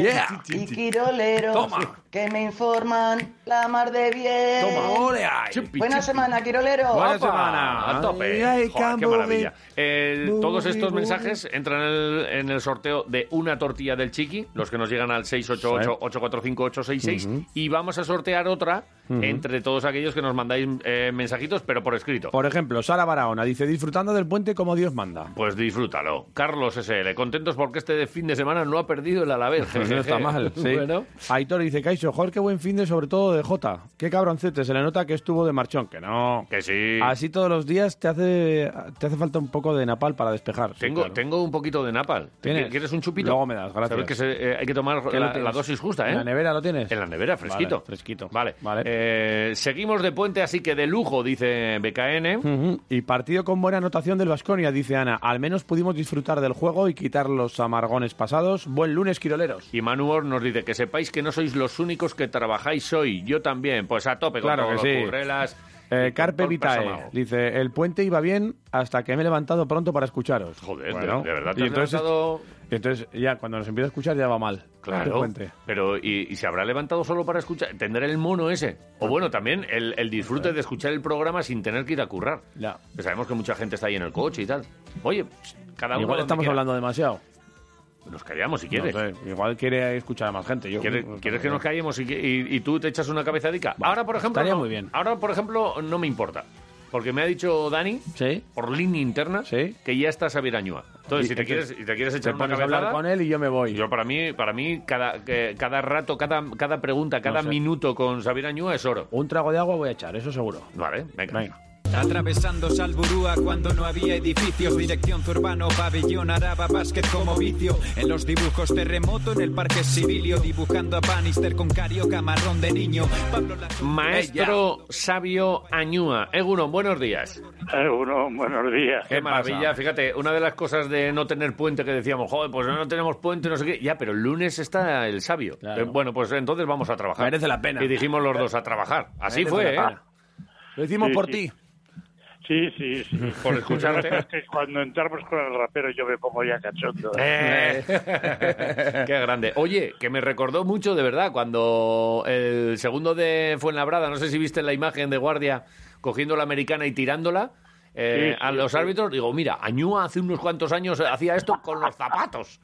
Speaker 2: Yeah.
Speaker 23: y Quiroleros
Speaker 2: Toma.
Speaker 23: que me informan la mar de bien.
Speaker 2: Toma, ole, ay. Chupi,
Speaker 23: Buena
Speaker 2: chupi.
Speaker 23: semana, Quiroleros.
Speaker 2: Buena semana, a tope.
Speaker 23: Ay,
Speaker 2: Joder,
Speaker 23: ay,
Speaker 2: qué
Speaker 23: Cambo,
Speaker 2: maravilla. Eh,
Speaker 23: Bobby,
Speaker 2: todos estos
Speaker 23: Bobby.
Speaker 2: mensajes entran en el, en el sorteo de una tortilla del Chiqui, los que nos llegan al 688-845-866, y vamos a sortear otra
Speaker 3: Ujú.
Speaker 2: entre todos aquellos que nos mandáis eh, mensajitos, pero por escrito.
Speaker 3: Por ejemplo, Sara Barahona dice, disfrutando del puente como Dios manda.
Speaker 2: Pues disfrútalo. Carlos SL, contentos porque este fin de semana no ha perdido el Alavés.
Speaker 3: Pues no está mal, sí.
Speaker 2: Bueno.
Speaker 3: Aitor dice, Caixo, joder, qué buen fin de sobre todo de Jota. Qué cabroncete, se le nota que estuvo de marchón, que no.
Speaker 2: Que sí.
Speaker 3: Así todos los días te hace, te hace falta un poco de napal para despejar. Sí,
Speaker 2: Tengo,
Speaker 3: claro.
Speaker 2: tengo un poquito de napal.
Speaker 3: ¿Tienes?
Speaker 2: ¿Quieres un chupito?
Speaker 3: Luego me das, gracias.
Speaker 2: Sabes que se- eh, hay que tomar
Speaker 3: ¿Qué lo
Speaker 2: la,
Speaker 3: tienes?
Speaker 2: la dosis justa, ¿eh?
Speaker 3: ¿En la nevera lo tienes?
Speaker 2: En la nevera,
Speaker 3: Vale,
Speaker 2: fresquito.
Speaker 3: fresquito.
Speaker 2: Vale. Eh, seguimos de puente, así que de lujo, dice BKN.
Speaker 3: Ujú. Y partido con buena anotación del Vasconia, dice Ana. Al menos pudimos disfrutar del juego y quitar los amargones pasados. Buen lunes, Quiroleros.
Speaker 2: Y Manuor nos dice que sepáis que no sois los únicos que trabajáis hoy. Yo también. Pues a tope
Speaker 3: Claro
Speaker 2: con todos
Speaker 3: que
Speaker 2: los
Speaker 3: sí.
Speaker 2: currelas.
Speaker 3: Eh,
Speaker 2: y con
Speaker 3: Carpe
Speaker 2: todo el
Speaker 3: Vitae
Speaker 2: personal.
Speaker 3: dice: El puente iba bien hasta que me he levantado pronto para escucharos.
Speaker 2: Joder, de, de verdad. te
Speaker 3: y
Speaker 2: has
Speaker 3: entonces,
Speaker 2: levantado-
Speaker 3: y entonces ya cuando nos empieza a escuchar ya va mal. El
Speaker 2: Claro,
Speaker 3: puente.
Speaker 2: pero ¿y, y se habrá levantado solo para escuchar? ¿Tendrá el mono ese? O bueno, también el, el disfrute de escuchar el programa sin tener que ir a currar.
Speaker 3: Ya.
Speaker 2: Que sabemos que mucha gente está ahí en el coche y tal. Oye, pss, cada uno...
Speaker 3: Igual
Speaker 2: donde
Speaker 3: estamos
Speaker 2: quiera.
Speaker 3: hablando demasiado.
Speaker 2: Nos callamos si quieres.
Speaker 3: No sé, igual quiere escuchar a más gente. Yo,
Speaker 2: ¿Quieres, quieres que nos callemos y, que- y- y tú te echas una cabezadica?
Speaker 3: Va,
Speaker 2: ahora, por ejemplo,
Speaker 3: estaría
Speaker 2: no,
Speaker 3: muy bien.
Speaker 2: ahora, por ejemplo, no me importa. Porque me ha dicho Dani, por línea interna, que ya estás a Virañúa. Entonces,
Speaker 3: Y-
Speaker 2: si te, quieres, si
Speaker 3: entonces,
Speaker 2: te quieres
Speaker 3: te
Speaker 2: echar una
Speaker 3: pones a hablar
Speaker 2: cabezada...
Speaker 3: con él y yo me voy.
Speaker 2: Yo para mí, para mí cada, que- cada rato, cada, cada pregunta, cada
Speaker 3: sé.
Speaker 2: minuto con Xavier Añúa es oro.
Speaker 3: Un trago de agua voy a echar, eso seguro.
Speaker 2: Vale, venga.
Speaker 19: Atravesando Salburúa cuando no había edificios, dirección Zurbano, pabellón Araba, básquet como vicio. En los dibujos terremoto en el parque Sibilio, dibujando a Bannister con carioca marrón de niño. Pablo Lasso-
Speaker 2: Maestro Sabio Añúa. Egunon, buenos días.
Speaker 25: Egunon, Eh, buenos días.
Speaker 2: Qué,
Speaker 25: ¿Qué pasa?
Speaker 2: maravilla, fíjate, una de las cosas de no tener puente que decíamos, joder, pues no tenemos puente, no sé qué. Ya, pero el lunes está el sabio. Eh, bueno, pues entonces vamos a trabajar.
Speaker 3: Merece la pena.
Speaker 2: Y dijimos los dos a trabajar. Así
Speaker 3: Merece
Speaker 2: fue, ¿eh?
Speaker 3: la pena. Lo hicimos
Speaker 25: Sí,
Speaker 3: por
Speaker 25: sí.
Speaker 3: ti.
Speaker 25: Sí, sí, sí.
Speaker 2: Por escucharte.
Speaker 25: Cuando entramos con el rapero yo me pongo ya cachondo.
Speaker 2: Eh.
Speaker 3: Eh.
Speaker 2: Qué grande. Oye, que me recordó mucho, de verdad, cuando el segundo de Fuenlabrada, no sé si viste la imagen de Guardia cogiendo la americana y tirándola eh,
Speaker 25: Sí, sí,
Speaker 2: a los
Speaker 25: sí.
Speaker 2: árbitros, digo, mira, Añúa hace unos cuantos años hacía esto con los zapatos.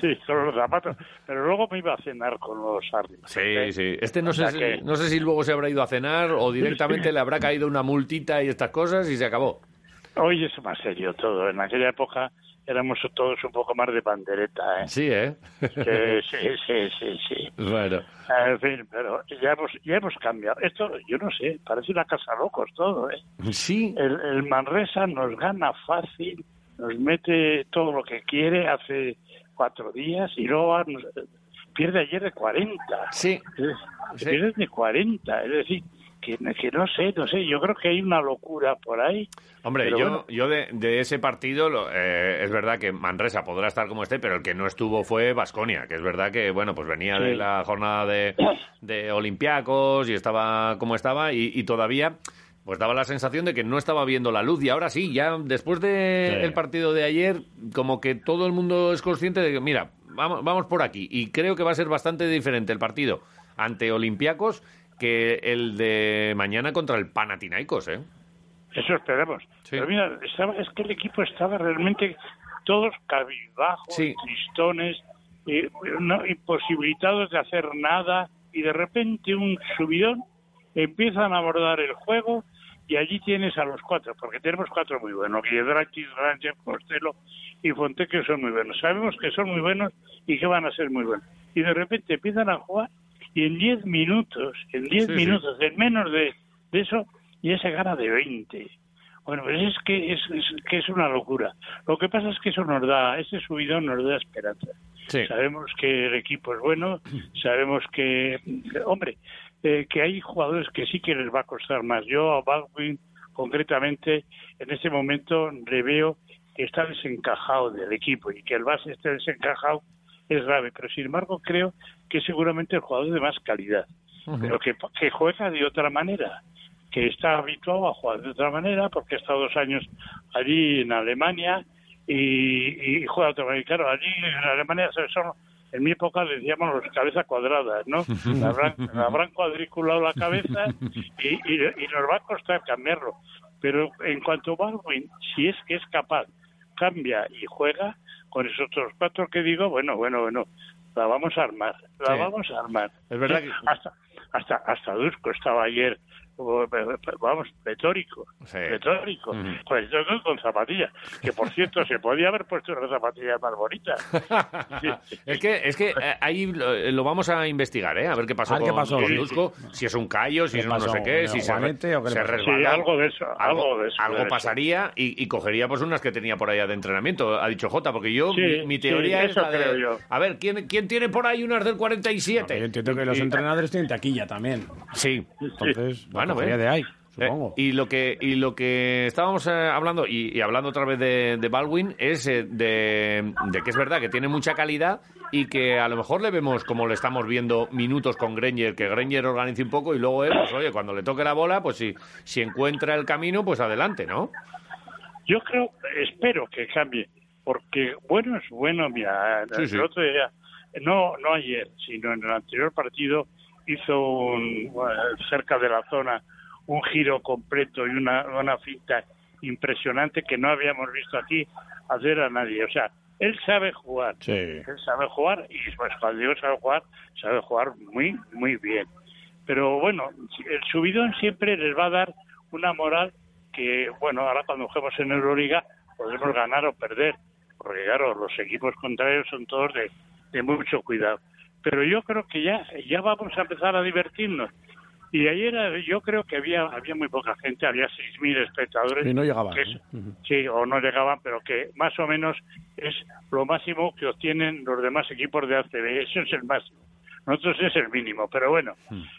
Speaker 25: Sí, con los zapatos. Pero luego me iba a cenar con los árbitros.
Speaker 2: Sí, sí. Este no
Speaker 25: O
Speaker 2: sé,
Speaker 25: sea
Speaker 2: si,
Speaker 25: que-
Speaker 2: no sé si luego se habrá ido a cenar o directamente le habrá caído una multita y estas cosas y se acabó.
Speaker 25: Hoy es más serio todo. En aquella época éramos todos un poco más de bandereta. ¿eh?
Speaker 2: Sí, ¿eh?
Speaker 25: Que- sí, sí, sí, sí.
Speaker 2: Bueno.
Speaker 25: En fin, pero ya hemos, ya hemos cambiado. Esto, yo no sé, parece una casa locos todo, ¿eh?
Speaker 2: Sí.
Speaker 25: El, el Manresa nos gana fácil, nos mete todo lo que quiere hace cuatro días y luego nos- pierde ayer de 40.
Speaker 2: Sí.
Speaker 25: Pierde de 40, es decir, que, que no sé, no sé, yo creo que hay una locura por ahí.
Speaker 2: Hombre,
Speaker 25: Pero
Speaker 2: yo,
Speaker 25: bueno.
Speaker 2: yo de, de ese partido, lo- eh, es verdad que Manresa podrá estar como esté, pero el que no estuvo fue Vasconia, que es verdad que, bueno, pues venía
Speaker 25: Sí.
Speaker 2: de la jornada de, de Olympiacos y estaba como estaba, y, y todavía pues daba la sensación de que no estaba viendo la luz y ahora sí, ya después del
Speaker 3: Sí.
Speaker 2: partido de ayer, como que todo el mundo es consciente de que, mira, vamos, vamos por aquí y creo que va a ser bastante diferente el partido ante Olympiacos que el de mañana contra el Panathinaikos, ¿eh?
Speaker 25: Eso esperamos. Pero mira, estaba- es que el equipo estaba realmente todos cabizbajos, tristones, eh, no, imposibilitados de hacer nada y de repente un subidón, empiezan a abordar el juego y allí tienes a los cuatro, porque tenemos cuatro muy buenos, Guiedrakis, Ranger, Costello y Fonte que son muy buenos. Sabemos que son muy buenos y que van a ser muy buenos. Y de repente empiezan a jugar y en 10 minutos, en 10
Speaker 9: Sí, sí.
Speaker 25: minutos, en menos de, de eso, ya se gana de 20. Bueno, pues es que es, es que es una locura. Lo que pasa es que eso nos da, ese subidón nos da esperanza. Sabemos que el equipo es bueno, sabemos que, hombre, eh, que hay jugadores que sí que les va a costar más. Yo a Baldwin, concretamente, en este momento le veo que está desencajado del equipo y que el base esté desencajado es grave. Pero sin embargo, creo que es seguramente el jugador de más calidad, pero que, que juega de otra manera que está habituado a jugar de otra manera porque ha estado dos años allí en Alemania y, y juega de otra manera. Y claro, allí en Alemania se- son, en mi época le decíamos los cabezas cuadradas, ¿no? Le habrán, le habrán cuadriculado la cabeza y, y- y nos va a costar cambiarlo. Pero en cuanto Baldwin, si es que es capaz, cambia y juega con esos otros cuatro que digo, bueno, bueno, bueno, la vamos a armar, la
Speaker 2: Sí.
Speaker 25: vamos a armar.
Speaker 2: Es verdad
Speaker 25: Sí,
Speaker 2: que-
Speaker 25: Hasta, hasta, hasta Dusko estaba ayer, o- vamos, retórico, retórico, con el toque con zapatillas, que por cierto se podía haber puesto unas zapatillas más bonitas.
Speaker 2: Es que, es que eh, ahí lo, eh, lo vamos a investigar, ¿eh? A ver qué pasó
Speaker 25: A ver Ah, qué
Speaker 2: con,
Speaker 25: pasó.
Speaker 2: con
Speaker 25: Sí,
Speaker 2: Dusko, si es un callo, si
Speaker 25: ¿Qué
Speaker 2: es un no
Speaker 25: pasó?
Speaker 2: sé qué,
Speaker 25: ¿Un
Speaker 2: si se, re-
Speaker 25: guanete o qué le
Speaker 2: se
Speaker 25: pasó?
Speaker 2: resbaló.
Speaker 25: Sí, algo de eso, algo de eso,
Speaker 2: algo
Speaker 25: de eso.
Speaker 2: pasaría y, y cogería pues unas que tenía por allá de entrenamiento, ha dicho Jota, porque yo,
Speaker 25: Sí,
Speaker 2: mi, mi
Speaker 25: sí,
Speaker 2: teoría es
Speaker 25: eso
Speaker 2: la
Speaker 25: creo
Speaker 2: de...
Speaker 25: yo.
Speaker 2: A ver, ¿quién, ¿quién tiene por ahí unas del 47?
Speaker 3: Yo entiendo que los
Speaker 2: Y-
Speaker 3: entrenadores tienen taquilla también.
Speaker 2: Sí.
Speaker 3: Entonces,
Speaker 2: Bueno,
Speaker 3: bueno,
Speaker 2: eh.
Speaker 3: de ahí,
Speaker 2: Eh,
Speaker 3: supongo.
Speaker 2: y lo que y lo que estábamos eh, hablando y, y hablando otra vez de, de Baldwin es eh, de, de que es verdad que tiene mucha calidad y que a lo mejor le vemos como le estamos viendo minutos con Granger que Granger organice un poco y luego él pues oye cuando le toque la bola pues si si encuentra el camino pues adelante no
Speaker 25: Yo creo, espero que cambie, porque bueno es bueno, mira,
Speaker 2: Sí,
Speaker 25: el
Speaker 2: sí.
Speaker 25: otro día, no, no ayer, sino en el anterior partido, hizo un, bueno, cerca de la zona un giro completo y una, una finta impresionante que no habíamos visto aquí hacer a nadie. O sea, él sabe jugar,
Speaker 3: Sí.
Speaker 25: él sabe jugar y pues cuando digo sabe jugar, sabe jugar muy, muy bien. Pero bueno, el subidón siempre les va a dar una moral que, bueno, ahora cuando juguemos en Euroliga podemos ganar o perder, porque claro, los equipos contrarios son todos de, de mucho cuidado. Pero yo creo que ya, ya vamos a empezar a divertirnos. Y ayer eh, yo creo que había, había muy poca gente, había 6.000 espectadores.
Speaker 3: Y no llegaban,
Speaker 25: que
Speaker 3: ¿eh?
Speaker 25: es- Sí, o no llegaban, pero que más o menos es lo máximo que obtienen los demás equipos de ACB. Eso es el máximo. Nosotros es el mínimo, pero bueno.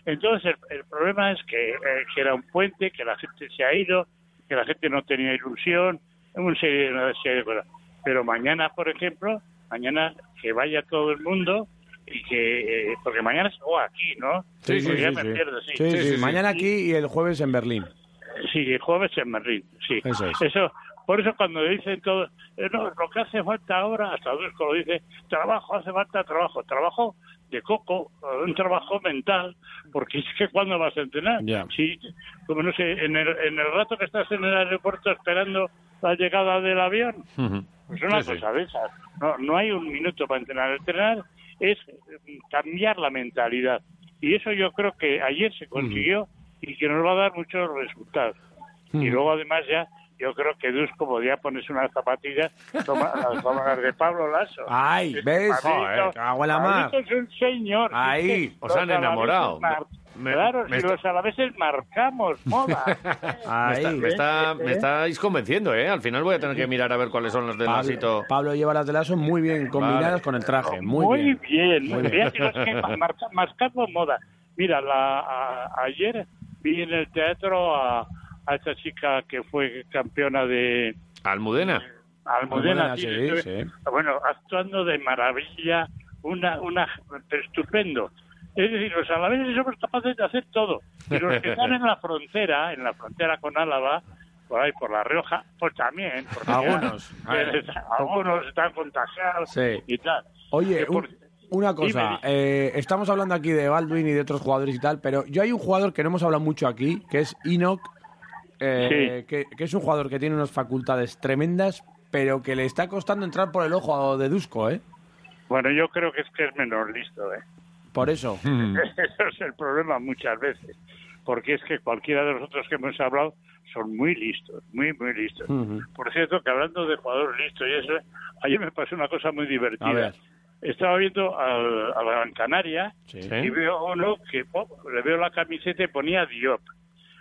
Speaker 25: Entonces, el, el problema es que, eh, que era un puente, que la gente se ha ido, que la gente no tenía ilusión, una serie, una serie de cosas. Pero mañana, por ejemplo, mañana que vaya todo el mundo y que. eh, porque mañana se juega aquí, ¿no? Porque ya me pierdo, sí.
Speaker 3: Sí, sí, Mañana aquí y el jueves en Berlín.
Speaker 25: Sí, el jueves en Madrid, sí.
Speaker 3: Eso es.
Speaker 25: Eso, por eso cuando dicen todo, eh, no, lo que hace falta ahora, hasta Dusko lo dice, trabajo, hace falta trabajo, trabajo de coco, eh, un trabajo mental, porque es que cuando vas a entrenar,
Speaker 3: Ya.
Speaker 25: si, como no sé, en el, en el rato que estás en el aeropuerto esperando la llegada del avión, pues una
Speaker 9: Sí, sí.
Speaker 25: cosa de esas. No, no hay un minuto para entrenar. Entrenar es eh, cambiar la mentalidad. Y eso yo creo que ayer se consiguió y que nos va a dar muchos resultados. Y luego además ya yo creo que Dusko podía ponerse unas zapatillas como las como las de Pablo Lasso.
Speaker 3: Ay,
Speaker 25: Es-
Speaker 3: ¿ves?
Speaker 25: Pablito-
Speaker 3: Joder, cago en la mar.
Speaker 25: Pablito es un señor.
Speaker 3: Ahí,
Speaker 25: Es que
Speaker 3: os han
Speaker 25: los alaveses
Speaker 3: enamorado.
Speaker 25: mar-
Speaker 2: Me-
Speaker 25: claro,
Speaker 2: me
Speaker 25: si
Speaker 2: está-
Speaker 25: los alaveses marcamos moda.
Speaker 2: me, está- me está- me
Speaker 25: ¿Eh?
Speaker 2: estáis convenciendo eh al final voy a tener que mirar a ver cuáles son las de
Speaker 3: Pablo,
Speaker 2: Lasito
Speaker 3: Pablo lleva las de lazo muy bien combinadas
Speaker 2: Vale.
Speaker 3: con el traje. Muy,
Speaker 25: Muy
Speaker 3: bien.
Speaker 25: bien,
Speaker 3: Muy
Speaker 25: muy
Speaker 3: bien.
Speaker 25: bien. Ya digo, es que mar- marca- marcamos moda. Mira, la, a- ayer vi en el teatro a, a esta chica que fue campeona de...
Speaker 2: Almudena
Speaker 25: Almudena,
Speaker 2: Almudena,
Speaker 25: sí,
Speaker 2: sí,
Speaker 25: estuve-
Speaker 2: sí.
Speaker 25: bueno, actuando de maravilla, una, una, pero estupendo. Es decir, los alaveses somos capaces de hacer todo. Y los que están en la frontera, en la frontera con Álava, por ahí, por La Rioja, pues también. porque
Speaker 3: Algunos.
Speaker 25: ya, eh, algunos están contagiados
Speaker 3: Sí.
Speaker 25: y tal.
Speaker 3: Oye,
Speaker 25: Que Eh, por-
Speaker 3: un- una cosa, eh, estamos hablando aquí de Baldwin y de otros jugadores y tal, pero yo hay un jugador que no hemos hablado mucho aquí, que es Enoch, eh, que, que es un jugador que tiene unas facultades tremendas, pero que le está costando entrar por el ojo de Dusko, ¿eh?
Speaker 25: Bueno, yo creo que es que es menos listo, ¿eh?
Speaker 3: Por eso.
Speaker 25: Eso es el problema muchas veces, porque es que cualquiera de los otros que hemos hablado son muy listos, muy, muy listos.
Speaker 3: Ujú.
Speaker 25: Por cierto, que hablando de jugadores listos, y eso, ayer me pasó una cosa muy
Speaker 3: A
Speaker 25: divertida.
Speaker 3: ver.
Speaker 25: Estaba viendo al, a la Gran Canaria y veo a uno que po, le veo la camiseta y ponía Diop.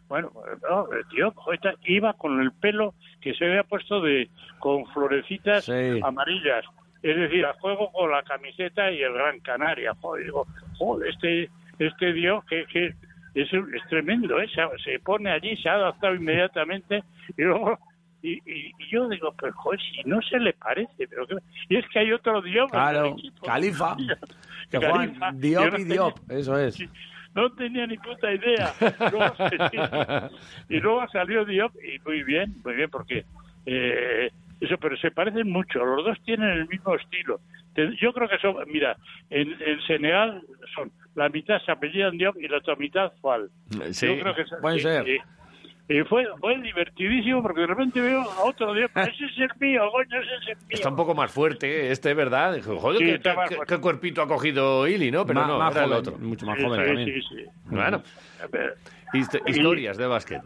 Speaker 25: Bueno, no, eh, Diop ahorita iba con el pelo que se había puesto de con florecitas
Speaker 3: Sí.
Speaker 25: amarillas. Es decir, a juego con la camiseta y el Gran Canaria. Joder, digo, joder, este, este Diop que, que es, un- es tremendo, ¿eh? se, se pone allí, se ha adaptado inmediatamente y luego... Y, y- y yo digo, pero joder, si no se le parece, pero que- y es que hay otro Diop. en el
Speaker 3: Claro,
Speaker 25: equipo.
Speaker 3: Califa. Que
Speaker 25: Califa.
Speaker 3: Juan,
Speaker 25: Yo
Speaker 3: Diop
Speaker 25: no
Speaker 3: y
Speaker 25: tenía-
Speaker 3: Diop, eso
Speaker 2: Pues.
Speaker 3: es.
Speaker 25: no tenía ni puta idea. Luego- y luego salió Diop y muy bien, muy bien, porque eh, eso, pero se parecen mucho. Los dos tienen el mismo estilo. Te- Yo creo que son, mira, en, en Senegal son la mitad se apellidan Diop y la otra mitad Fal.
Speaker 2: Sí,
Speaker 25: Yo creo que son-
Speaker 2: puede
Speaker 25: y-
Speaker 2: ser.
Speaker 25: y- y fue, fue divertidísimo porque de repente veo a otro Diop, ese es el mío, coño, ese es el mío.
Speaker 2: Está un poco más fuerte ¿eh? este, ¿verdad? Dijo, Joder,
Speaker 25: Sí,
Speaker 2: qué,
Speaker 25: está
Speaker 2: qué-
Speaker 25: más
Speaker 2: qué-
Speaker 25: fuerte.
Speaker 2: qué cuerpito ha cogido Ili, ¿no? Pero
Speaker 25: Más-
Speaker 2: no,
Speaker 25: más
Speaker 2: era el
Speaker 25: joven,
Speaker 2: otro.
Speaker 25: mucho más joven
Speaker 2: Sí,
Speaker 25: también.
Speaker 2: Sí, sí. Bueno,
Speaker 25: Pero-
Speaker 2: hist-
Speaker 25: Y-
Speaker 2: historias de básquet.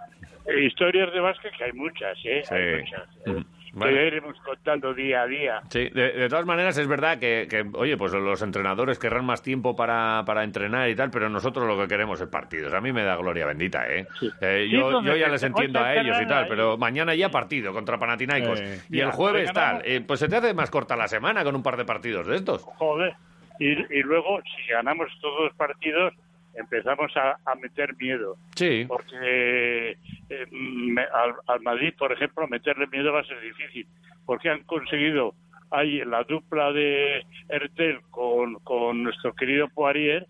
Speaker 25: Eh, Historias de básquet que hay muchas, ¿eh? Hay muchas.
Speaker 2: Mm.
Speaker 25: Que
Speaker 2: Vale.
Speaker 25: iremos contando día a día.
Speaker 2: Sí, de, de todas maneras es verdad que, que, oye, pues los entrenadores querrán más tiempo para, para entrenar y tal, pero nosotros lo que queremos es partidos. A mí me da gloria bendita, ¿eh? Eh,
Speaker 25: Sí,
Speaker 2: yo,
Speaker 25: donde
Speaker 2: yo ya
Speaker 25: se-
Speaker 2: les
Speaker 25: hoy
Speaker 2: entiendo
Speaker 25: se
Speaker 2: a ellos y
Speaker 25: entrenan
Speaker 2: tal,
Speaker 25: ahí.
Speaker 2: pero mañana ya partido contra Panathinaikos.
Speaker 25: Eh,
Speaker 2: y
Speaker 25: ya,
Speaker 2: el jueves
Speaker 25: hoy ganamos.
Speaker 2: tal. Eh, pues se te hace más corta la semana con un par de partidos de estos.
Speaker 25: Joder. Y, y luego, si ganamos todos los partidos, empezamos a, a meter miedo.
Speaker 2: Sí.
Speaker 25: Porque eh, me- al, al Madrid, por ejemplo, meterle miedo va a ser difícil. Porque han conseguido, hay la dupla de Ertel con, con nuestro querido Poirier.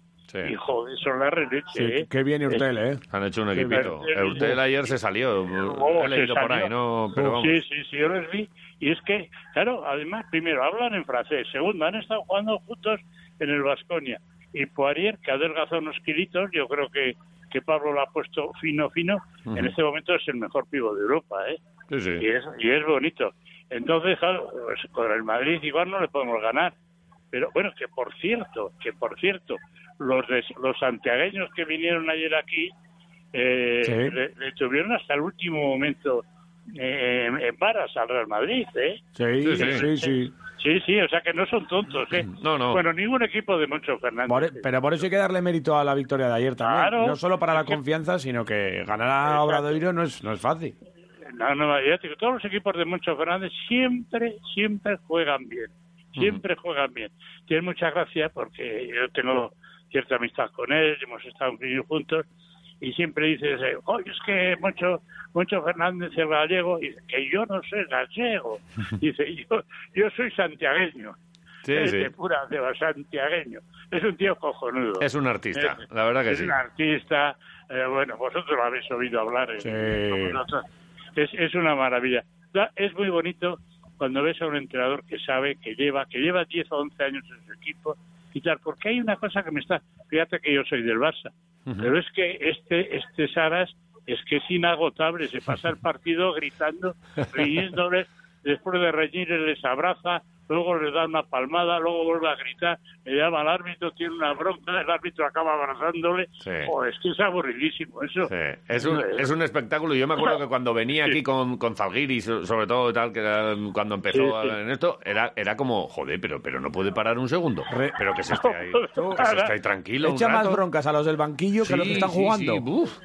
Speaker 25: Y joder, son la releche,
Speaker 3: Sí,
Speaker 25: ¿eh?
Speaker 3: qué bien Urtel, ¿eh?
Speaker 2: Han hecho un
Speaker 25: Sí,
Speaker 2: equipito.
Speaker 25: pero- eh,
Speaker 2: Eurtel ayer se salió.
Speaker 25: Oh,
Speaker 2: He leído
Speaker 25: se
Speaker 2: por
Speaker 25: salió.
Speaker 2: ahí, ¿no? Pero vamos.
Speaker 25: Sí, sí, sí, yo les vi. Y es que, claro, además, primero, hablan en francés. Segundo, han estado jugando juntos en el Vasconia. Y Poirier, que ha adelgazado unos kilitos, yo creo que, que Pablo lo ha puesto fino, fino.
Speaker 2: Ujú.
Speaker 25: En este momento es el mejor pivo de Europa, ¿eh?
Speaker 2: Sí, sí.
Speaker 25: Y, es, y es bonito. Entonces, claro, pues, con el Madrid igual no le podemos ganar. Pero bueno, que por cierto, que por cierto, los de, los santiagueños que vinieron ayer aquí eh,
Speaker 9: Sí.
Speaker 25: le, le tuvieron hasta el último momento eh, en varas al Real Madrid, ¿eh?
Speaker 3: Sí,
Speaker 25: sí,
Speaker 3: sí, sí. sí.
Speaker 25: Sí, sí, o sea que no son tontos, ¿eh?
Speaker 2: No, no.
Speaker 25: Bueno, ningún equipo de Moncho Fernández.
Speaker 3: Por- e, pero por eso hay que darle mérito a la victoria de ayer también.
Speaker 25: Claro.
Speaker 3: No solo para la confianza, sino que ganar a Obradoiro no es, no es fácil.
Speaker 25: No, no, ya te digo, todos los equipos de Moncho Fernández siempre, siempre juegan bien. Siempre juegan bien. Tiene mucha gracia porque yo tengo cierta amistad con él, hemos estado un poquillo juntos y siempre dices, eh, oye, es que Moncho, Moncho Fernández es gallego, y dice, que yo no soy gallego. Dice, yo, yo soy santiagueño.
Speaker 2: Sí,
Speaker 25: es
Speaker 2: sí.
Speaker 25: de pura de santiagueño. Es un tío cojonudo.
Speaker 2: Es un artista,
Speaker 25: Es-
Speaker 2: la verdad que
Speaker 25: es
Speaker 2: sí.
Speaker 25: un artista. eh, bueno, vosotros lo habéis oído hablar. en-
Speaker 2: Sí.
Speaker 25: nosotros. Es, es una maravilla. Da- Es muy bonito cuando ves a un entrenador que sabe, que lleva, que lleva 10 o 11 años en su equipo y tal. Porque hay una cosa que me está... Fíjate que yo soy del Barça,
Speaker 2: Ah.
Speaker 25: pero es que este, este Saras es que es inagotable. Se pasa el partido gritando, riñéndoles, después de reñirles les abraza, luego les da una palmada, luego vuelve a gritar, le llama al árbitro, tiene una bronca, el árbitro acaba abrazándole.
Speaker 2: Sí.
Speaker 25: Joder, es que es aburridísimo eso.
Speaker 2: Es un, es un espectáculo. Yo me acuerdo que cuando venía aquí con, con Zalgiris, so- sobre todo, tal, que era, um, cuando empezó
Speaker 25: Sí, sí.
Speaker 2: a- en esto, era, era como, joder, pero, pero no puede parar un segundo. Pero que se esté ahí,
Speaker 9: Pues
Speaker 25: No,
Speaker 2: que se esté ahí
Speaker 25: nada.
Speaker 2: tranquilo. un
Speaker 25: Echa más
Speaker 2: rato.
Speaker 25: bronca.
Speaker 3: Broncas a los del banquillo que a los que
Speaker 25: Sí,
Speaker 3: están
Speaker 25: sí,
Speaker 3: jugando.
Speaker 25: sí,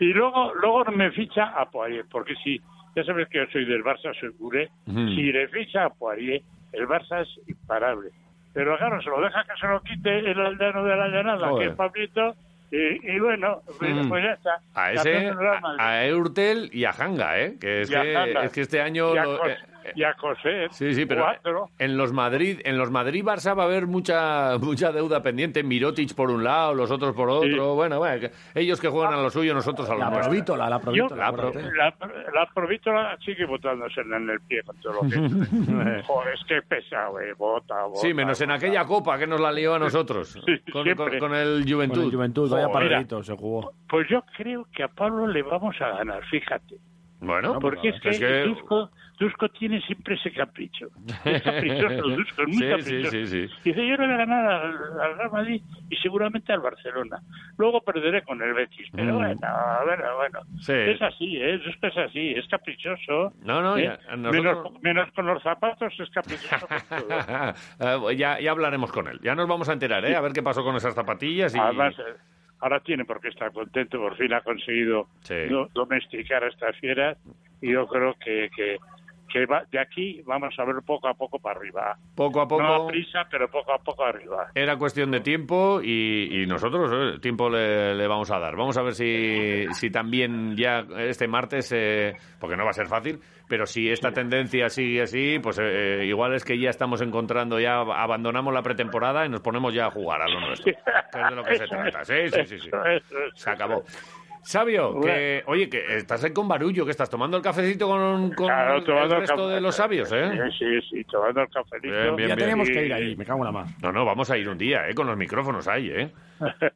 Speaker 25: Y luego, luego me ficha a Poirier, porque si, ya sabes que yo soy del Barça, soy culé,
Speaker 2: Mm.
Speaker 25: si le ficha a Poirier, el Barça es imparable. Pero claro, se lo deja que se lo quite el aldano de la llanada,
Speaker 2: Joder.
Speaker 25: que es Pablito, y, y bueno, pues,
Speaker 2: Mm.
Speaker 25: pues ya está.
Speaker 2: A
Speaker 25: Campeón
Speaker 2: ese,
Speaker 25: del Real
Speaker 2: a,
Speaker 25: Madrid.
Speaker 2: a Eurtel y a Hanga, ¿eh? Que es,
Speaker 25: Y a
Speaker 2: que,
Speaker 25: Hanga.
Speaker 2: es que este año
Speaker 25: Y a
Speaker 2: lo-
Speaker 25: Cos-
Speaker 2: eh,
Speaker 25: y a coser
Speaker 2: Sí, sí, pero
Speaker 25: cuatro.
Speaker 2: en los Madrid, en los Madrid Barça va a haber mucha mucha deuda pendiente, Mirotic por un lado, los otros por otro. Bueno, bueno, que- ellos que juegan a lo suyo, nosotros a lo
Speaker 3: La
Speaker 2: nuestro.
Speaker 3: provítola, la provítola,
Speaker 2: La pro-
Speaker 25: La, la provítola sigue botándose en el pie con todo lo que... Joder, es que pesa, güey, bota, bota.
Speaker 2: Sí, menos en aquella copa que nos la lió a nosotros. con, con- con el Juventud.
Speaker 3: Con el Juventud, vaya
Speaker 25: Joder.
Speaker 3: partidito se jugó.
Speaker 25: Pues yo creo que a Pablo le vamos a ganar, fíjate.
Speaker 2: Bueno, pues,
Speaker 25: porque es que,
Speaker 2: es que-
Speaker 25: Dusko, Dusko tiene siempre ese capricho. Es caprichoso, Dusko, es muy
Speaker 2: Sí,
Speaker 25: caprichoso.
Speaker 2: sí, sí, sí.
Speaker 25: Dice, yo le voy a ganar al, al Real Madrid y seguramente al Barcelona. Luego perderé con el Betis, pero
Speaker 2: Mm.
Speaker 25: bueno, bueno, bueno.
Speaker 2: Sí.
Speaker 25: Es así, ¿eh? Dusko es así, es caprichoso.
Speaker 2: No, no,
Speaker 25: ¿eh?
Speaker 2: ya- nosotros-
Speaker 25: menos, menos con los zapatos es caprichoso. con todo.
Speaker 2: Eh, ya, ya hablaremos con él. Ya nos vamos a enterar, ¿eh? A ver qué pasó con esas zapatillas y...
Speaker 25: Además, eh, ahora tiene porque está contento, por fin ha conseguido do- domesticar a estas fieras y yo creo que, que, que va- de aquí vamos a ver poco a poco para arriba.
Speaker 2: Poco a poco.
Speaker 25: No a prisa, pero poco a poco arriba.
Speaker 2: Era cuestión de tiempo y, y nosotros eh, tiempo le, le vamos a dar. Vamos a ver si, si también ya este martes, eh, porque no va a ser fácil, pero si esta tendencia sigue así, pues eh, eh, igual es que ya estamos encontrando, ya abandonamos la pretemporada y nos ponemos ya a jugar a lo nuestro. Que es de lo que se
Speaker 25: Eso
Speaker 2: trata.
Speaker 25: es,
Speaker 2: Sí, sí, sí. sí.
Speaker 25: eso es, eso
Speaker 2: Se acabó. Sabio, que, oye, que estás ahí con barullo, que estás tomando el cafecito con, con
Speaker 25: Claro,
Speaker 2: el,
Speaker 25: tomando el
Speaker 2: resto
Speaker 25: café.
Speaker 2: de los sabios, ¿eh?
Speaker 25: Sí, sí, tomando el cafelito.
Speaker 2: Bien, bien,
Speaker 25: Ya
Speaker 2: bien.
Speaker 25: tenemos que ir ahí,
Speaker 2: me cago en la mano. No, no, vamos a ir un día, ¿eh? Con los micrófonos ahí, ¿eh?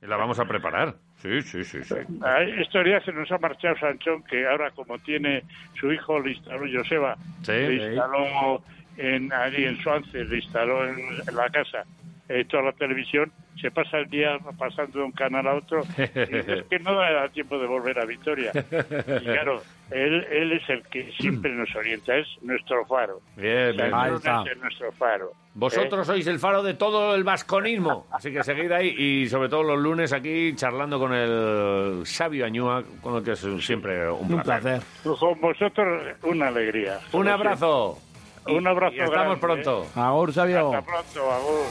Speaker 2: La vamos a preparar. Sí, sí, sí, sí.
Speaker 25: Ah, Estos días se nos ha marchado Sanchón, que ahora como tiene su hijo, le instaló Joseba,
Speaker 2: Sí.
Speaker 25: le instaló en, allí en Suance, le instaló en, en la casa eh, toda la televisión, se pasa el día pasando de un canal a otro, y es que no le da tiempo de volver a Vitoria. Y claro, él, él es el que siempre nos orienta, es nuestro faro.
Speaker 2: Bien, bien.
Speaker 25: Sanchón es nuestro faro. ¿eh?
Speaker 2: Vosotros sois el faro de todo el vasconismo. Así que seguid ahí y sobre todo los lunes aquí charlando con el sabio Añúa, con el que es siempre un placer.
Speaker 25: Eh, Con vosotros, una alegría.
Speaker 2: Un abrazo.
Speaker 25: Un abrazo.
Speaker 2: Y estamos
Speaker 25: grande,
Speaker 2: pronto.
Speaker 25: ¿eh?
Speaker 3: Agur, sabio.
Speaker 25: Hasta pronto, agur.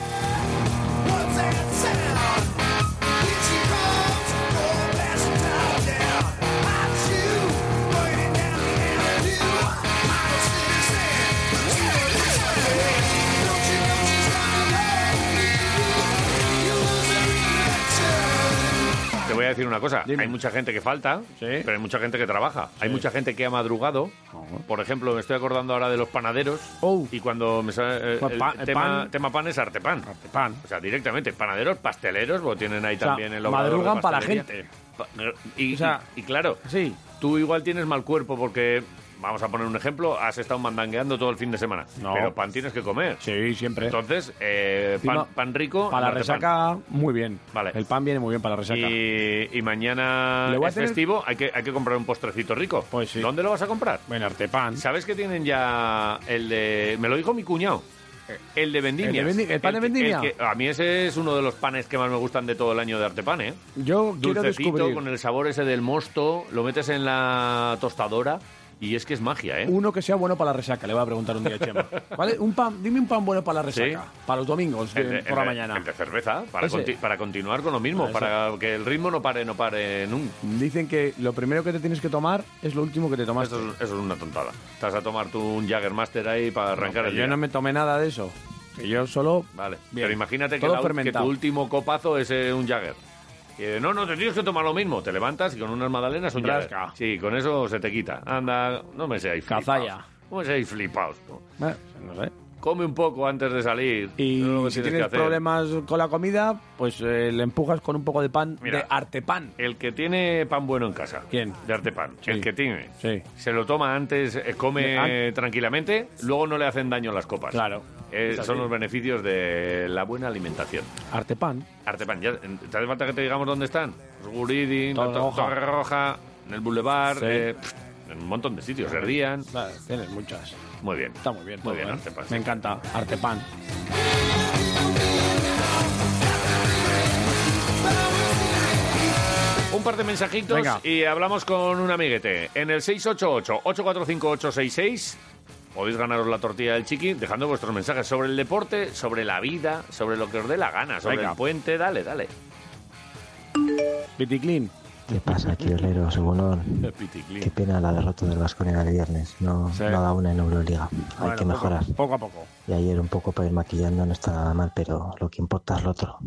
Speaker 2: Te voy a decir una cosa. Hay mucha gente que falta, pero hay mucha gente que trabaja. Hay mucha gente que ha madrugado. Por ejemplo, me estoy acordando ahora de los panaderos. Y cuando me sale, eh,
Speaker 3: Pues
Speaker 2: el
Speaker 3: Oh. pa- eh,
Speaker 2: tema,
Speaker 3: pan.
Speaker 2: tema pan es artepan. O sea, directamente. Panaderos, pasteleros, porque tienen ahí
Speaker 3: O sea,
Speaker 2: también el obrador de
Speaker 3: madrugan para la
Speaker 2: pastelería.
Speaker 3: gente.
Speaker 2: Pa- Y,
Speaker 3: O sea,
Speaker 2: y- y claro, tú igual tienes mal cuerpo porque... Vamos a poner un ejemplo, has estado mandangueando todo el fin de semana.
Speaker 3: No.
Speaker 2: Pero pan tienes que comer.
Speaker 3: Sí, siempre.
Speaker 2: Entonces, eh, pan,
Speaker 3: Encima,
Speaker 2: pan rico.
Speaker 3: Para la
Speaker 2: artepán.
Speaker 3: resaca, muy bien.
Speaker 2: Vale.
Speaker 3: El pan viene muy bien para la resaca.
Speaker 2: Y, y mañana
Speaker 3: Le voy a
Speaker 2: es
Speaker 3: tener- Pues
Speaker 2: festivo, hay que, hay que comprar un postrecito rico. ¿Dónde lo vas a comprar?
Speaker 3: En Artepan.
Speaker 2: ¿Sabes que tienen ya el de... Me lo dijo mi cuñado. El de vendimia.
Speaker 3: Eh, El de Vendi- el pan de vendimia.
Speaker 2: a mí ese es uno de los panes que más me gustan de todo el año de Artepan, ¿eh?
Speaker 3: Yo quiero
Speaker 2: Dulcecito,
Speaker 3: descubrir
Speaker 2: con el sabor ese del mosto, lo metes en la tostadora y es que es magia, ¿eh?
Speaker 3: uno que sea bueno para la resaca. Le voy a preguntar un día a Chema. ¿Cuál es- un pan, dime un pan bueno para la resaca. Para los domingos de-
Speaker 2: El de-
Speaker 3: por la
Speaker 2: el de-
Speaker 3: mañana.
Speaker 2: el de cerveza, para,
Speaker 3: Ese.
Speaker 2: conti- para continuar con lo mismo,
Speaker 3: Ese.
Speaker 2: para que el ritmo no pare, no pare nunca.
Speaker 3: Dicen que lo primero que te tienes que tomar es lo último que te tomas.
Speaker 2: Eso es, eso es una tontada. Estás a tomar tú un Jaggermaster ahí para arrancar el
Speaker 3: yo
Speaker 2: día.
Speaker 3: no me tomé nada de eso. Que yo solo.
Speaker 2: Vale. Pero imagínate que,
Speaker 3: Todo
Speaker 2: la- que
Speaker 3: fermentado.
Speaker 2: tu último copazo es eh, un Jagger. Y, eh, no, no, te tienes que tomar lo mismo. Te levantas y con unas magdalenas un Jagger.
Speaker 3: Rasca.
Speaker 2: Sí, con eso se te quita. Anda, no me seáis flipaos.
Speaker 3: Cazalla.
Speaker 2: No me seáis flipaos. tú.
Speaker 3: Bueno, no sé.
Speaker 2: Come un poco antes de salir. Y
Speaker 3: Si tienes problemas con la comida, pues eh, le empujas con un poco de pan
Speaker 2: Mira.
Speaker 3: de artepan.
Speaker 2: El que tiene pan bueno en casa. ¿Quién? De Artepan. El que tiene. Se lo toma antes, eh, come
Speaker 3: An-
Speaker 2: tranquilamente, luego no le hacen daño las copas.
Speaker 3: Ah. Claro.
Speaker 2: Eh,
Speaker 3: Es así.
Speaker 2: son los beneficios de la buena alimentación.
Speaker 3: Artepan.
Speaker 2: Artepan, ya, eh, ¿te hace falta que te digamos dónde están? Guridin,
Speaker 3: Torre
Speaker 2: la to-
Speaker 3: Roja.
Speaker 2: Torre Roja, en el Boulevard,
Speaker 3: Sí.
Speaker 2: eh, pf, en un montón de sitios. Herdían.
Speaker 3: Vale, tienes muchas.
Speaker 2: Muy bien.
Speaker 3: Está muy bien.
Speaker 2: Muy
Speaker 3: todo,
Speaker 2: bien,
Speaker 3: ¿eh?
Speaker 2: Artepan.
Speaker 3: Me encanta. Artepan.
Speaker 2: Un par de mensajitos
Speaker 3: Venga.
Speaker 2: y hablamos con un amiguete. En el 688-845866 podéis ganaros la tortilla del chiqui dejando vuestros mensajes sobre el deporte, sobre la vida, sobre lo que os dé la gana, sobre
Speaker 3: Venga.
Speaker 2: el puente. Dale, dale.
Speaker 3: Piticlin.
Speaker 9: ¿Qué pasa, Quiroleros, Egunon?
Speaker 2: Piticlín.
Speaker 9: Qué pena la derrota del Vasconia de viernes. No,
Speaker 2: Sí.
Speaker 9: no da una en Euroliga. Hay
Speaker 2: Bueno,
Speaker 9: que
Speaker 2: poco-
Speaker 9: mejorar.
Speaker 2: poco a poco.
Speaker 9: Y ayer un poco para ir maquillando no está nada mal, pero lo que importa es lo otro.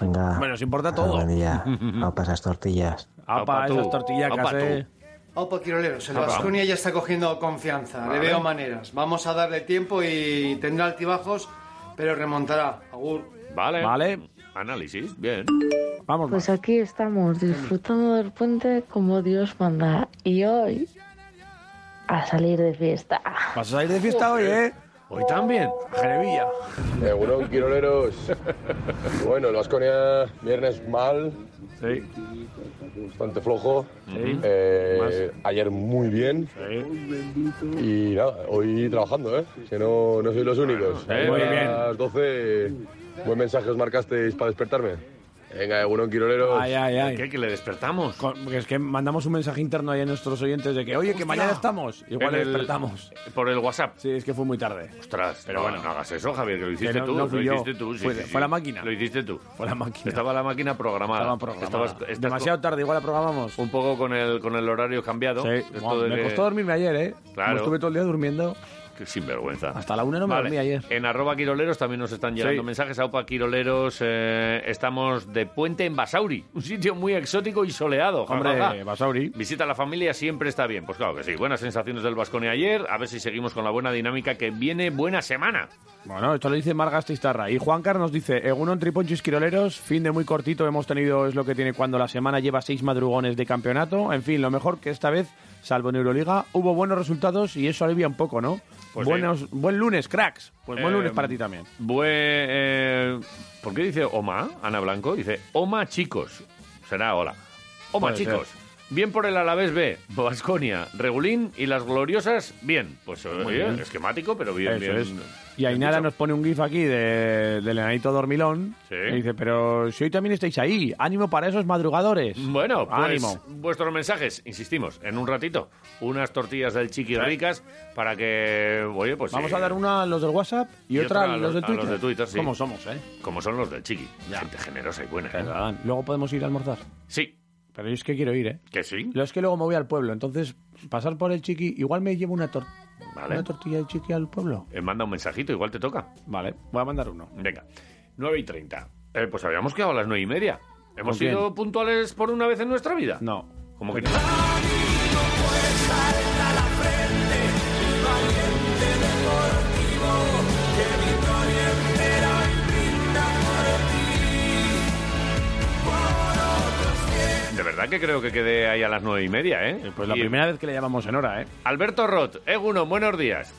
Speaker 9: Venga.
Speaker 3: Bueno, os importa
Speaker 9: a la
Speaker 3: todo.
Speaker 9: bandilla. No pasas tortillas.
Speaker 3: Apa, esas tortillacas, eh.
Speaker 10: Opa, Quiroleros, el
Speaker 9: Apa.
Speaker 10: Vasconia ya está cogiendo confianza.
Speaker 3: Vale.
Speaker 10: Le veo maneras. Vamos a darle tiempo y tendrá altibajos, pero remontará. Agur.
Speaker 2: Vale. Vale. Análisis, bien.
Speaker 3: Vamos.
Speaker 11: Pues aquí estamos disfrutando del puente como Dios manda. Y hoy a salir de fiesta.
Speaker 3: Vas a salir de fiesta hoy, ¿eh? Hoy también, a Jerevilla.
Speaker 26: Seguro, Quiroleros. Bueno, el Vasconia viernes mal.
Speaker 3: Sí.
Speaker 26: Bastante flojo.
Speaker 3: Sí.
Speaker 26: Eh, ayer muy bien. Y nada, hoy trabajando, ¿eh? Que no, no sois los únicos.
Speaker 3: sí, Eh, muy
Speaker 26: Ahora
Speaker 3: bien.
Speaker 26: A las 12, buen mensaje os marcasteis para despertarme. Venga, seguro, Quiroleros.
Speaker 3: Ay, ay, ay.
Speaker 2: ¿Qué? ¿Que le despertamos?
Speaker 3: es que mandamos un mensaje interno ahí a nuestros oyentes de que, oye, que mañana estamos. Igual
Speaker 2: En
Speaker 3: le
Speaker 2: el-
Speaker 3: despertamos.
Speaker 2: Por el WhatsApp.
Speaker 3: Sí, es que fue muy tarde.
Speaker 2: Ostras, pero bueno, no hagas eso, Javier, que lo hiciste
Speaker 3: no-
Speaker 2: tú.
Speaker 3: no
Speaker 2: lo
Speaker 3: fui yo.
Speaker 2: hiciste tú, sí,
Speaker 3: Fue-
Speaker 2: sí,
Speaker 3: fue
Speaker 2: sí.
Speaker 3: la máquina.
Speaker 2: Lo hiciste tú.
Speaker 3: Fue la máquina.
Speaker 2: Estaba la máquina programada.
Speaker 3: Estaba programada.
Speaker 2: Estabas- estás
Speaker 3: Demasiado tarde, igual la programamos.
Speaker 2: Un poco con el, con el horario cambiado.
Speaker 3: Sí.
Speaker 2: Esto
Speaker 3: Guau,
Speaker 2: de
Speaker 3: me
Speaker 2: que-
Speaker 3: costó dormirme ayer, ¿eh?
Speaker 2: Claro.
Speaker 3: Como estuve todo el día durmiendo.
Speaker 2: que sinvergüenza.
Speaker 3: Hasta la una no me
Speaker 2: Vale.
Speaker 3: dormí ayer.
Speaker 2: En arroba quiroleros también nos están llegando
Speaker 3: Sí.
Speaker 2: mensajes. A Opa Quiroleros eh, estamos de puente en Basauri, un sitio muy exótico y soleado. Ja,
Speaker 3: Hombre,
Speaker 2: ja, ja.
Speaker 3: Basauri.
Speaker 2: Visita a la familia siempre está bien. Pues claro que sí. Buenas sensaciones del Vascone ayer. A ver si seguimos con la buena dinámica que viene buena semana.
Speaker 3: Bueno, esto lo dice Marga Tizarra. Y Juan Carlos dice, Egunon Triponchis Quiroleros, fin de muy cortito hemos tenido, es lo que tiene cuando la semana lleva seis madrugones de campeonato. En fin, lo mejor que esta vez, salvo en Euroliga, hubo buenos resultados y eso alivia un poco, ¿no?
Speaker 2: Pues
Speaker 3: Buenos, Buen lunes, cracks. Pues buen
Speaker 2: Eh,
Speaker 3: lunes para ti también.
Speaker 2: Bue- eh, ¿Por qué dice Oma, Ana Blanco? Dice Oma chicos. Será hola. Oma
Speaker 3: Puede
Speaker 2: chicos.
Speaker 3: ser.
Speaker 2: Bien por el Alavés B, Vasconia, Regulín y las gloriosas, bien. Pues eh,
Speaker 3: Muy
Speaker 2: bien,
Speaker 3: bien.
Speaker 2: esquemático, pero bien,
Speaker 3: Eso
Speaker 2: bien.
Speaker 3: es. Y Ainara nos pone un gif aquí de, del enanito dormilón.
Speaker 2: Sí.
Speaker 3: Y dice, pero si hoy también estáis ahí, ánimo para esos madrugadores.
Speaker 2: Bueno, pues
Speaker 3: Ánimo.
Speaker 2: vuestros mensajes, insistimos, en un ratito, unas tortillas del chiqui ricas para que, oye, pues
Speaker 3: Vamos
Speaker 2: sí,
Speaker 3: a dar una a los del WhatsApp y, otra, a los del
Speaker 2: a
Speaker 3: Twitter.
Speaker 2: los de Twitter, sí.
Speaker 3: ¿Cómo somos, eh?
Speaker 2: Como son los del chiqui, gente generosa y buena. ¿eh?
Speaker 3: Luego podemos ir a almorzar.
Speaker 2: Sí,
Speaker 3: Pero yo es que quiero ir, ¿eh?
Speaker 2: que sí.
Speaker 3: Lo es que luego me voy al pueblo, entonces pasar por el chiqui, igual me llevo una, tor-
Speaker 2: Vale.
Speaker 3: una tortilla de chiqui al pueblo.
Speaker 2: Eh, manda un mensajito, igual te toca.
Speaker 3: Vale, voy a mandar uno.
Speaker 2: Venga, 9 y 30. Eh, pues habíamos quedado a las 9 y media. ¿Hemos
Speaker 3: ¿Con quién?
Speaker 2: sido puntuales por una vez en nuestra vida?
Speaker 3: No.
Speaker 2: ¿Cómo que no? De verdad que creo que quedé ahí a las 9 y media, ¿eh?
Speaker 3: Pues la primera vez que le llamamos en hora, ¿eh?
Speaker 2: Alberto Roth, Eguno, buenos días.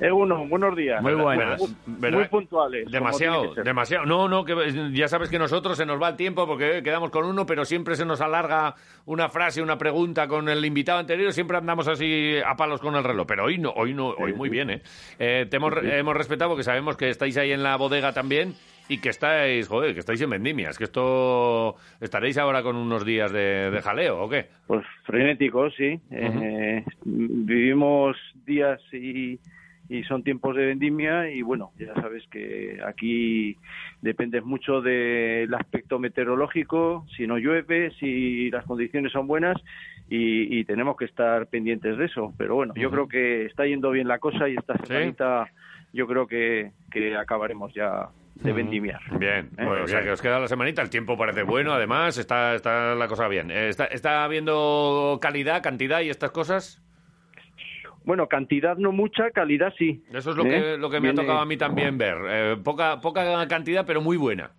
Speaker 27: Eguno, buenos días.
Speaker 2: Muy buenas.
Speaker 27: Muy,
Speaker 2: ¿Verdad?
Speaker 27: muy puntuales. como tiene
Speaker 2: Demasiado,
Speaker 27: que ser.
Speaker 2: demasiado. No, no, que eh, ya sabes que nosotros se nos va el tiempo porque eh, quedamos con uno, pero siempre se nos alarga una frase, una pregunta con el invitado anterior, siempre andamos así a palos con el reloj. Pero hoy no, hoy no, hoy muy bien, ¿eh? Eh, te hemos, hemos respetado porque sabemos que estáis ahí en la bodega también y que estáis, joder, que estáis en vendimias, que esto estaréis ahora con unos días de, de jaleo, ¿o qué?
Speaker 27: Pues frenéticos, sí. Eh, vivimos días y, y son tiempos de vendimia y bueno, ya sabes que aquí dependes mucho del aspecto meteorológico, si no llueve, si las condiciones son buenas y, y tenemos que estar pendientes de eso. Pero bueno, yo creo que está yendo bien la cosa y esta semanita yo creo que, que acabaremos ya de vendimiar.
Speaker 2: Bien,
Speaker 27: Eh,
Speaker 2: bueno, o sea
Speaker 27: bien.
Speaker 2: que os queda la semanita, el tiempo parece bueno, además, está, está la cosa bien. Eh, ¿Está, ¿Está habiendo calidad, cantidad y estas cosas?
Speaker 27: Bueno, cantidad no mucha, calidad sí.
Speaker 2: Eso es lo,
Speaker 27: ¿Eh?
Speaker 2: que, lo que me
Speaker 27: Viene-
Speaker 2: ha tocado a mí también ver. Eh, poca, poca cantidad, pero muy buena.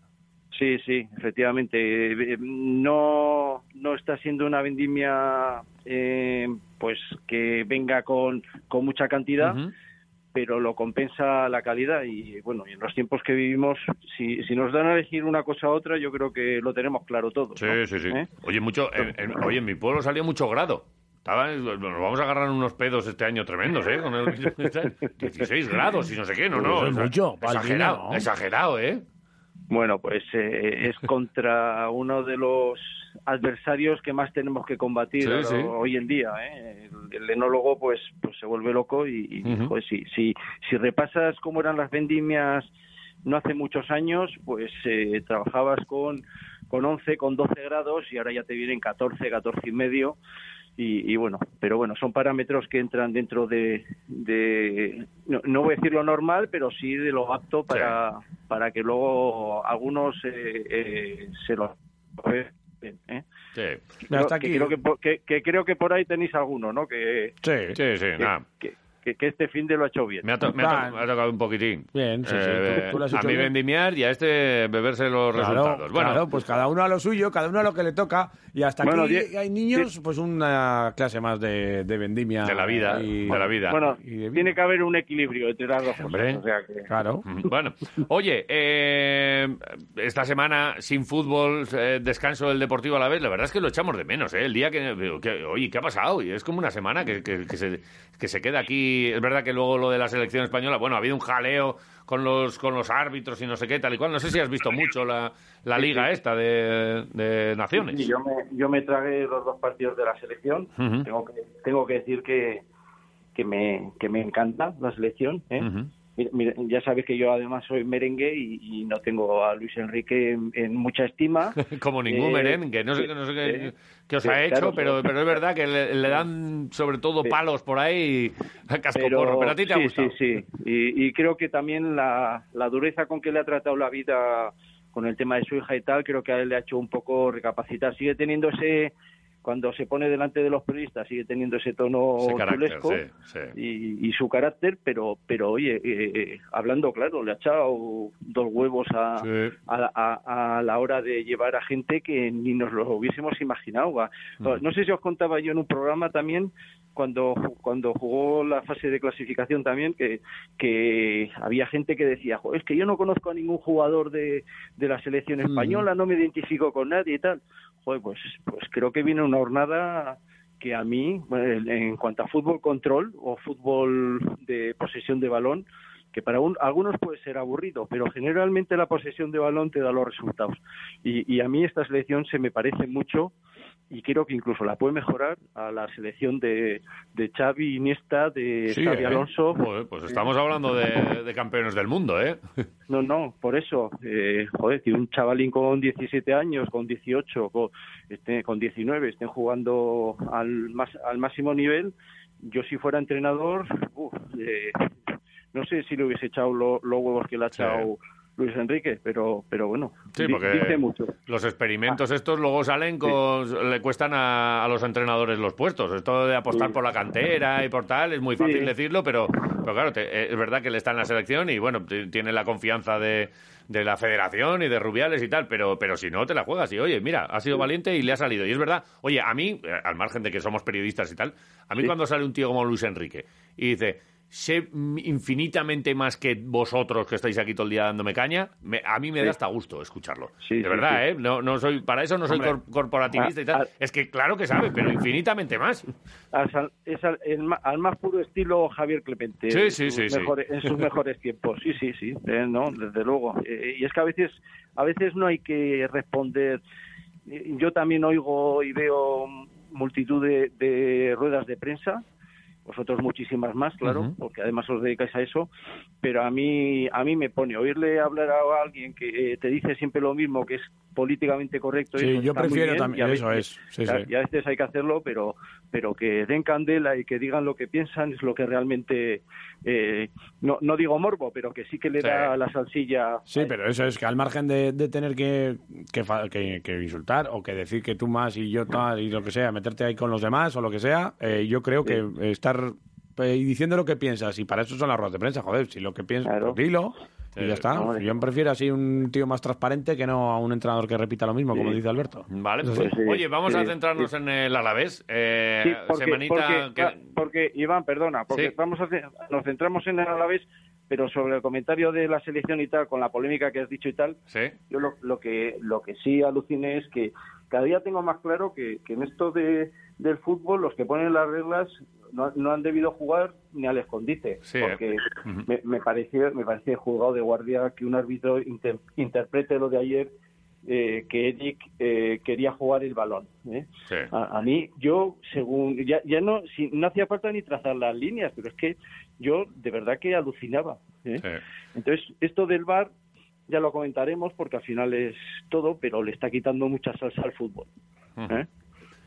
Speaker 27: Sí, sí, efectivamente. Eh, eh, No, no está siendo una vendimia eh, pues que venga con, con mucha cantidad, pero lo compensa la calidad. Y bueno, y en los tiempos que vivimos, si, si nos dan a elegir una cosa a otra, yo creo que lo tenemos claro ¿Eh? todo.
Speaker 2: Sí, sí, sí. ¿Eh? Oye, mucho, en, en- oye, en mi pueblo salió mucho grado. Estaba, nos vamos a agarrar unos pedos este año tremendos, ¿eh? Con el- 16 grados y no sé qué, no, no.
Speaker 27: Eso es mucho, para el día,
Speaker 2: exagerado,
Speaker 27: ¿no?
Speaker 2: exagerado, ¿eh?
Speaker 27: Bueno, pues eh, es contra uno de los adversarios que más tenemos que combatir
Speaker 2: Sí,
Speaker 27: ahora-
Speaker 2: sí.
Speaker 27: hoy en día. ¿eh? El, el enólogo, pues, pues se vuelve loco y, y,
Speaker 2: Ujú.
Speaker 27: joder, si, si, si repasas cómo eran las vendimias no hace muchos años, pues eh, trabajabas con con 11, con 12 grados y ahora ya te vienen 14, 14 y medio. Y, y bueno, pero bueno, son parámetros que entran dentro de, de- no, no voy a decir lo normal, pero sí de lo apto para, para que luego algunos eh, eh, se lo apropien, ¿eh?
Speaker 3: Mira, hasta
Speaker 27: que
Speaker 3: aquí.
Speaker 27: creo que, por- que- que creo que por ahí tenéis alguno, ¿no? Que,
Speaker 3: Sí.
Speaker 2: Sí, sí,
Speaker 27: que,
Speaker 2: nada.
Speaker 27: que- que- que este fin de lo ha hecho bien.
Speaker 2: Me ha, to- me ha to- me ha tocado un poquitín. Eh,
Speaker 3: Bien, sí, sí, tú- tú lo has
Speaker 2: a
Speaker 3: hecho
Speaker 2: mí
Speaker 3: bien.
Speaker 2: vendimiar y a este beberse los resultados. Bueno,
Speaker 3: claro, pues cada uno a lo suyo, cada uno a lo que le toca. Y hasta
Speaker 2: Bueno,
Speaker 3: aquí
Speaker 2: die-
Speaker 3: hay niños, pues una clase más de, de vendimia.
Speaker 2: De la vida, de la vida.
Speaker 27: Bueno,
Speaker 3: y de-
Speaker 27: tiene que haber un equilibrio entre las dos cosas,
Speaker 2: Hombre.
Speaker 27: o sea que-
Speaker 3: Claro.
Speaker 2: Bueno, oye, eh, esta semana sin fútbol, eh, descanso del Deportivo a la vez, la verdad es que lo echamos de menos, ¿eh? El día que, que- oye, ¿qué ha pasado? Y es como una semana que, que- que se, que se queda aquí. Es verdad que luego lo de la selección española, bueno, ha habido un jaleo con los, con los árbitros y no sé qué, tal y cual. No sé si has visto mucho la, la liga esta de, de naciones.
Speaker 27: Sí, yo, me, yo me tragué los dos partidos de la selección.
Speaker 2: Ujú.
Speaker 27: tengo, que, tengo que decir que, que, me, que me encanta la selección. ¿eh?
Speaker 2: Ujú.
Speaker 27: Mira, mira, ya sabes que yo además soy merengue y, y no tengo a Luis Enrique en, en mucha estima.
Speaker 2: Como ningún
Speaker 27: Eh,
Speaker 2: merengue, no sé, no sé qué,
Speaker 27: eh,
Speaker 2: qué os
Speaker 27: eh,
Speaker 2: ha hecho,
Speaker 27: claro,
Speaker 2: pero,
Speaker 27: pero-
Speaker 2: pero es verdad que le, le dan sobre todo
Speaker 27: Sí.
Speaker 2: palos por ahí a cascoporro. Pero, a ti te ha
Speaker 27: sí,
Speaker 2: gustado.
Speaker 27: Sí, sí. Y, y creo que también la, la dureza con que le ha tratado la vida con el tema de su hija y tal, creo que a él le ha hecho un poco recapacitar. Sigue teniendo ese, cuando se pone delante de los periodistas, sigue teniendo ese tono
Speaker 2: Ese carácter,
Speaker 27: chulesco
Speaker 2: sí, sí.
Speaker 27: Y, y su carácter, pero, pero oye, eh, eh, hablando claro, le ha echado dos huevos a,
Speaker 2: Sí.
Speaker 27: a, la- a- a la hora de llevar a gente que ni nos lo hubiésemos imaginado. va.
Speaker 2: Ujú.
Speaker 27: No sé si os contaba yo en un programa también, cuando, ju- cuando jugó la fase de clasificación también, que, que había gente que decía, "Jo, es que yo no conozco a ningún jugador de, de la selección española, no me identifico con nadie y tal. Joder, pues, pues creo que viene una hornada que a mí, bueno, en- en cuanto a fútbol control o fútbol de posesión de balón, que para un- algunos puede ser aburrido, pero generalmente la posesión de balón te da los resultados. Y, y a mí esta selección se me parece mucho y creo que incluso la puede mejorar a la selección de, de Xavi, Iniesta, de
Speaker 2: Sí,
Speaker 27: Xavi
Speaker 2: ¿eh?
Speaker 27: Alonso. Eh,
Speaker 2: Joder, pues estamos hablando de, de campeones del mundo, ¿eh?
Speaker 27: No, no, por eso, eh, joder, si un chavalín con 17 años, con 18, con, este, con 19, estén jugando al, más, al máximo nivel, yo si fuera entrenador, uf, eh, no sé si le hubiese echado lo- los huevos que le ha echado Luis Enrique, pero, pero bueno,
Speaker 2: Sí,
Speaker 27: di-
Speaker 2: porque
Speaker 27: dice mucho.
Speaker 2: los
Speaker 27: Ah.
Speaker 2: experimentos estos luego salen con... Le cuestan a, a los entrenadores los puestos. Esto de apostar por la cantera y por tal es muy fácil
Speaker 27: Sí.
Speaker 2: decirlo, pero, pero claro, te- eh, es verdad que le está en la selección y, bueno, t- tiene la confianza de, de la federación y de Rubiales y tal, pero, pero si no, te la juegas. Y, oye, mira, ha sido valiente y le ha salido. Y es verdad, oye, a mí, eh, al margen de que somos periodistas y tal, a mí cuando sale un tío como Luis Enrique y dice... Sé infinitamente más que vosotros que estáis aquí todo el día dándome caña. me- a mí me da
Speaker 27: Sí.
Speaker 2: hasta gusto escucharlo de
Speaker 27: sí,
Speaker 2: verdad,
Speaker 27: sí.
Speaker 2: ¿eh? No, no soy, para eso no soy
Speaker 27: Hombre.
Speaker 2: cor- corporativista y tal.
Speaker 27: Ah, ah.
Speaker 2: es que claro que sabe, pero infinitamente más.
Speaker 27: Al, sal- es al, el ma- al más puro estilo Javier Clemente.
Speaker 2: Sí,
Speaker 27: en
Speaker 2: sí,
Speaker 27: sus
Speaker 2: sí, sí.
Speaker 27: mejores- En sus mejores tiempos, sí, sí, sí, eh, no, desde luego. Eh, y es que a veces, a veces no hay que responder. Eh, Yo también oigo y veo multitud de, de ruedas de prensa, vosotros muchísimas más, claro,
Speaker 28: Ujú.
Speaker 27: porque además os dedicáis a eso, pero a mí, a mí me pone oírle hablar a alguien que eh, te dice siempre lo mismo, que es políticamente correcto.
Speaker 3: Sí,
Speaker 27: eso
Speaker 3: yo
Speaker 27: está muy
Speaker 3: prefiero
Speaker 27: bien,
Speaker 3: también,
Speaker 27: y a
Speaker 3: eso
Speaker 27: veces-
Speaker 3: es. Sí,
Speaker 27: Claro,
Speaker 3: sí.
Speaker 27: y a veces hay que hacerlo, pero, pero que den candela y que digan lo que piensan es lo que realmente, eh, no, no digo morbo, pero que sí que le
Speaker 3: Sí.
Speaker 27: da la salsilla.
Speaker 3: Sí, pero eso es que al margen de, de tener que, que, fa- que- que insultar o que decir que tú más y yo tal y lo que sea, meterte ahí con los demás o lo que sea, eh, yo creo que eh, estar eh, diciendo lo que piensas y para eso son las ruedas de prensa, joder, si lo que piensas, pues dilo y
Speaker 2: Sí,
Speaker 3: ya está.
Speaker 2: hombre.
Speaker 3: Yo prefiero así un tío más transparente que no a un entrenador que repita lo mismo, como
Speaker 2: Sí.
Speaker 3: dice Alberto.
Speaker 2: Vale,
Speaker 3: Eso
Speaker 2: pues,
Speaker 3: sí.
Speaker 2: oye, vamos a
Speaker 3: Sí,
Speaker 2: centrarnos en el Alavés. Eh,
Speaker 27: Sí, porque,
Speaker 2: semanita
Speaker 27: porque-
Speaker 2: que-
Speaker 27: ah, porque, Iván, perdona, porque
Speaker 2: Sí.
Speaker 27: vamos a, ce- nos centramos en el Alavés, pero sobre el comentario de la selección y tal, con la polémica que has dicho y tal,
Speaker 2: Sí.
Speaker 27: yo lo, lo que lo que sí aluciné es que cada día tengo más claro que, que en esto de, del fútbol los que ponen las reglas no, no han debido jugar ni al escondite,
Speaker 2: Sí, ¿eh?
Speaker 27: porque me, me pareció me parece juzgado de guardia que un árbitro inter- interprete lo de ayer eh, que Eric eh, quería jugar el balón. ¿eh?
Speaker 2: Sí.
Speaker 27: A, a mí, yo, según, ya, ya no, si, no hacía falta ni trazar las líneas, pero es que yo de verdad que alucinaba. ¿eh? Entonces, esto del VAR ya lo comentaremos porque al final es todo, pero le está quitando mucha salsa al fútbol. ¿eh?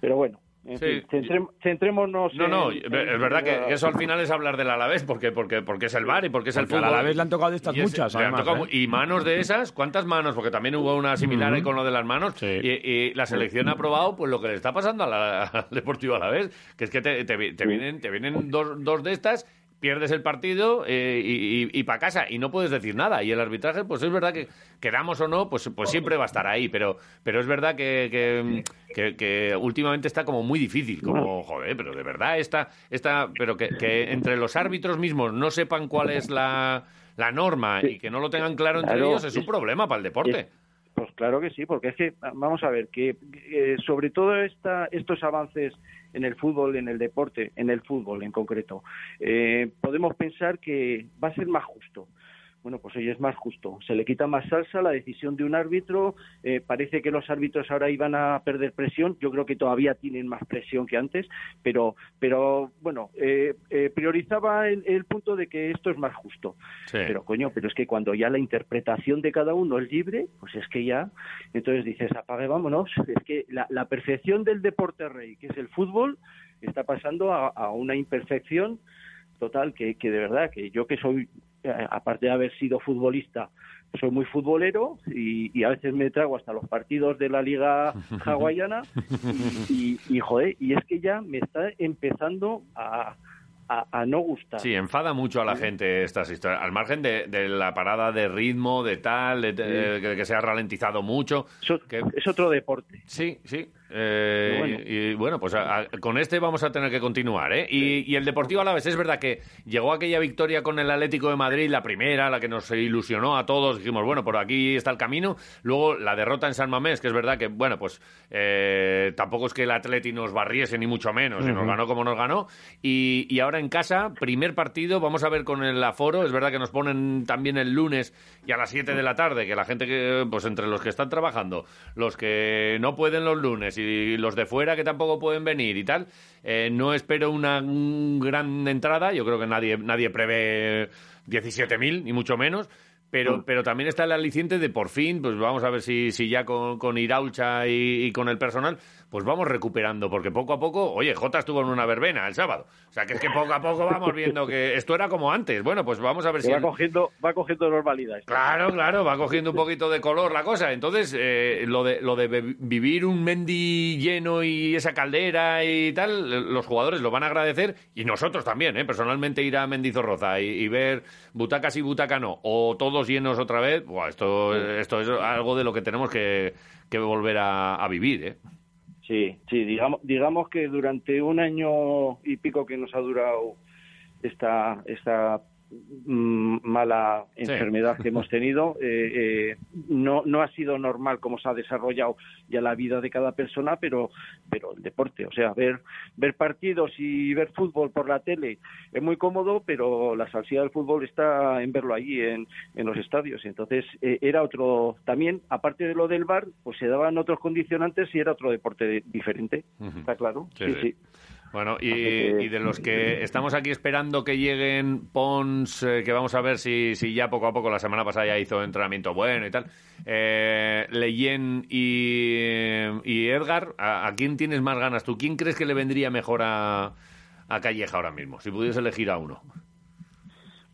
Speaker 27: Pero bueno, en
Speaker 2: Sí.
Speaker 27: fin, centrem- centrémonos.
Speaker 2: No, no,
Speaker 27: en-
Speaker 2: es
Speaker 27: en-
Speaker 2: verdad que que eso al final es hablar del Alavés, porque, porque, porque es el bar y porque es el
Speaker 3: Porque
Speaker 2: fútbol.
Speaker 3: al Alavés le han tocado de estas
Speaker 2: Y ese-
Speaker 3: muchas,
Speaker 2: le han
Speaker 3: además,
Speaker 2: tocado
Speaker 3: ¿eh?
Speaker 2: mu- Y manos de esas, ¿cuántas manos? Porque también hubo una similar ahí
Speaker 3: Ujú.
Speaker 2: con lo de las manos. Y, y la selección ha probado pues lo que le está pasando a la- al Deportivo Alavés, que es que te, te vi- te vienen, te vienen dos, dos de estas, pierdes el partido eh, y, para casa y no puedes decir nada. Y el arbitraje, pues es verdad que queramos o no, pues, pues siempre va a estar ahí, pero, pero es verdad que, que- que- que últimamente está como muy difícil, como, joder, pero de verdad está, está pero que, que entre los árbitros mismos no sepan cuál es la, la norma y que no lo tengan claro entre
Speaker 27: Claro,
Speaker 2: ellos es un
Speaker 27: es-
Speaker 2: problema para el deporte.
Speaker 27: Pues claro que sí, porque es que, vamos a ver, que eh, sobre todo esta, estos avances en el fútbol, en el deporte, en el fútbol en concreto, eh, podemos pensar que va a ser más justo. Bueno, pues hoy es más justo. Se le quita más salsa la decisión de un árbitro. eh, parece que los árbitros ahora iban a perder presión. Yo creo que todavía tienen más presión que antes, pero, pero bueno, eh, eh, priorizaba el- el punto de que esto es más justo. Pero coño, pero es que cuando ya la interpretación de cada uno es libre, pues es que ya, entonces dices, apague, vámonos. Es que la, la perfección del deporte rey, que es el fútbol, está pasando a, a una imperfección total que, que de verdad, que yo que soy, eh, aparte de haber sido futbolista, soy muy futbolero y, y a veces me trago hasta los partidos de la liga hawaiana y, y, joder, y es que ya me está empezando a, a- a no gustar.
Speaker 2: Sí, enfada mucho a la gente estas historias. Al margen de, de la parada de ritmo, de tal, de- de- que, que se ha ralentizado mucho. que-
Speaker 27: Es otro deporte.
Speaker 2: Sí, sí. eh,
Speaker 27: Pero bueno.
Speaker 2: Y, y bueno, pues a- a- con este vamos a tener que continuar. ¿eh? Y, y el Deportivo Alavés, es verdad que llegó aquella victoria con el Atlético de Madrid, la primera, la que nos ilusionó a todos. Dijimos, bueno, por aquí está el camino. Luego la derrota en San Mamés, que es verdad que, bueno, pues eh, tampoco es que el Atleti nos barriese, ni mucho menos. y nos
Speaker 3: Ujú.
Speaker 2: ganó como nos ganó. Y, y ahora en casa, primer partido, vamos a ver con el aforo. Es verdad que nos ponen también el lunes y a las 7 de la tarde, que la gente que, pues entre los que están trabajando, los que no pueden los lunes y los de fuera que tampoco pueden venir y tal, eh, no espero una mm, gran entrada. Yo creo que nadie, nadie prevé 17.000, ni mucho menos. Pero, pero también está el aliciente de por fin, pues vamos a ver si, si ya con, con Iraucha y, y con el personal, pues vamos recuperando, porque poco a poco, oye, Jota estuvo en una verbena el sábado. O sea, que es que poco a poco vamos viendo que esto era como antes. Bueno, pues vamos a ver
Speaker 27: Que
Speaker 2: si...
Speaker 27: va,
Speaker 2: el-
Speaker 27: cogiendo, va cogiendo normalidad.
Speaker 2: Claro, claro, va cogiendo un poquito de color la cosa. Entonces, eh, lo de, lo de be- vivir un Mendy lleno y esa caldera y tal, los jugadores lo van a agradecer y nosotros también, ¿eh? Personalmente ir a Mendizorroza y, y ver butacas y butaca no, o todos llenos otra vez, buah, esto, esto es algo de lo que tenemos que, que volver a, a vivir, ¿eh?
Speaker 27: Sí, sí, digamos, digamos que durante un año y pico que nos ha durado esta, esta mm, mala
Speaker 2: Sí.
Speaker 27: enfermedad que hemos tenido, eh, eh, no, no ha sido normal cómo se ha desarrollado ya la vida de cada persona, pero, pero el deporte, o sea, ver, ver partidos y ver fútbol por la tele es muy cómodo, pero la salsilla del fútbol está en verlo allí, en, en los estadios. Entonces, eh, era otro, también, aparte de lo del bar, pues se daban otros condicionantes y era otro deporte de- diferente, ¿está claro?
Speaker 2: Sí, sí. Bueno, y, y de los que estamos aquí esperando que lleguen Pons, eh, que vamos a ver si, si ya poco a poco, la semana pasada ya hizo entrenamiento bueno y tal, eh, Leyen y, y Edgar, ¿a, a quién tienes más ganas tú? ¿Quién crees que le vendría mejor a, a Calleja ahora mismo? Si pudiese elegir a uno.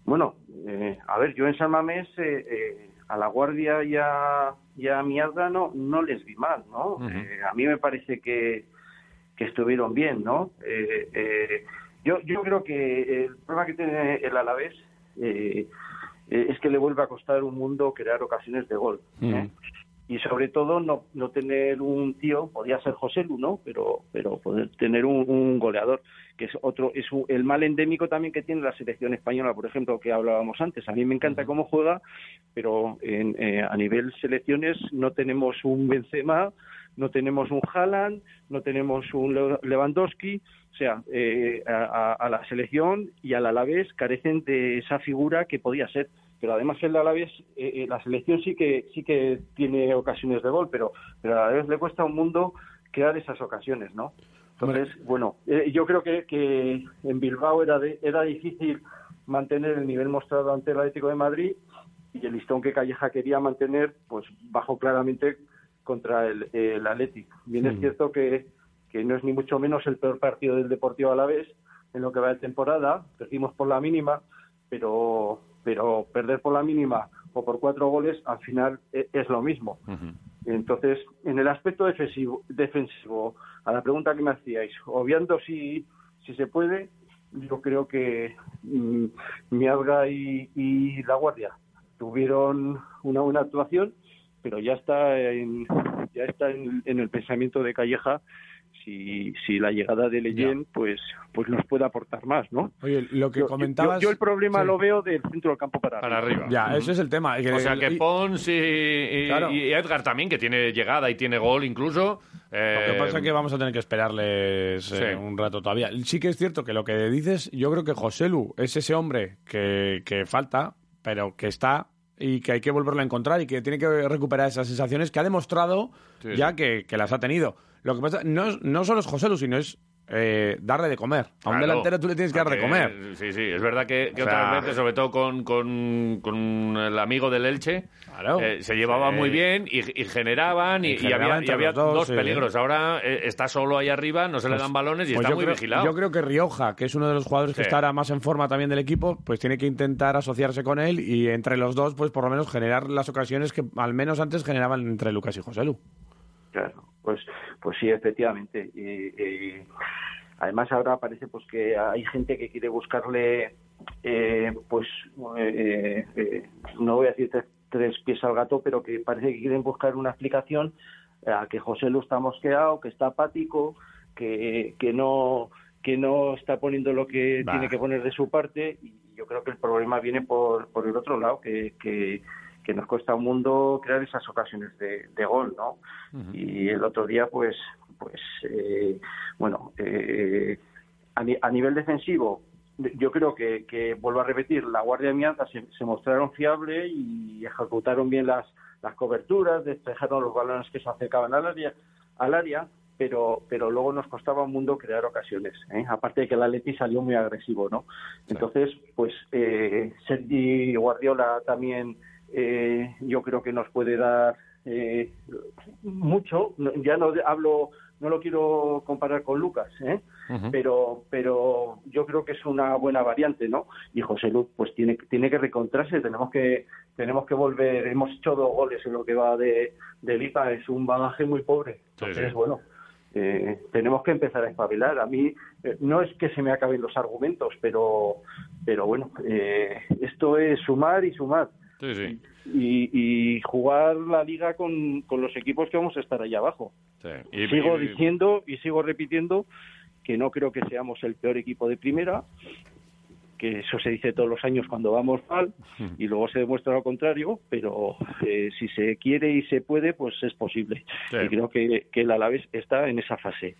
Speaker 27: Bueno, eh, a ver, yo en San Mamés, eh, eh, a La Guardia y a, y a Mierda no, no les vi mal, ¿no? Eh, a mí me parece que, que estuvieron bien, ¿no? Eh, eh, yo, yo creo que el problema que tiene el Alavés eh, eh, es que le vuelve a costar un mundo crear ocasiones de gol. Y sobre todo no, no tener un tío, podría ser José Lu, ¿no? Pero, pero poder tener un, un goleador, que es otro, es un- el mal endémico también que tiene la selección española, por ejemplo, que hablábamos antes. A mí me encanta cómo juega, pero en, eh, a nivel selecciones no tenemos un Benzema, no tenemos un Haaland, no tenemos un Leo- Lewandowski, o sea, eh, a, a- a la selección y al Alavés carecen de esa figura que podía ser. Pero además el Alavés, eh, eh, la selección sí que sí que tiene ocasiones de gol, pero pero al Alavés le cuesta un mundo crear esas ocasiones, ¿no? Entonces, bueno, eh, yo creo que, que en Bilbao era de- era difícil mantener el nivel mostrado ante el Atlético de Madrid y el listón que Calleja quería mantener, pues bajó claramente contra el, el Athletic. Bien es
Speaker 5: Mm.
Speaker 27: cierto que, que no es ni mucho menos el peor partido del Deportivo Alavés en lo que va de temporada, perdimos por la mínima, pero, pero perder por la mínima o por cuatro goles al final e- es lo mismo. Entonces, en el aspecto defensivo, defensivo, a la pregunta que me hacíais, obviando si, si se puede, yo creo que mm, Mialga y, y La Guardia tuvieron una buena actuación, pero ya está en, ya está en, en el pensamiento de Calleja si, si la llegada de Leyen pues, pues nos puede aportar más, ¿no?
Speaker 3: Oye, lo que
Speaker 27: Yo- yo-
Speaker 3: comentabas...
Speaker 27: Yo, el problema
Speaker 3: Sí.
Speaker 27: lo veo del centro del campo para,
Speaker 2: Para arriba.
Speaker 3: Ya,
Speaker 2: Ujú.
Speaker 3: ese es el tema.
Speaker 2: O sea que
Speaker 3: y-
Speaker 2: Pons y, y-
Speaker 3: Claro.
Speaker 2: y Edgar también, que tiene llegada y tiene gol incluso.
Speaker 3: Lo
Speaker 2: eh,
Speaker 3: que pasa es que vamos a tener que esperarles
Speaker 2: Sí.
Speaker 3: eh, un rato todavía. Sí que es cierto que lo que dices, yo creo que Joselu es ese hombre que, que falta, pero que está y que hay que volverlo a encontrar y que tiene que recuperar esas sensaciones que ha demostrado
Speaker 2: Sí,
Speaker 3: ya Que, que las ha tenido. Lo que pasa no, es- no solo es Joselu, sino es eh, darle de comer. A un
Speaker 2: Claro.
Speaker 3: delantero tú le tienes que dar de
Speaker 2: Eh,
Speaker 3: comer.
Speaker 2: Sí, sí, es verdad que, que
Speaker 3: O sea-
Speaker 2: otras veces, sobre todo con, con- con el amigo del Elche, eh, se llevaba
Speaker 3: Sí.
Speaker 2: muy bien y, y generaban y, y
Speaker 3: generaban
Speaker 2: había, y
Speaker 3: entre
Speaker 2: había
Speaker 3: los dos,
Speaker 2: dos,
Speaker 3: sí.
Speaker 2: peligros. Ahora eh, está solo ahí arriba, no se le
Speaker 3: Pues-
Speaker 2: dan balones y
Speaker 3: pues
Speaker 2: está
Speaker 3: yo
Speaker 2: muy
Speaker 3: creo-
Speaker 2: vigilado.
Speaker 3: Yo creo que Rioja, que es uno de los jugadores que
Speaker 2: Sí.
Speaker 3: está ahora más en forma también del equipo, pues tiene que intentar asociarse con él y entre los dos, pues por lo menos generar las ocasiones que al menos antes generaban entre Lucas y Joselu.
Speaker 27: Claro, pues, pues sí, efectivamente. Eh, eh, además ahora parece pues que hay gente que quiere buscarle, eh, pues eh, eh, eh, no voy a decir tres, tres pies al gato, pero que parece que quieren buscar una explicación a que José Lu está mosqueado, que está apático, que, que no que no está poniendo lo que
Speaker 1: Bah.
Speaker 27: tiene que poner de su parte y yo creo que el problema viene por, por el otro lado que, que, que nos cuesta un mundo crear esas ocasiones de, de gol, ¿no? Y el otro día, pues, pues eh, bueno, eh, a, ni- a nivel defensivo, yo creo que, que, vuelvo a repetir, la Guardia de Mianza se, se mostraron fiable y ejecutaron bien las, las coberturas, despejaron los balones que se acercaban al área, al área pero, pero luego nos costaba un mundo crear ocasiones. ¿eh? Aparte de que el Atleti salió muy agresivo, ¿no? Entonces, pues eh, Sergi Guardiola también eh, yo creo que nos puede dar eh, mucho. No- Ya no de- hablo, no lo quiero comparar con Lucas, ¿eh? pero pero yo creo que es una buena variante, ¿no? Y José Luz pues tiene tiene que recontrarse, tenemos que tenemos que volver. Hemos hecho dos goles en lo que va de de Lipa, es un bagaje muy pobre. Entonces, bueno, eh, tenemos que empezar a espabilar. A mí eh, no es que se me acaben los argumentos, pero pero bueno, eh, esto es sumar y sumar
Speaker 2: Sí, sí.
Speaker 27: y, y jugar la liga con, con los equipos que vamos a estar ahí abajo.
Speaker 2: sí. Y-
Speaker 27: sigo
Speaker 2: y-
Speaker 27: diciendo y sigo repitiendo que no creo que seamos el peor equipo de primera, que eso se dice todos los años cuando vamos mal y luego se demuestra lo contrario, pero eh, si se quiere y se puede, pues es posible. Y creo que, que el Alavés está en esa fase,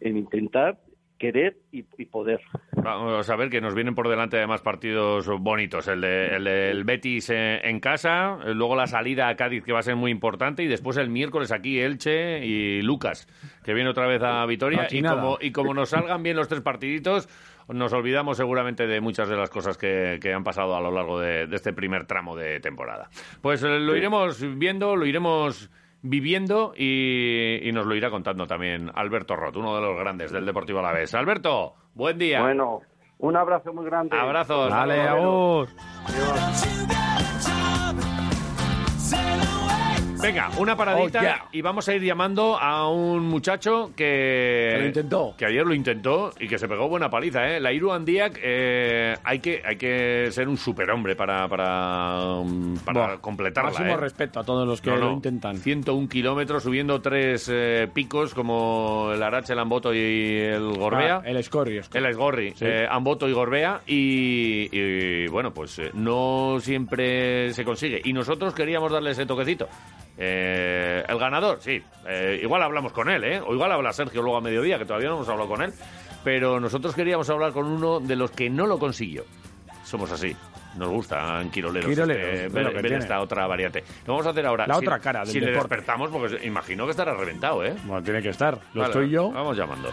Speaker 27: en intentar, querer y- y poder.
Speaker 2: Vamos a ver que nos vienen por delante además partidos bonitos. El de- el del Betis eh, en casa, eh, luego la salida a Cádiz que va a ser muy importante y después el miércoles aquí Elche y Lucas que viene otra vez a Vitoria. Y
Speaker 3: Cochinada.
Speaker 2: como, y como nos salgan bien los tres partiditos, nos olvidamos seguramente de muchas de las cosas que, que han pasado a lo largo de, de este primer tramo de temporada. Pues eh, lo iremos viendo, lo iremos viviendo y, y nos lo irá contando también Alberto Roth, uno de los grandes del Deportivo Alavés. Alberto, buen día.
Speaker 27: Bueno, un abrazo muy grande.
Speaker 2: Abrazos.
Speaker 27: Vale,
Speaker 2: hasta luego. Venga, una paradita
Speaker 3: Oh, yeah.
Speaker 2: y vamos a ir llamando a un muchacho que...
Speaker 3: Que lo intentó.
Speaker 2: Que ayer lo intentó y que se pegó buena paliza, ¿eh? La Iruan Díaz, eh, hay, que, hay que ser un superhombre para, para, um, para
Speaker 3: Buah,
Speaker 2: completarla,
Speaker 3: Máximo
Speaker 2: ¿eh?
Speaker 3: respeto a todos los que
Speaker 2: No,
Speaker 3: lo
Speaker 2: no.
Speaker 3: intentan.
Speaker 2: 101 kilómetros subiendo tres eh, picos como el Arache, el Amboto y el Gorbea.
Speaker 3: Ah, el Escorri,
Speaker 2: El Esgorri,
Speaker 3: Sí.
Speaker 2: eh, Amboto y Gorbea. Y, y, bueno, pues eh, no siempre se consigue. Y nosotros queríamos darle ese toquecito. Eh, el ganador, sí. Eh, igual hablamos con él, ¿eh? O igual habla Sergio luego a mediodía, que todavía no hemos hablado con él. Pero nosotros queríamos hablar con uno de los que no lo consiguió. Somos así. Nos gustan quiroleros.
Speaker 3: Quiroleros,
Speaker 2: este,
Speaker 3: es lo
Speaker 2: ver,
Speaker 3: que
Speaker 2: ver
Speaker 3: tiene.
Speaker 2: esta otra variante. Lo vamos a hacer ahora.
Speaker 3: La
Speaker 2: Si-
Speaker 3: otra cara del
Speaker 2: Si le
Speaker 3: deporte.
Speaker 2: despertamos, porque imagino que estará reventado, ¿eh?
Speaker 3: Bueno, tiene que estar. Lo
Speaker 2: Vale,
Speaker 3: estoy yo.
Speaker 2: Vamos llamando.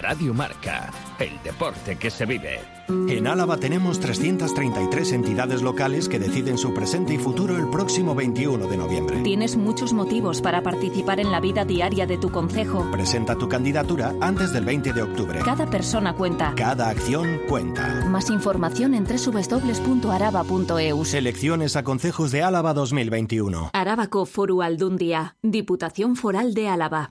Speaker 5: Radio Marca, el deporte que se vive.
Speaker 15: En Álava tenemos 333 entidades locales que deciden su presente y futuro el próximo 21 de noviembre.
Speaker 13: Tienes muchos motivos para participar en la vida diaria de tu concejo.
Speaker 15: Presenta tu candidatura antes del 20 de octubre.
Speaker 13: Cada persona cuenta.
Speaker 15: Cada acción cuenta.
Speaker 13: Más información en www.araba.eu.
Speaker 15: Elecciones a consejos de Álava 2021.
Speaker 13: Arábaco Foru Aldundia, Diputación Foral de Álava.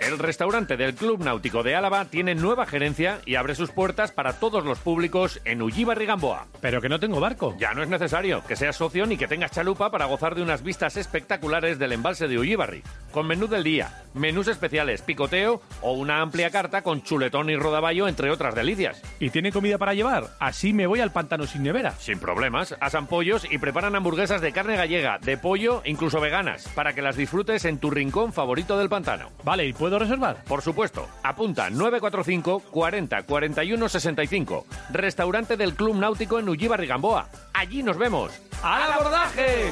Speaker 2: El restaurante del Club Náutico de Álava tiene nueva gerencia y abre sus puertas para todos los públicos en Ullíbar y Gamboa.
Speaker 24: Pero que no tengo barco.
Speaker 2: Ya no es necesario que seas socio ni que tengas chalupa para gozar de unas vistas espectaculares del embalse de Ullíbarri, con menú del día, menús especiales, picoteo o una amplia carta con chuletón y rodaballo, entre otras delicias.
Speaker 24: ¿Y tiene comida para llevar? Así me voy al pantano sin nevera.
Speaker 2: Sin problemas, asan pollos y preparan hamburguesas de carne gallega, de pollo, incluso veganas, para que las disfrutes en tu rincón favorito del pantano.
Speaker 24: Vale, ¿y puedo reservar?
Speaker 2: Por supuesto, apunta 945 40 41 65, restaurante del Club Náutico en Ullíbar y Gamboa. Allí nos vemos.
Speaker 24: ¡Al abordaje!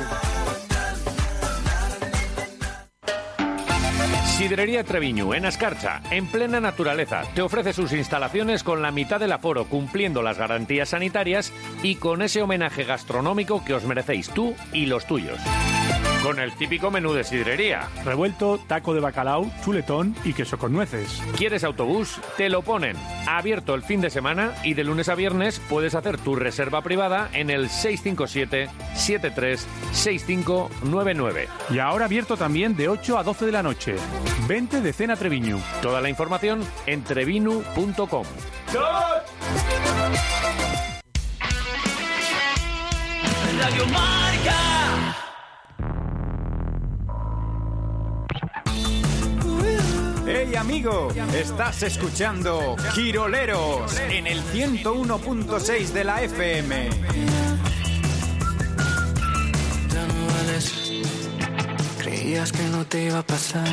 Speaker 2: Sidrería Treviñu, en Ascarcha, en plena naturaleza, te ofrece sus instalaciones con la mitad del aforo, cumpliendo las garantías sanitarias y con ese homenaje gastronómico que os merecéis tú y los tuyos. Con el típico menú de sidrería.
Speaker 24: Revuelto, taco de bacalao, chuletón y queso con nueces.
Speaker 2: ¿Quieres autobús? Te lo ponen. Abierto el fin de semana y de lunes a viernes puedes hacer tu reserva privada en el 657-736599.
Speaker 24: Y ahora abierto también de 8 a 12 de la noche. 20 de cena Treviñu.
Speaker 2: Toda la información en trevinu.com.
Speaker 29: Radio Marca.
Speaker 30: Hey amigo, estás escuchando Giroleros en el 101.6 de la FM.
Speaker 29: Tan vales, creías que no te iba a pasar.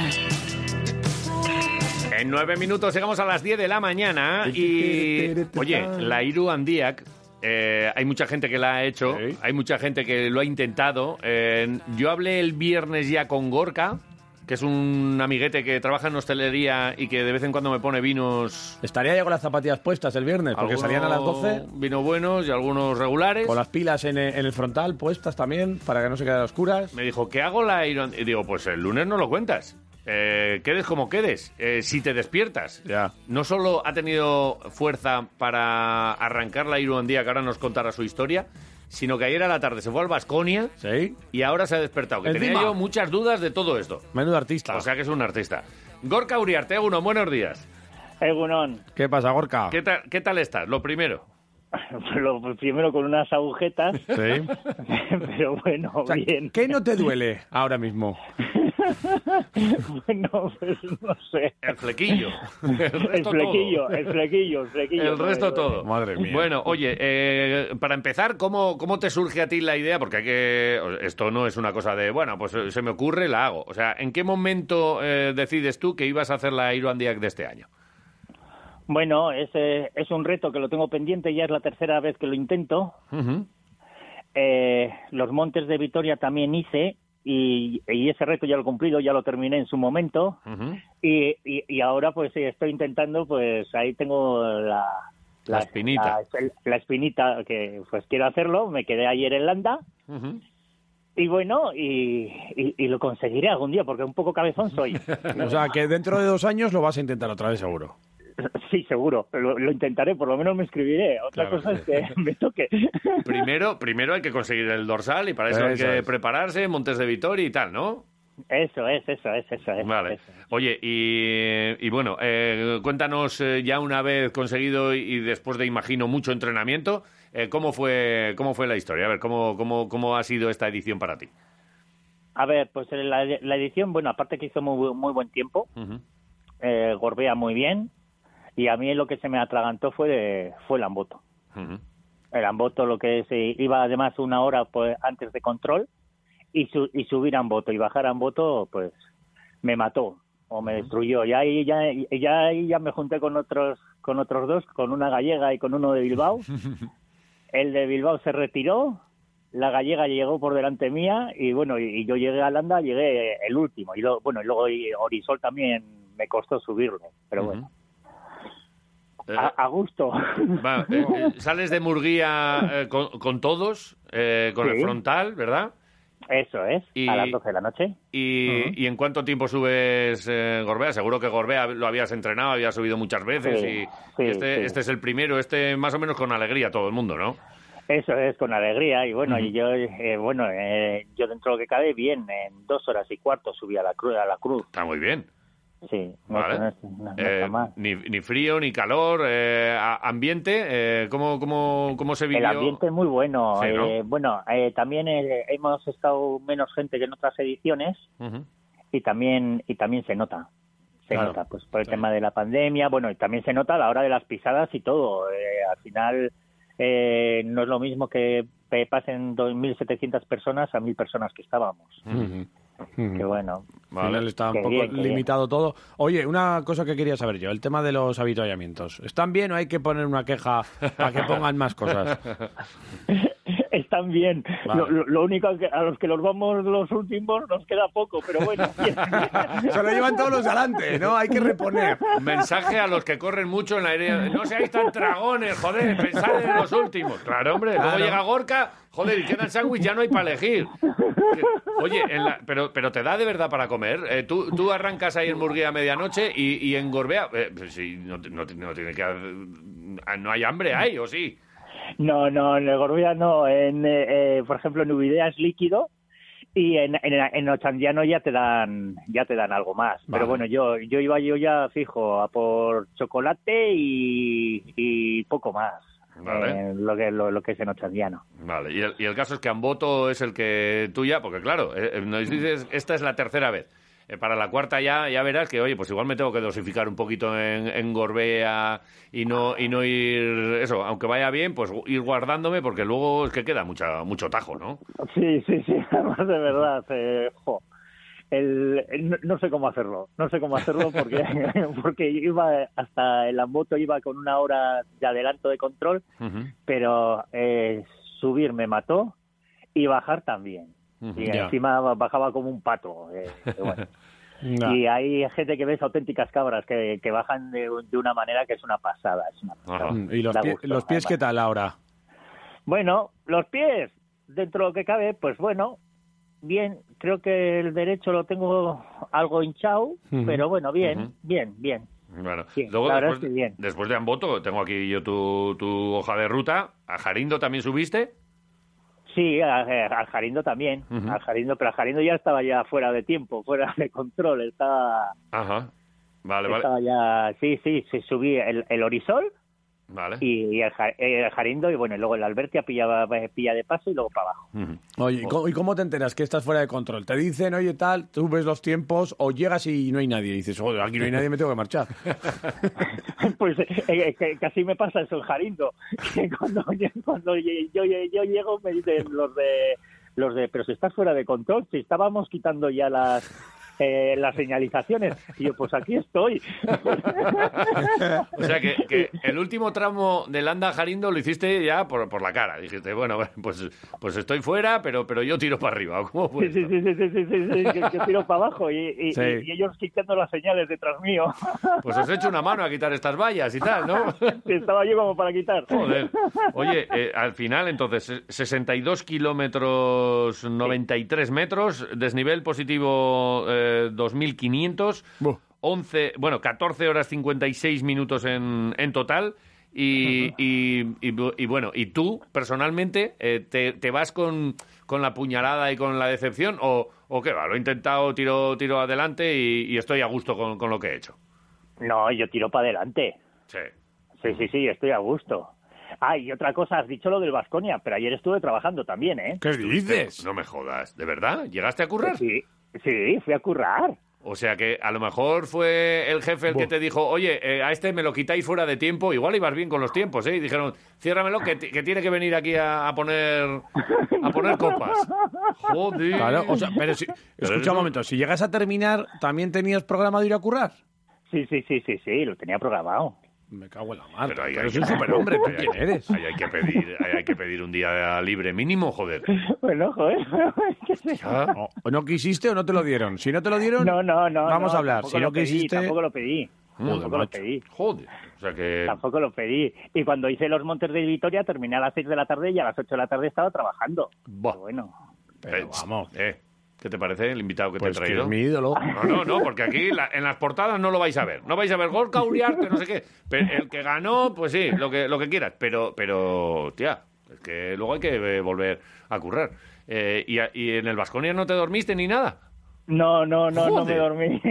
Speaker 2: En nueve minutos llegamos a las 10 de la mañana y... Oye, la Iru Andiak... eh, hay mucha gente que la ha hecho, hay mucha gente que lo ha intentado. Eh, yo hablé el viernes ya con Gorka, que es un amiguete que trabaja en hostelería y que de vez en cuando me pone vinos...
Speaker 3: Estaría ya con las zapatillas puestas el viernes, porque
Speaker 2: algunos
Speaker 3: salían a las 12
Speaker 2: Vinos buenos y algunos regulares.
Speaker 3: con las pilas en e- en el frontal puestas también para que no se queden oscuras.
Speaker 2: Me dijo, ¿qué hago la Iron? Y digo, pues el lunes no lo cuentas. Eh, quedes como quedes, eh, si te despiertas. No solo ha tenido fuerza para arrancar la Iron Día, que ahora nos contará su historia, sino que ayer a la tarde se fue al Basconia y ahora se ha despertado. Que tenía
Speaker 3: Encima.
Speaker 2: yo muchas dudas de todo esto.
Speaker 3: Menudo artista.
Speaker 2: O sea que es un artista. Gorka Uriarte, uno, buenos días.
Speaker 31: Egunon,
Speaker 3: ¿Qué pasa, Gorka?
Speaker 2: ¿Qué tal, ¿Qué tal estás? Lo primero.
Speaker 31: lo primero con unas agujetas, pero bueno,
Speaker 3: O sea,
Speaker 31: bien.
Speaker 3: ¿Qué no te duele ahora mismo?
Speaker 31: bueno, pues no sé.
Speaker 2: El flequillo. El,
Speaker 31: El
Speaker 2: resto todo.
Speaker 31: flequillo, el flequillo, el flequillo.
Speaker 2: El resto
Speaker 31: Bueno,
Speaker 2: todo.
Speaker 3: Madre mía.
Speaker 2: Bueno, oye, eh, para empezar, ¿cómo, ¿cómo te surge a ti la idea? Porque hay que, esto no es una cosa de, bueno, pues eh, se me ocurre, la hago. O sea, ¿en qué momento eh, decides tú que ibas a hacer la Iron Diac de este año?
Speaker 31: Bueno, es, eh, es un reto que lo tengo pendiente, ya es la tercera vez que lo intento. Eh, los Montes de Vitoria también hice y, y ese reto ya lo he cumplido, ya lo terminé en su momento. Y, y- y ahora pues eh, estoy intentando, pues ahí tengo la,
Speaker 2: La espinita.
Speaker 31: La, la espinita que pues quiero hacerlo, me quedé ayer en Landa y bueno, y, y- y lo conseguiré algún día porque un poco cabezón soy.
Speaker 3: O sea, que dentro de dos años lo vas a intentar otra vez seguro.
Speaker 31: Sí, seguro. Lo, lo intentaré, por lo menos me inscribiré. Otra
Speaker 2: Claro.
Speaker 31: cosa es que me toque.
Speaker 2: Primero, primero hay que conseguir el dorsal y para eso, hay
Speaker 31: Eso
Speaker 2: que
Speaker 31: es.
Speaker 2: prepararse, Montes de Vitoria y tal, ¿no?
Speaker 31: Eso es, eso es, eso es.
Speaker 2: Vale. Oye, y, y bueno, eh, cuéntanos eh, ya una vez conseguido y después de, imagino, mucho entrenamiento, eh, ¿cómo, fue, ¿cómo fue la historia? A ver, ¿cómo, cómo, ¿cómo ha sido esta edición para ti?
Speaker 31: A ver, pues la, la edición, bueno, aparte que hizo muy, bu- muy buen tiempo, eh, Gorbea muy bien, y a mí lo que se me atragantó fue, de- fue el amboto. El amboto, lo que se iba además una hora pues, antes de control, y, su- y subir a amboto y bajar a amboto, pues me mató o me destruyó. Y ahí ya, ya, ahí ya me junté con otros, con otros dos, con una gallega y con uno de Bilbao. El de Bilbao se retiró, la gallega llegó por delante mía y bueno, y, y yo llegué a Landa, llegué el último. Y luego, bueno, y luego y Orisol también me costó subirme, pero bueno. A, a gusto.
Speaker 2: Va, eh, eh, sales de Murguía eh, con, con todos, eh, con el
Speaker 31: Sí.
Speaker 2: frontal, ¿verdad?
Speaker 31: Eso es,
Speaker 2: Y-
Speaker 31: a las 12 de la noche.
Speaker 2: ¿Y,
Speaker 31: Ujú.
Speaker 2: y en cuánto tiempo subes eh, Gorbea? Seguro que Gorbea lo habías entrenado, habías subido muchas veces
Speaker 31: Sí,
Speaker 2: y
Speaker 31: sí,
Speaker 2: este,
Speaker 31: sí.
Speaker 2: este es el primero, este más o menos con alegría todo el mundo, ¿no?
Speaker 31: Eso es, con alegría. Y bueno,
Speaker 2: Ujú.
Speaker 31: y yo, eh, bueno, eh, yo dentro de lo que cabe, bien, en dos horas y cuarto subí a la cruz. A la cruz.
Speaker 2: Está muy bien.
Speaker 31: Sí, no,
Speaker 2: Vale.
Speaker 31: no es- no- no
Speaker 2: Eh,
Speaker 31: está mal.
Speaker 2: ni, ni frío, ni calor, eh, a- ambiente, eh, ¿cómo, cómo, ¿cómo se
Speaker 31: El
Speaker 2: vivió?
Speaker 31: ambiente es muy bueno.
Speaker 2: Sí, ¿no?
Speaker 31: Eh, bueno, eh, también eh, hemos estado menos gente que en otras ediciones
Speaker 2: Ujú.
Speaker 31: y también y también se nota. Se
Speaker 2: Claro.
Speaker 31: nota, pues por el tema de la pandemia, bueno, y también se nota a la hora de las pisadas y todo. Eh, al final eh, no es lo mismo que pe- pasen 2.700 personas a 1.000 personas que estábamos. Que bueno.
Speaker 3: Al final está un
Speaker 31: Qué
Speaker 3: poco
Speaker 31: Pues bien, qué bien.
Speaker 3: limitado todo. Oye, una cosa que quería saber yo, el tema de los avituallamientos. ¿Están bien o hay que poner una queja para que pongan más cosas?
Speaker 31: Están bien. Lo, lo- lo único que a los que los vamos los últimos nos queda poco, pero bueno.
Speaker 3: Se lo llevan todos los adelante, ¿no? Hay que reponer.
Speaker 2: Mensaje a los que corren mucho en la área. No seáis tan dragones, joder, pensad en los últimos. Claro, hombre, luego
Speaker 3: Claro.
Speaker 2: llega Gorka, joder, y queda el sándwich, ya no hay para elegir. Oye, en la- pero, pero te da de verdad para comer. Eh, tú, tú arrancas ahí en Murguía a medianoche y, y en Gorbea, eh, pues sí, no, te- no te- no tiene que. haber- No hay hambre, hay, o sí.
Speaker 31: No, no, en el Gorbea no. En, eh, eh, por ejemplo, en Ubidea es líquido y en, en, en Ochandiano ya te dan ya te dan algo más.
Speaker 1: Vale.
Speaker 31: Pero bueno, yo yo iba yo ya fijo a por chocolate y, y poco más.
Speaker 2: Vale.
Speaker 31: eh, lo, que, lo, lo que es en Ochandiano.
Speaker 2: Vale, y el, y el caso es que Amboto es el que tuya, porque claro, eh, eh,
Speaker 31: Mm.
Speaker 2: nos dices, esta es la tercera vez. Eh, para la cuarta ya, ya verás que, oye, pues igual me tengo que dosificar un poquito en, en Gorbea y no, y no ir, eso, aunque vaya bien, pues gu- ir guardándome, porque luego es que queda mucha, mucho tajo, ¿no?
Speaker 31: Sí, sí, sí, además de verdad. eh, jo. El- el- no, no sé cómo hacerlo, no sé cómo hacerlo porque, porque iba hasta el Amboto iba con una hora de adelanto de control, pero eh, subir me mató y bajar también. Y
Speaker 1: Ya.
Speaker 31: encima bajaba como un pato. eh, que bueno. Y hay gente que ves auténticas cabras que, que bajan de, de una manera que es una pasada. es una pasada.
Speaker 3: Mm, ¿Y los,
Speaker 31: Da
Speaker 3: pie-
Speaker 31: gusto,
Speaker 3: los pies
Speaker 31: además.
Speaker 3: qué tal ahora?
Speaker 31: Bueno, los pies, dentro de lo que cabe, pues bueno, bien, creo que el derecho lo tengo algo hinchado,
Speaker 2: Ujú.
Speaker 31: pero bueno, bien,
Speaker 2: Ujú.
Speaker 31: bien, bien.
Speaker 2: Bueno,
Speaker 31: Sí,
Speaker 2: luego
Speaker 31: la verdad
Speaker 2: después,
Speaker 31: es que bien.
Speaker 2: después de Amboto, tengo aquí yo tu, tu hoja de ruta. ¿A Jarindo también subiste?
Speaker 31: Sí, a- eh, al Jarindo también,
Speaker 2: Ujú.
Speaker 31: al Jarindo, pero al Jarindo ya estaba ya fuera de tiempo, fuera de control, estaba,
Speaker 2: Ajá. Vale, vale.
Speaker 31: estaba ya, sí, sí, se subía el, el Orisol
Speaker 2: Vale.
Speaker 31: y, y el, Ja- el Jarindo y bueno, y luego el Albertia pillaba, pilla de paso y luego para abajo.
Speaker 3: Oye, ¿y co- ¿y cómo te enteras que estás fuera de control? Te dicen, oye, tal, tú ves los tiempos o llegas y no hay nadie. Y dices, joder, aquí no hay nadie, me tengo que marchar.
Speaker 31: Pues eh, eh, que- casi me pasa eso en Jarindo. que cuando cuando yo, yo- yo llego me dicen los de los de pero si estás fuera de control, si estábamos quitando ya las eh, las señalizaciones. Y yo, pues aquí estoy.
Speaker 2: O sea que, que el último tramo de Landa a Jarindo lo hiciste ya por, por la cara. Dijiste, bueno, pues, pues estoy fuera, pero, pero yo tiro para arriba. ¿Cómo fue
Speaker 31: Sí, sí,
Speaker 2: esto?
Speaker 31: sí, sí, sí, sí, sí, sí, que, que tiro para abajo y, y-
Speaker 2: Sí.
Speaker 31: y- y ellos quitando las señales detrás mío.
Speaker 2: Pues os echo una mano a quitar estas vallas y tal, ¿no?
Speaker 31: Estaba yo como para quitar.
Speaker 2: Joder. Oye, eh, al final, entonces, eh, 62 kilómetros, 93 metros, desnivel positivo eh, 2.500, 11, bueno, 14 horas 56 minutos en, en total. Y, y- y bu- y bueno, ¿y tú personalmente eh, te, te vas con, con la puñalada y con la decepción? ¿O, o qué va? Lo he intentado, tiro, tiro adelante y, y estoy a gusto con, con lo que he hecho.
Speaker 31: No, yo tiro para adelante.
Speaker 2: Sí.
Speaker 31: Sí, sí, sí, estoy a gusto. Ah, y otra cosa, has dicho lo del Vasconia, pero ayer estuve trabajando también, ¿eh?
Speaker 2: dices? No me jodas, ¿de verdad? ¿Llegaste a currar?
Speaker 31: Sí, sí, fui a currar.
Speaker 2: O sea que a lo mejor fue el jefe el que te dijo, oye, eh, a este me lo quitáis fuera de tiempo, igual ibas bien con los tiempos, ¿eh? Y dijeron, ciérramelo, que, ti- que tiene que venir aquí a, a poner a poner copas. Joder.
Speaker 3: Claro, o sea, pero si, escucha un momento, si llegas a terminar, ¿también tenías programado ir a currar?
Speaker 31: Sí, sí, sí, sí, sí, lo tenía programado.
Speaker 3: Me cago en la madre.
Speaker 2: Pero ahí
Speaker 3: pero
Speaker 2: hay
Speaker 3: es un
Speaker 2: que-
Speaker 3: superhombre, ¿tú
Speaker 2: ahí hay-
Speaker 3: quién eres?
Speaker 2: ahí hay que pedir, ahí hay que pedir un día libre mínimo, joder.
Speaker 31: Bueno, joder, ¿qué sé yo?
Speaker 3: O, o no quisiste o no te lo dieron. Si no te lo dieron,
Speaker 31: No, no, no.
Speaker 3: vamos
Speaker 31: no,
Speaker 3: a hablar.
Speaker 31: tampoco
Speaker 3: Si no
Speaker 31: lo pedí,
Speaker 3: quisiste...
Speaker 31: Tampoco lo pedí.
Speaker 3: Joder,
Speaker 31: tampoco lo
Speaker 3: macho.
Speaker 31: pedí.
Speaker 2: Joder. O sea que
Speaker 31: Tampoco lo pedí. Y cuando hice los Montes de Vitoria terminé a las 6 de la tarde y a las 8 de la tarde estaba trabajando.
Speaker 2: Buah.
Speaker 31: Bueno.
Speaker 2: Eh, eh, ¿Qué te parece el invitado que
Speaker 3: Pues
Speaker 2: te
Speaker 3: que
Speaker 2: he traído?
Speaker 3: es mi ídolo.
Speaker 2: No, no, no, porque aquí la- en las portadas no lo vais a ver. No vais a ver Gorka Uriarte, no sé qué. Pero el que ganó, pues sí, lo que, lo que quieras. Pero, pero, tía, es que luego hay que eh, volver a currar. Eh, y, a- y en el Vasconia no te dormiste ni nada?
Speaker 31: No, no, no, no me
Speaker 2: Joder.
Speaker 31: dormí.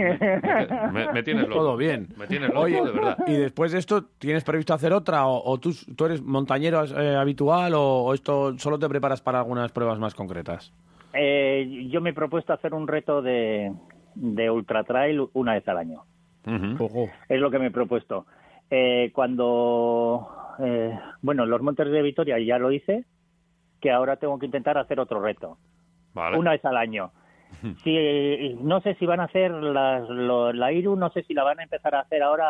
Speaker 2: Me, me tienes loco.
Speaker 3: Todo bien.
Speaker 2: Me tienes loco,
Speaker 3: Oye,
Speaker 2: de verdad.
Speaker 3: ¿y después de esto tienes previsto hacer otra? ¿O, o tú, tú eres montañero eh, habitual o, o esto solo te preparas para algunas pruebas más concretas?
Speaker 31: Eh, yo me he propuesto hacer un reto de, de ultra trail una vez al año.
Speaker 3: Pues,
Speaker 31: Es lo que me he propuesto. Eh, cuando, eh, bueno, los Montes de Vitoria ya lo hice, que ahora tengo que intentar hacer otro reto.
Speaker 2: Vale.
Speaker 31: Una vez al año. Si, no sé si van a hacer las- lo- la IRU, no sé si la van a empezar a hacer ahora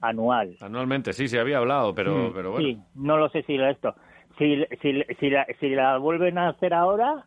Speaker 31: anual. Mm.
Speaker 2: Anualmente, sí, se había hablado,
Speaker 3: Mm,
Speaker 2: pero, pero bueno.
Speaker 31: Sí, no lo sé si la- esto. Si, si, si, la, si la vuelven a hacer ahora,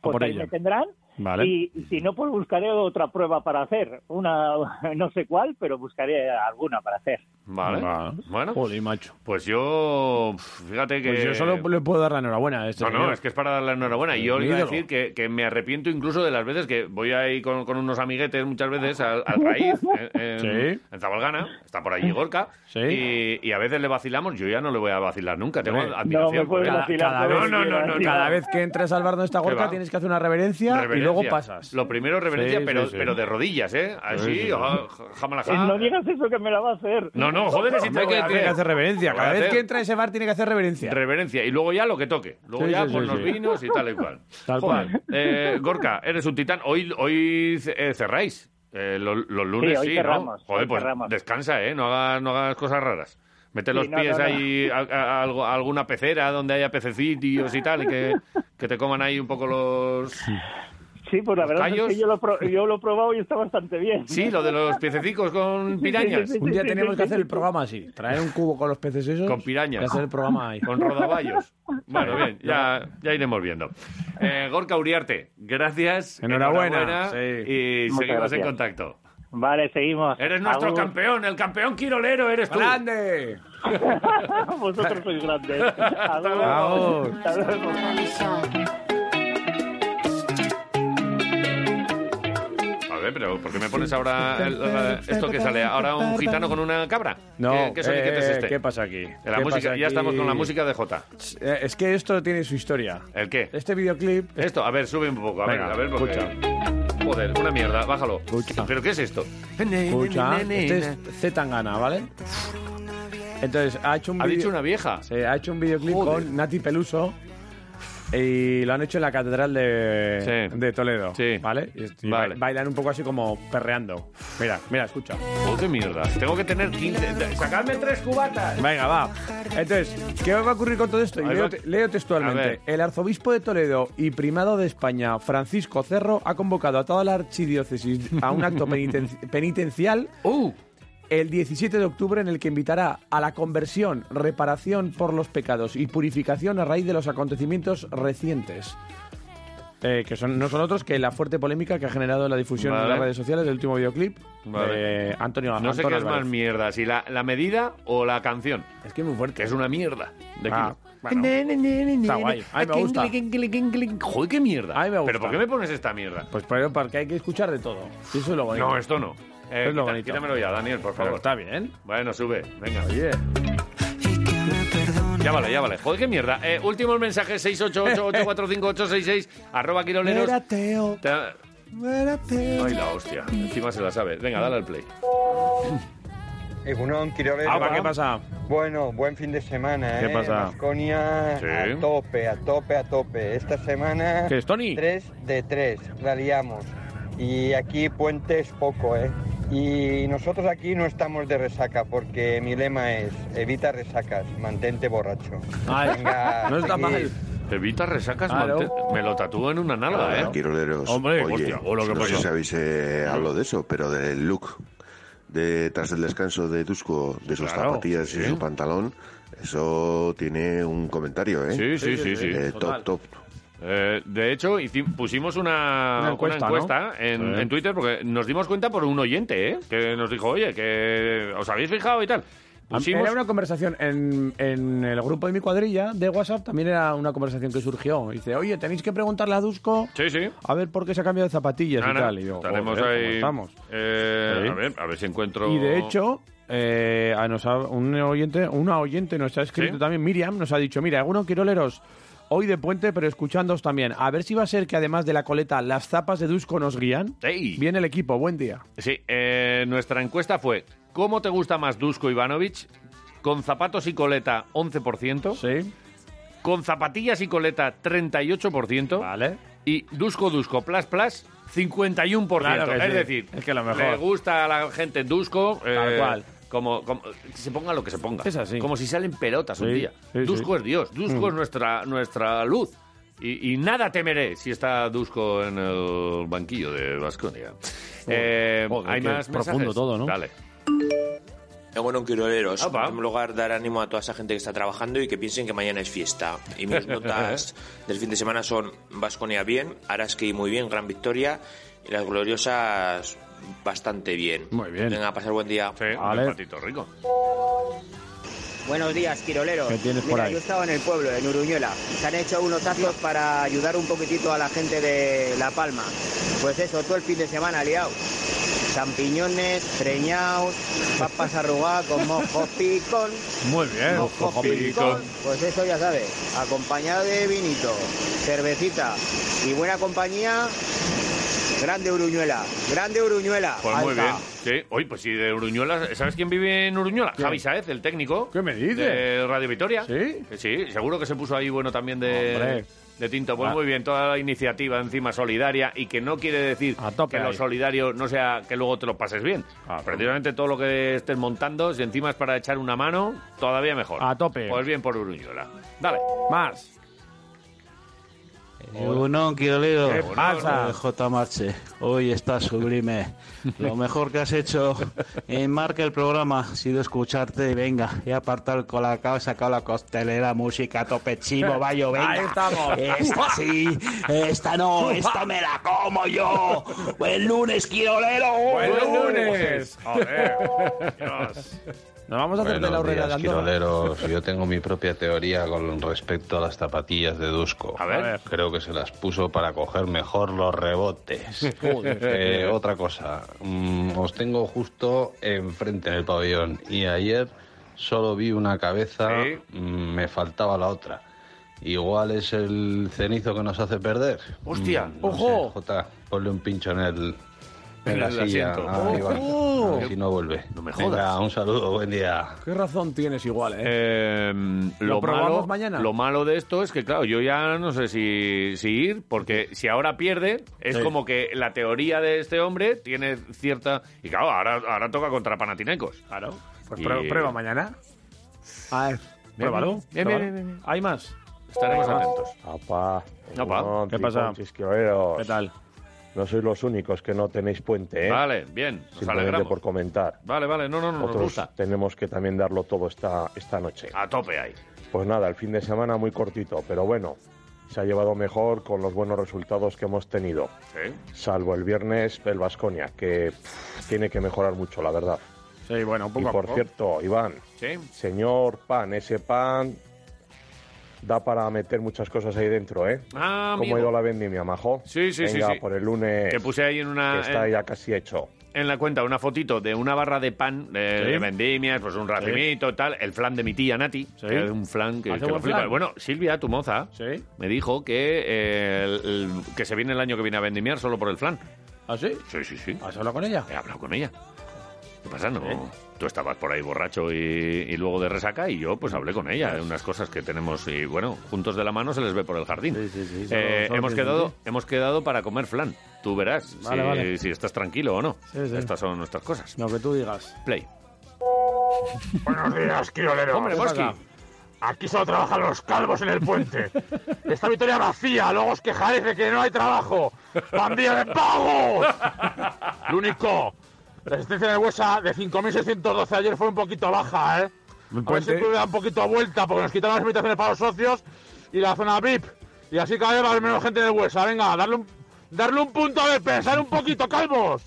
Speaker 31: pues
Speaker 2: por
Speaker 31: ahí
Speaker 2: ella.
Speaker 31: me tendrán.
Speaker 2: Vale.
Speaker 31: Y y si no, pues buscaré otra prueba para hacer. Una, no sé cuál, pero buscaré alguna para hacer.
Speaker 2: Vale. Bueno.
Speaker 3: macho.
Speaker 2: Pues yo, pf, fíjate que...
Speaker 3: Pues yo solo le puedo dar la enhorabuena a este
Speaker 2: No, no,
Speaker 3: señor.
Speaker 2: es que es para dar la enhorabuena. Y yo
Speaker 3: Mi
Speaker 2: iba a
Speaker 3: ídolo.
Speaker 2: decir que, que me arrepiento incluso de las veces que voy ahí con, con unos amiguetes muchas veces al, al raíz, eh, en,
Speaker 3: Sí.
Speaker 2: en Zabalgana, está por allí Gorka,
Speaker 3: Sí.
Speaker 2: y, y a veces le vacilamos, yo ya no le voy a vacilar nunca, tengo
Speaker 3: Hombre,
Speaker 2: admiración.
Speaker 3: no pues, me puedes
Speaker 2: por él.
Speaker 3: vacilar Cada- cada
Speaker 2: no,
Speaker 3: todo vez
Speaker 2: no,
Speaker 3: que
Speaker 2: no, no, no.
Speaker 3: Cada vez que entres al bar donde está
Speaker 2: ¿Qué
Speaker 3: Gorka
Speaker 2: va?
Speaker 3: tienes que hacer una reverencia, y luego
Speaker 2: Reverencia.
Speaker 3: pasas.
Speaker 2: Lo primero reverencia,
Speaker 3: Sí,
Speaker 2: pero,
Speaker 3: sí, sí.
Speaker 2: pero de rodillas, ¿eh? Así,
Speaker 3: Sí, sí, sí.
Speaker 2: ah, jamalajá.
Speaker 31: No digas eso que me la va a hacer.
Speaker 2: No, no, joder, si
Speaker 3: Hombre,
Speaker 2: tengo que,
Speaker 3: que tiene que hacer reverencia.
Speaker 2: Lo voy a
Speaker 3: Cada vez
Speaker 2: hacer.
Speaker 3: que entra a ese bar tiene que hacer reverencia.
Speaker 2: Reverencia. Y luego ya lo que toque. Luego
Speaker 3: Sí,
Speaker 2: ya
Speaker 3: sí,
Speaker 2: con
Speaker 3: sí,
Speaker 2: los
Speaker 3: sí.
Speaker 2: vinos y tal y cual.
Speaker 3: Tal
Speaker 2: Joder.
Speaker 3: cual.
Speaker 2: Eh, Gorka, eres un titán. Hoy, hoy ce- eh, cerráis. Eh, lo- los lunes
Speaker 31: Sí,
Speaker 2: sí,
Speaker 31: hoy
Speaker 2: ¿no?
Speaker 31: cerramos,
Speaker 2: Joder,
Speaker 31: hoy
Speaker 2: pues
Speaker 31: cerramos.
Speaker 2: descansa, ¿eh? No hagas, no hagas cosas raras. Mete
Speaker 31: Sí,
Speaker 2: los
Speaker 31: no, no,
Speaker 2: pies
Speaker 31: no.
Speaker 2: ahí a, a- a algo- a alguna pecera donde haya pececitos y tal y que, que te coman ahí un poco los...
Speaker 31: Sí, pues la verdad es
Speaker 2: callos?
Speaker 31: que yo lo, pro- yo lo he probado y está bastante bien.
Speaker 2: Sí, lo de los piececicos con pirañas.
Speaker 3: Un día tenemos que hacer el programa así. Traer un cubo con los peces esos.
Speaker 2: Con pirañas.
Speaker 3: Y hacer el programa ahí.
Speaker 2: Con rodaballos. Bueno, bien, ya, ya iremos viendo. Eh, Gorka Uriarte, gracias.
Speaker 3: Enhorabuena,
Speaker 2: y
Speaker 31: Muchas
Speaker 2: seguimos en
Speaker 31: gracias.
Speaker 2: contacto.
Speaker 31: Vale, seguimos.
Speaker 2: Eres nuestro
Speaker 31: Agur.
Speaker 2: campeón, el campeón quirolero eres tú.
Speaker 3: ¡Grande!
Speaker 31: Vosotros sois grandes. Agur.
Speaker 3: luego.
Speaker 31: Hasta luego.
Speaker 2: A ver, pero ¿por qué me pones ahora el- la- esto que sale? ¿Ahora un gitano con una cabra?
Speaker 3: No,
Speaker 2: ¿Qué, qué soniquete es
Speaker 3: eh,
Speaker 2: este?
Speaker 3: ¿qué pasa aquí?
Speaker 2: La
Speaker 3: ¿Qué
Speaker 2: música,
Speaker 3: pasa
Speaker 2: Ya estamos
Speaker 3: aquí?
Speaker 2: con la música de Jota.
Speaker 3: Eh, Es que esto tiene su historia.
Speaker 2: ¿El qué?
Speaker 3: Este videoclip.
Speaker 2: Esto, a ver, sube un poco. A ver,
Speaker 3: Venga,
Speaker 2: a ver, porque... Joder, una mierda, bájalo. ¿Pero qué es esto?
Speaker 3: Escucha, este es Z Tangana, ¿vale? Entonces, ha hecho un
Speaker 2: Ha
Speaker 3: video-
Speaker 2: dicho una vieja.
Speaker 3: Sí, ha hecho un videoclip con Nati Peluso y lo han hecho en la catedral de,
Speaker 2: Sí.
Speaker 3: de Toledo.
Speaker 2: Sí.
Speaker 3: ¿Vale? Y- y
Speaker 2: Vale.
Speaker 3: ba- Bailan un poco así como perreando. Mira, mira, escucha.
Speaker 2: Oh, qué mierda. Tengo que tener 15. Sacadme tres cubatas.
Speaker 3: Venga, va. Entonces, ¿qué va a ocurrir con todo esto? Y
Speaker 2: Ahí
Speaker 3: leo,
Speaker 2: va.
Speaker 3: te- leo
Speaker 2: A
Speaker 3: textualmente.
Speaker 2: ver.
Speaker 3: El arzobispo de Toledo y primado de España, Francisco Cerro, ha convocado a toda la archidiócesis a un acto peniten- penitencial
Speaker 2: Uh.
Speaker 3: el 17 de octubre en el que invitará a la conversión, reparación por los pecados y purificación a raíz de los acontecimientos recientes. Eh, que son, no son otros que la fuerte polémica que ha generado la difusión en
Speaker 2: Vale.
Speaker 3: las redes sociales del último videoclip
Speaker 2: Vale.
Speaker 3: de Ah, Antonio
Speaker 2: No sé
Speaker 3: Antón
Speaker 2: qué es
Speaker 3: Álvarez.
Speaker 2: más mierda, si la, la medida o la canción. Es que es muy fuerte. es una mierda. De
Speaker 3: Ah,
Speaker 2: kilo.
Speaker 3: bueno. Está guay. A mí me gusta.
Speaker 2: Joder, qué mierda.
Speaker 3: A mí me gusta.
Speaker 2: ¿Pero por qué me pones esta mierda?
Speaker 3: Pues pero porque hay que escuchar de todo. Y eso es lo bonito.
Speaker 2: No, esto no. Eh,
Speaker 3: Es lo
Speaker 2: quita-
Speaker 3: bonito.
Speaker 2: Quítamelo ya, Daniel, por favor.
Speaker 3: Pero está bien.
Speaker 2: Bueno, sube. Venga.
Speaker 3: Oye.
Speaker 2: Ya vale, ya vale. Joder, qué mierda. Eh, últimos mensajes 688-845-866, arroba quiroleros.
Speaker 3: Era Teo.
Speaker 2: Ta-
Speaker 3: Era Teo.
Speaker 2: Ay, la hostia. Encima se la sabe. Venga, dale al play.
Speaker 32: Egunon, Quiroleros.
Speaker 2: Apa, ¿qué
Speaker 3: pasa?
Speaker 32: Bueno, buen fin de semana,
Speaker 3: ¿Qué
Speaker 32: ¿eh?
Speaker 3: pasa?
Speaker 32: Baskonia
Speaker 3: Sí.
Speaker 32: a tope, a tope, a tope. Esta semana...
Speaker 3: ¿Qué es, Tony?
Speaker 32: 3 de 3, la liamos. Y aquí puentes poco, ¿eh? Y nosotros aquí no estamos de resaca, porque mi lema es evita resacas, mantente borracho.
Speaker 2: Ay,
Speaker 32: Venga, seguid.
Speaker 2: Evita resacas,
Speaker 32: Claro.
Speaker 2: mantén- me lo tatúo en una nalga, ¿eh? Mm.
Speaker 27: Quiroleros.
Speaker 2: Hombre,
Speaker 27: Oye,
Speaker 2: hostia, hola, ¿qué
Speaker 27: no sé
Speaker 2: pasa?
Speaker 27: si sabéis eh, algo de eso, pero del look de tras el descanso de Tusco, de sus
Speaker 2: Claro,
Speaker 27: zapatillas
Speaker 2: sí.
Speaker 27: y su pantalón, eso tiene un comentario, ¿eh?
Speaker 2: Sí, sí, sí, sí.
Speaker 27: Eh,
Speaker 2: Total.
Speaker 27: top, top.
Speaker 2: Eh, de hecho, hici- pusimos una,
Speaker 27: Una encuesta,
Speaker 2: una encuesta
Speaker 27: ¿no?
Speaker 2: en,
Speaker 27: Sí.
Speaker 2: en Twitter porque nos dimos cuenta por un oyente, ¿eh? Que nos dijo, oye, que os habéis fijado y tal. Pusimos...
Speaker 3: Era una conversación en, en el grupo de mi cuadrilla de WhatsApp, también era una conversación que surgió. Dice, oye, tenéis que preguntarle a Dusko
Speaker 2: Sí, sí.
Speaker 3: a ver por qué se ha cambiado de zapatillas y
Speaker 2: Ana,
Speaker 3: tal. Y yo,
Speaker 2: estaremos
Speaker 3: "Joder, ¿cómo
Speaker 2: ahí.
Speaker 3: estamos?".
Speaker 2: Eh,
Speaker 3: Sí.
Speaker 2: A ver, a ver si encuentro.
Speaker 3: Y de hecho, eh, a nos ha- un oyente, una oyente nos ha escrito
Speaker 2: ¿Sí?
Speaker 3: también, Miriam, nos ha dicho, mira, algunos quiroleros hoy de puente, pero escuchándoos también. A ver si va a ser que además de la coleta, las zapas de Dusko nos guían. Viene el equipo, buen día.
Speaker 2: Sí, eh, nuestra encuesta fue: ¿Cómo te gusta más Dusko Ivanovic? Con zapatos y coleta, 11%.
Speaker 3: Sí.
Speaker 2: Con zapatillas y coleta, 38%.
Speaker 3: Vale.
Speaker 2: Y Dusko Dusko Plus Plus, 51%.
Speaker 3: Claro que
Speaker 2: es
Speaker 3: sí.
Speaker 2: decir,
Speaker 3: Es que lo mejor.
Speaker 2: le gusta a la gente Dusko.
Speaker 3: Tal
Speaker 2: eh,
Speaker 3: cual.
Speaker 2: Como, como- que se ponga lo que se ponga.
Speaker 3: Es así.
Speaker 2: Como si salen pelotas un
Speaker 3: Sí,
Speaker 2: día.
Speaker 3: sí,
Speaker 2: Dusko
Speaker 3: sí.
Speaker 2: es Dios, Dusko
Speaker 3: Mm.
Speaker 2: es nuestra, nuestra luz. Y, y nada temeré si está Dusko en el banquillo de Vasconia. Eh,
Speaker 10: Joder,
Speaker 2: hay
Speaker 10: qué
Speaker 2: más
Speaker 10: profundo
Speaker 2: mensajes?
Speaker 10: todo, ¿no?
Speaker 2: Dale.
Speaker 10: Bueno, quiroleros, en primer lugar, dar ánimo a toda esa gente que está trabajando y que piensen que mañana es fiesta. Y mis notas del fin de semana son Vasconia bien, Araski muy bien, gran victoria y las gloriosas bastante bien.
Speaker 3: Muy bien.
Speaker 10: Venga, a pasar buen día.
Speaker 3: Vale.
Speaker 2: rico.
Speaker 30: Buenos días, quiroleros.
Speaker 3: ¿Qué tienes por
Speaker 30: Mira,
Speaker 3: ahí?
Speaker 30: yo estaba en el pueblo, en Uruñuela. Se han hecho unos actos para ayudar un poquitito a la gente de La Palma. Pues eso, todo el fin de semana liado. Champiñones, preñaos, papas arrugadas con mojo picón.
Speaker 3: Muy bien.
Speaker 30: Mojo picón. Pues eso ya sabes, acompañado de vinito, cervecita y buena compañía. Grande Uruñuela, grande Uruñuela.
Speaker 2: Pues muy
Speaker 30: Alta.
Speaker 2: bien. Sí. Oye, pues sí, de Uruñuela. ¿Sabes quién vive en Uruñuela? Javi Saez, el técnico. ¿Qué me
Speaker 3: dices?
Speaker 2: De Radio Vitoria.
Speaker 3: ¿Sí?
Speaker 2: Sí, seguro que se puso ahí bueno también de,
Speaker 3: Hombre.
Speaker 2: de tinto. Pues
Speaker 3: Ah.
Speaker 2: muy bien, toda la iniciativa encima solidaria y que no quiere decir que lo
Speaker 3: ahí. Ah,
Speaker 2: solidario no sea que luego te lo pases bien. Precisamente todo lo que estés montando, si encima es para echar una mano, todavía mejor.
Speaker 3: A tope.
Speaker 2: Pues bien por Uruñuela. Dale.
Speaker 3: Más.
Speaker 1: Uno, Quirolero.
Speaker 2: ¿Qué pasa?
Speaker 1: Eh, J. Marche, hoy está sublime. Lo mejor que has hecho. Enmarca el programa, ha sido escucharte. Venga, he apartado el colacao, he sacado la costelera, música, a tope chivo, vayo, venga.
Speaker 18: Ahí estamos.
Speaker 1: Esta sí, esta no, esta me la como yo. Buen lunes, Quirolero.
Speaker 2: Joder.
Speaker 3: Nos vamos a hacer de la
Speaker 18: Buenos
Speaker 3: horrera
Speaker 18: días,
Speaker 3: de Andorra.
Speaker 18: quiroleros. Yo tengo mi propia teoría con respecto a las zapatillas de Dusko. A
Speaker 2: ver.
Speaker 18: Creo que se las puso para coger mejor los rebotes. Joder. Eh, otra cosa. Mm, os tengo justo enfrente en el pabellón. Y ayer solo vi una cabeza. mm, me faltaba la otra. Igual es el cenizo que nos hace perder.
Speaker 2: Hostia.
Speaker 18: Mm, no
Speaker 2: Ojo.
Speaker 18: sé, Jota, ponle un pincho en el... En,
Speaker 2: En
Speaker 18: la
Speaker 2: el
Speaker 18: silla,
Speaker 2: asiento.
Speaker 18: a Iván.
Speaker 2: Ojo.
Speaker 18: A ver si no vuelve. No me
Speaker 2: jodas.
Speaker 18: un saludo, buen día.
Speaker 3: ¿Qué razón tienes igual, eh?
Speaker 2: Eh, lo,
Speaker 3: probamos
Speaker 2: malo,
Speaker 3: mañana?
Speaker 2: Lo malo de esto es que, claro, yo ya no sé si, si ir, porque si ahora pierde, es
Speaker 3: Sí.
Speaker 2: como que la teoría de este hombre tiene cierta. Y claro, ahora, ahora toca contra Panatinecos. Claro.
Speaker 3: Pues prue- prueba mañana. A ver, pruébalo.
Speaker 2: bien,
Speaker 3: pruébalo.
Speaker 2: bien, bien, bien.
Speaker 3: Hay más.
Speaker 2: Estaremos atentos.
Speaker 25: Apa.
Speaker 2: Apa.
Speaker 25: Egunon,
Speaker 2: ¿Qué pasa?
Speaker 25: triponchis, quiroleros.
Speaker 2: ¿Qué tal?
Speaker 25: No sois los únicos que no tenéis puente, ¿eh?
Speaker 2: Vale, bien, nos
Speaker 25: Simplemente
Speaker 2: alegramos.
Speaker 25: por comentar.
Speaker 2: Vale, vale, no, no, no, nos
Speaker 25: Otros
Speaker 2: gusta.
Speaker 25: tenemos que también darlo todo esta, esta noche.
Speaker 2: A tope ahí.
Speaker 25: Pues nada, el fin de semana muy cortito, pero bueno, se ha llevado mejor con los buenos resultados que hemos tenido.
Speaker 2: Sí.
Speaker 25: Salvo el viernes el Vasconia, que pff, tiene que mejorar mucho, la verdad.
Speaker 3: Sí, bueno, poco
Speaker 25: y
Speaker 3: a
Speaker 25: por
Speaker 3: poco.
Speaker 25: cierto, Iván,
Speaker 2: Sí.
Speaker 25: señor pan, ese pan da para meter muchas cosas ahí dentro, ¿eh?
Speaker 2: Ah,
Speaker 25: ¿Cómo
Speaker 2: amigo.
Speaker 25: ha ido la vendimia, majo?
Speaker 2: Sí, sí, sí,
Speaker 25: Venga,
Speaker 2: sí.
Speaker 25: por el lunes.
Speaker 2: Que puse ahí en una-
Speaker 25: que está
Speaker 2: en-
Speaker 25: ya casi hecho.
Speaker 2: en la cuenta una fotito de una barra de pan eh,
Speaker 3: Sí.
Speaker 2: de vendimias, pues un racimito, tal, el flan de mi tía Nati, que es un flan que,
Speaker 3: Hace
Speaker 2: que lo
Speaker 3: buen
Speaker 2: flipa.
Speaker 3: flan.
Speaker 2: Bueno, Silvia, tu moza, me dijo que, eh, el- el- que se viene el año que viene a vendimiar solo por el flan.
Speaker 3: ¿Ah, sí?
Speaker 2: Sí, sí, sí.
Speaker 3: ¿Has hablado con ella? ¿Eh?
Speaker 2: He hablado con ella. ¿Qué pasa? No. Tú estabas por ahí borracho y, y luego de resaca y yo pues hablé con ella de unas cosas que tenemos y bueno, juntos de la mano se les ve por el jardín.
Speaker 3: solo-
Speaker 2: Eh,
Speaker 3: solo
Speaker 2: hemos,
Speaker 3: que-
Speaker 2: quedado, hemos quedado para comer flan. Tú verás
Speaker 3: Vale,
Speaker 2: si,
Speaker 3: vale.
Speaker 2: si estás tranquilo o no.
Speaker 3: Sí, sí.
Speaker 2: Estas son nuestras cosas.
Speaker 3: No, que tú digas.
Speaker 2: Play.
Speaker 25: Buenos días, Quiroleros.
Speaker 2: Hombre, Mosqui.
Speaker 25: Aquí solo trabajan los calvos en el puente. Esta victoria vacía, luego os quejáis de que no hay trabajo. ¡Pandilla de pagos! Lo único, la resistencia nerviosa de 5.612 ayer fue un poquito baja, ¿eh?
Speaker 3: Un
Speaker 25: A ver si
Speaker 3: puente.
Speaker 25: tuviera un poquito vuelta, porque nos quitaron las invitaciones para los socios y la zona VIP. Y así cada vez va a haber menos gente de huesa. Venga, darle un, darle un punto de pensar un poquito, calvos.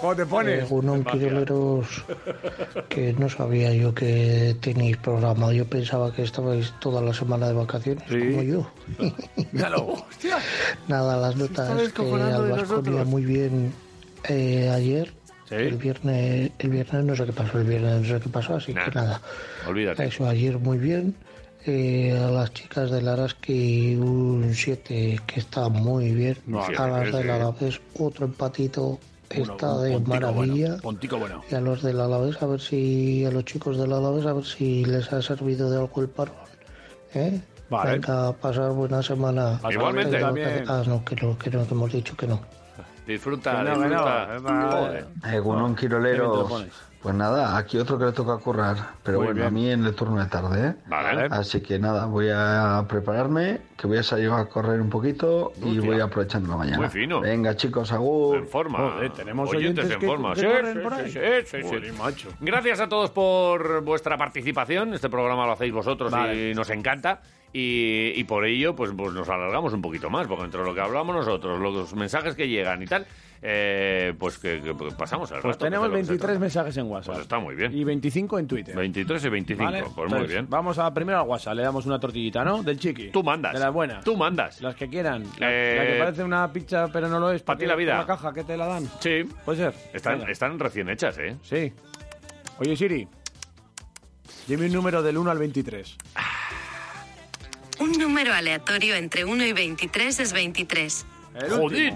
Speaker 3: ¿Cómo te pones?
Speaker 11: Egunon, quiroleros, que no sabía yo que tenéis programa. Yo pensaba que estabais toda la semana de vacaciones, como yo. Nada, las notas que
Speaker 1: descojonando
Speaker 11: al
Speaker 1: de
Speaker 11: Baskonia
Speaker 1: nosotros.
Speaker 11: muy bien eh, ayer. El viernes, el viernes no sé qué pasó, el viernes no sé qué pasó, así que nada.
Speaker 2: Olvídate.
Speaker 11: Eso ayer muy bien. Eh, a las chicas del Araski un 7 que está muy bien.
Speaker 1: No,
Speaker 11: a las
Speaker 1: siete,
Speaker 11: del
Speaker 1: sí.
Speaker 11: Alavés otro empatito
Speaker 1: Uno,
Speaker 11: está
Speaker 1: un
Speaker 11: de
Speaker 1: puntico
Speaker 11: maravilla.
Speaker 1: bueno, puntico bueno.
Speaker 11: Y a los del Alavés a ver si a los chicos del Alavés a ver si les ha servido de algo el parón. ¿eh?
Speaker 1: Vale.
Speaker 11: Venga, pasar buena semana.
Speaker 2: Pasar Igualmente.
Speaker 11: Venga,
Speaker 2: bien.
Speaker 11: que- Ah, no, que no, que no, que hemos dicho que no.
Speaker 2: Disfruta,
Speaker 11: Que no, que
Speaker 2: disfruta.
Speaker 11: no.
Speaker 2: Joder.
Speaker 3: Eh,
Speaker 27: Egunon
Speaker 2: Qué bien te
Speaker 27: Quiroleros.
Speaker 2: lo pones.
Speaker 27: Pues nada, aquí otro que le toca currar, pero
Speaker 2: Muy
Speaker 27: bueno,
Speaker 2: bien.
Speaker 27: a mí en el turno de tarde, ¿eh?
Speaker 2: Vale.
Speaker 27: Así que nada, voy a prepararme, que voy a salir a correr un poquito y voy aprovechando la mañana.
Speaker 2: Muy fino.
Speaker 27: Venga, chicos, agur.
Speaker 2: En forma.
Speaker 27: tenemos
Speaker 2: oyentes,
Speaker 27: oyentes
Speaker 2: en
Speaker 27: que-
Speaker 2: forma.
Speaker 27: que
Speaker 2: Sí,
Speaker 27: corren
Speaker 2: sí,
Speaker 27: por
Speaker 2: sí,
Speaker 27: ahí.
Speaker 2: sí, sí, sí.
Speaker 27: Joder,
Speaker 2: Gracias a todos por vuestra participación. Este programa lo hacéis vosotros
Speaker 3: Vale.
Speaker 2: y nos encanta. Y, y por ello, pues, pues nos alargamos un poquito más, porque entre lo que hablamos nosotros, los mensajes que llegan y tal, eh, pues que, que pasamos al
Speaker 3: Pues
Speaker 2: rato, que
Speaker 3: tenemos
Speaker 2: es de lo que se
Speaker 3: 23 mensajes en WhatsApp.
Speaker 2: Pues está muy bien.
Speaker 3: Y 25 en Twitter.
Speaker 2: 23 y 25,
Speaker 3: ¿Vale?
Speaker 2: pues muy
Speaker 3: Entonces,
Speaker 2: bien.
Speaker 3: Vamos a primero al WhatsApp, le damos una tortillita, ¿no? Del chiqui. Tú
Speaker 2: mandas.
Speaker 3: De las buenas.
Speaker 2: Tú mandas.
Speaker 3: Las que quieran. La,
Speaker 2: Eh,
Speaker 3: la que parece una pizza pero no lo es.
Speaker 2: pa' ti la vida.
Speaker 3: Una caja que te la dan.
Speaker 2: Sí.
Speaker 3: Puede ser.
Speaker 2: Están,
Speaker 3: Venga.
Speaker 2: están recién hechas, ¿eh?
Speaker 3: Sí. Oye, Siri. Dime un número del 1 al 23.
Speaker 21: Un número aleatorio entre 1 y 23 es 23.
Speaker 2: ¡Joder!